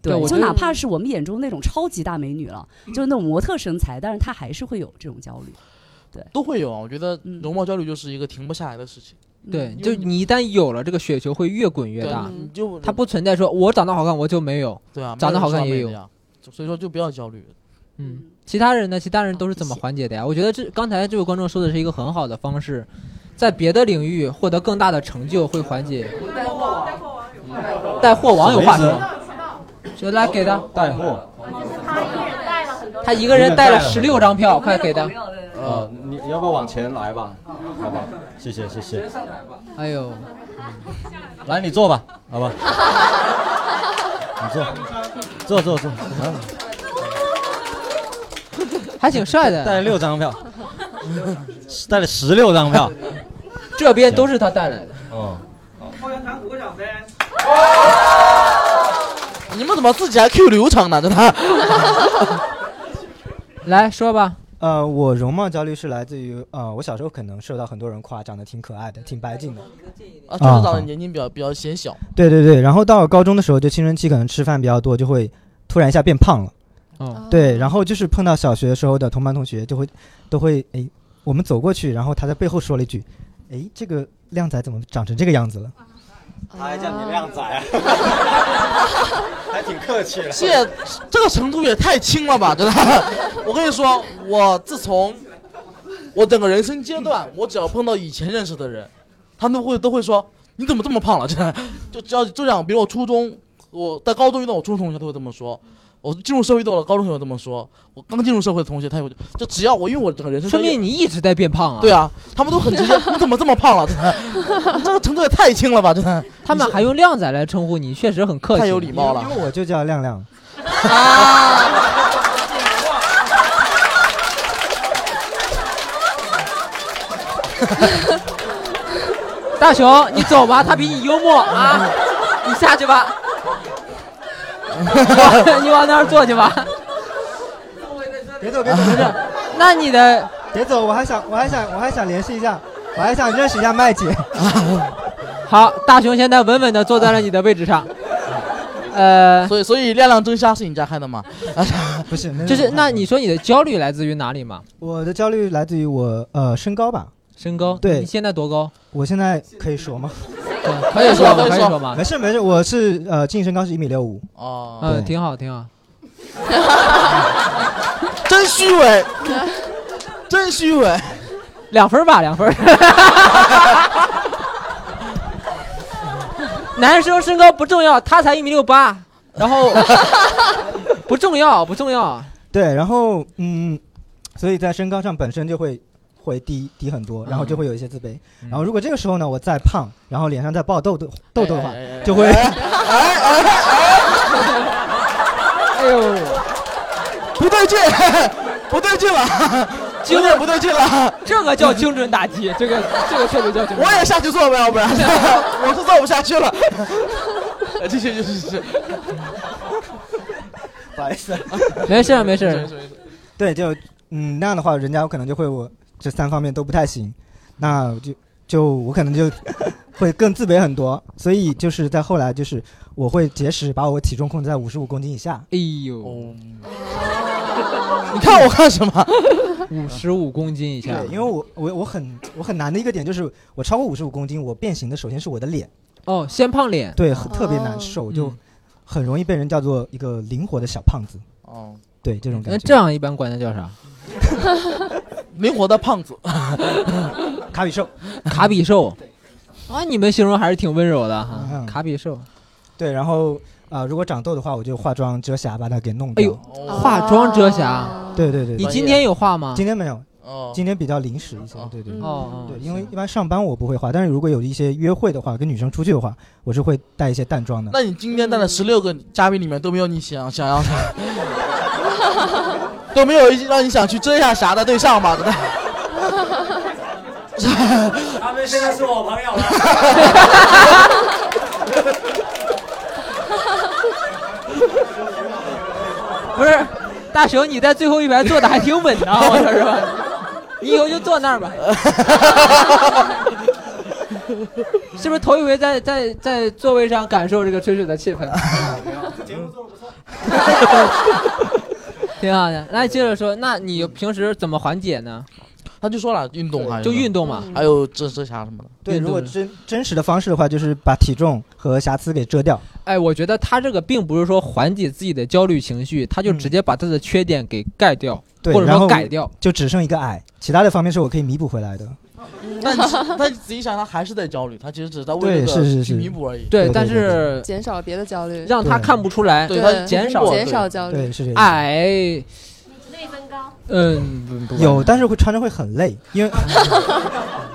S3: 对我
S6: 就
S3: 觉得嗯
S6: 哪怕是我们眼中那种超级大美女了，就是那种模特身材，但是她还是会有这种焦虑。
S1: 都会有啊。我觉得
S6: 嗯
S1: 容貌焦虑就是一个停不下来的事情，
S6: 嗯
S3: 对，
S1: 因
S3: 就
S1: 为你
S3: 你一旦有了这个雪球，会越滚越
S1: 对嗯
S3: 大。
S1: 你就
S3: 它不存在说我长得好看我就没有。嗯
S1: 对啊，
S3: 长
S1: 没
S3: 得好
S1: 人说
S3: 看也
S1: 美
S3: 有
S1: 的呀，就所以说就不要焦虑。
S3: 嗯，其他人呢？其他人都是
S1: 嗯
S3: 怎么缓解的呀？我觉得这刚才这位观众说的是一个很好的方式，在别的领域获得更大的成就会缓解。带货网友话
S2: 什么意
S3: 说，就来给他，
S2: 带货，
S3: 他一个人带了十六张票，快给他。
S2: 呃，你你要不要往前来吧？好吧，谢谢谢谢。
S3: 哎呦，
S2: 来，你坐吧，好吧。你坐，坐坐坐。啊
S3: 还挺帅
S2: 带
S3: 的，
S2: 了六张票， 带了十六张票。
S3: 这边都是他带来的。
S2: 嗯，
S1: 你们怎么自己还 Q 流程呢？真的，
S3: 来说吧，
S7: 呃，我容貌焦虑是来自于呃，我小时候可能受到很多人夸，长得挺可爱的，挺白净的。
S1: 啊，就是长得年龄比较比较显小，
S7: 对对对，然后到了高中的时候，就青春期可能吃饭比较多，就会突然一下变胖了。
S3: 嗯，
S7: 对，然后就是碰到小学时候的同班同学，就会都会哎，我们走过去，然后他在背后说了一句：“哎，这个靓仔怎么长成这个样子了
S4: 哦
S2: 他还叫你靓仔啊，还挺客气了。
S1: 这这个程度也太轻了吧！真的， 我跟你说，我自从我整个人生阶段，我只要碰到以前认识的人，他们都会都会说你怎么这么胖了？ 真的，就只要就这样，比如我初中，我在高中遇到我初中同学，他会这么说。我进入社会遇到了高中同学这么说，我刚进入社会的同学，他有就只要我因为我整个人生
S3: 说
S1: 阶段
S3: 明你一直在变胖啊。
S1: 对，啊，他们都很直接，你怎么这么胖了？ 真的，这个程度也太轻了吧！真 的，
S3: 他们还用靓仔来称呼你，确实很客气。
S1: 太有礼？”貌了
S7: 因。为我就叫亮亮，
S3: 大雄，你走吧，他比你幽默啊，你下去吧， 你往那儿坐去吧。
S7: 别走别走别走
S3: 那你的
S7: 别走，我还想我还想我还想联系一下，我还想认识一下麦姐。
S3: 好，大雄现在稳稳的坐在了你的位置上。呃，
S1: 所以，所以亮亮真虾是你家开的吗？
S7: 不是，没有
S3: 就是那你说你的焦虑来自于哪里嘛？
S7: 我的焦虑来自于我呃身高吧。
S3: 身高？
S7: 对
S3: 你现在多 高？
S7: 我现在可以说吗？
S3: 对可以说吗？可以说
S1: 啊
S3: 吗
S7: 没？事没事，我是呃净身高是一米六五，
S1: 哦、
S3: 嗯，
S7: 对
S3: 挺好，挺好。
S4: 啊
S1: 真虚 伪，真虚伪。
S3: 两分儿吧，两分儿。 男生身高不重要，他才一米六八，然后不重要，不重要。
S7: 对，然后嗯，所以在身高上本身就会会低低很
S1: 嗯
S7: 多，然后就会有一些自卑。然后如果这个时候呢，我再胖，然后脸上再爆痘痘痘痘的话
S1: 哎哎哎哎，
S7: 就会
S3: 哎呦，
S1: 不对劲，不对劲了，有点不对劲了。
S3: 这个叫精准打击，这个这个确实叫精准
S1: 我。也下去坐呗，要不然我是坐不下去了。哎继续，继续，继续。
S7: 不好意思，
S3: 没事儿没事儿，
S7: 对，就嗯那样的话，人家有可能就会我这三方面都不太行，那我就就我可能就会更自卑很多。所以就是在后来，
S3: 哎
S7: 哦就是我会节食，把我体重控制在五十五公斤以下。
S3: 哎呦，
S1: 你看我干什么？
S3: 五十五公斤以下
S7: 对，因为我我我很我很难的一个点就是，我超过五十五公斤，我变形的首先是我的脸，
S3: 哦，先胖脸，
S7: 对，
S3: 哦
S7: 特别难受，就很容易被人叫做一个灵活的小胖子，
S1: 哦，
S7: 对这种
S3: 那
S7: 感觉。
S3: 这样一般管它叫啥？
S1: 灵活的胖子，
S7: 卡比兽，
S3: 卡比兽。啊，你们形容还是挺温柔的哈，
S7: 嗯
S3: 卡比兽。
S7: 对，然后啊、呃如果长痘的话，我就化妆遮瑕把它给弄
S3: 哎
S7: 掉。
S3: 呦，
S1: 哦
S3: 化妆遮瑕
S4: 哦
S7: 对对对
S3: 你
S7: 对，
S3: 今天有画吗？
S7: 今天没有，
S1: 哦，
S7: 今天比较临时一些，对对
S4: 嗯
S7: 对。
S3: 哦，
S7: 对，
S3: 哦
S7: 因为一般上班我不会化，但是如果有一些约会的话，跟女生出去的话，我是会带一些淡妆的。
S1: 那你今天带的十六个嘉宾里面都没有你想想 要的，都没有一让你想去遮一下瑕的对象吧？
S2: 他们现在是我朋友了。
S3: 不是，大熊你在最后一排坐的还挺稳的，啊我说是吧？你以后就坐那儿吧。是不是头一回在在在座位上感受这个吹水的气氛？啊挺好的，那接着说，那你平时怎么缓解呢？
S1: 他就说了运动还
S3: 就运，动
S4: 嗯
S3: 嘛，
S1: 还有遮遮瑕什么的。
S7: 对，
S3: 运动
S7: 如果
S3: 的
S7: 真真实的方式的话，就是把体重和瑕疵给遮掉。
S3: 哎，我觉得他这个并不是说缓解自己的焦虑情绪，他就
S7: 嗯
S3: 直接把他的缺点给盖掉，
S7: 对，
S3: 或者
S7: 然
S3: 说
S7: 后
S3: 改掉。
S7: 就只剩一个矮，其他的方面是我可以弥补回来的。
S1: 但你但你仔细想，他还是在焦虑，他其实只是在为
S7: 对
S1: 这
S7: 是
S1: 个
S7: 是
S1: 去
S7: 是
S1: 弥补而已。
S3: 对，
S7: 对
S3: 但
S7: 对对
S3: 是
S4: 减少别的焦虑，
S3: 让他
S7: 对
S3: 看不出来，
S1: 对他
S3: 减少
S1: 通过
S4: 减少焦虑。
S7: 对，是这样。
S3: 矮，
S5: 内分高，
S3: 哎嗯，不不
S7: 有，但是会穿着会很累，因为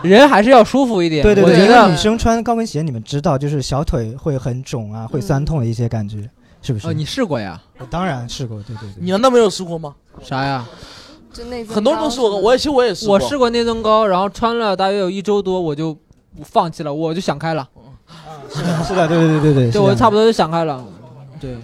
S3: 人还是要舒服一点。
S7: 对对
S3: 我
S7: 对，
S3: 觉
S7: 因为
S3: 得
S7: 女生穿高跟鞋，你们知道，就是小腿会很肿啊，会酸痛的一些感觉，是不是？
S3: 嗯哦，你试过呀？
S7: 我当然试过，对对对。
S1: 你难道没有试过吗？
S3: 啥呀？
S4: 就内
S1: 很多人都试过，我也其实我也试过。
S3: 我试过内增高，然后穿了大约有一周多，我就放弃了，我就想开了，
S7: 是的，对对对对对，
S3: 对我差不
S7: 多。
S3: 多就想开了，对，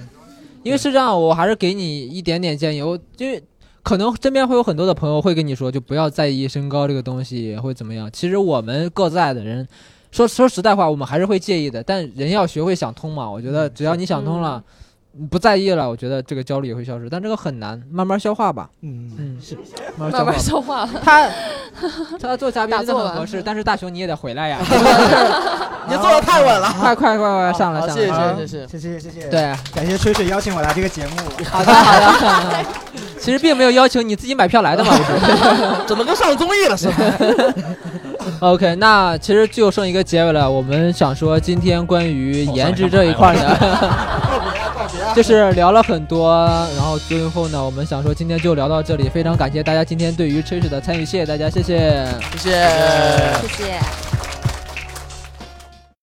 S3: 因为是这样，我还是给你一点点建议，我因为。可能身边会有很多的朋友会跟你说，就不要在意身高这个东西会怎么样。其实我们个子矮的人，说说实在话，我们还是会介意的。但人要学会想通嘛。我觉
S1: 嗯
S3: 得只要你想通了，你不在意了，我觉得这个焦虑也会消失。但这个很难，慢慢 消化吧。
S7: 嗯，
S3: 嗯，是慢慢消
S4: 慢
S3: 化
S4: 慢消化。
S3: 他他做嘉宾真的
S4: 打坐
S3: 很
S4: 完
S3: 合适，但是大雄你也得 回来呀，
S1: 你做的太稳 了。
S3: 快快快快上来
S1: 好
S3: 上
S1: 谢
S3: 来，
S1: 谢
S7: 好
S1: 谢谢。
S7: 谢谢谢谢，，
S3: 对，
S7: 感谢吹水邀请我来这个节目。
S3: 好的好的， 其实并没有要求你自己买票来的嘛，不是
S1: 怎么跟上综艺了是吧？
S3: ？OK，那其实就剩一个结尾了，我们想说今天关于颜值这一块呢， 就是聊了很多，然后最后呢，我们想说今天就聊到 这里，非常感谢大家今天对于吹水的参与，谢谢大家，谢谢。
S1: 谢谢。
S5: 谢谢。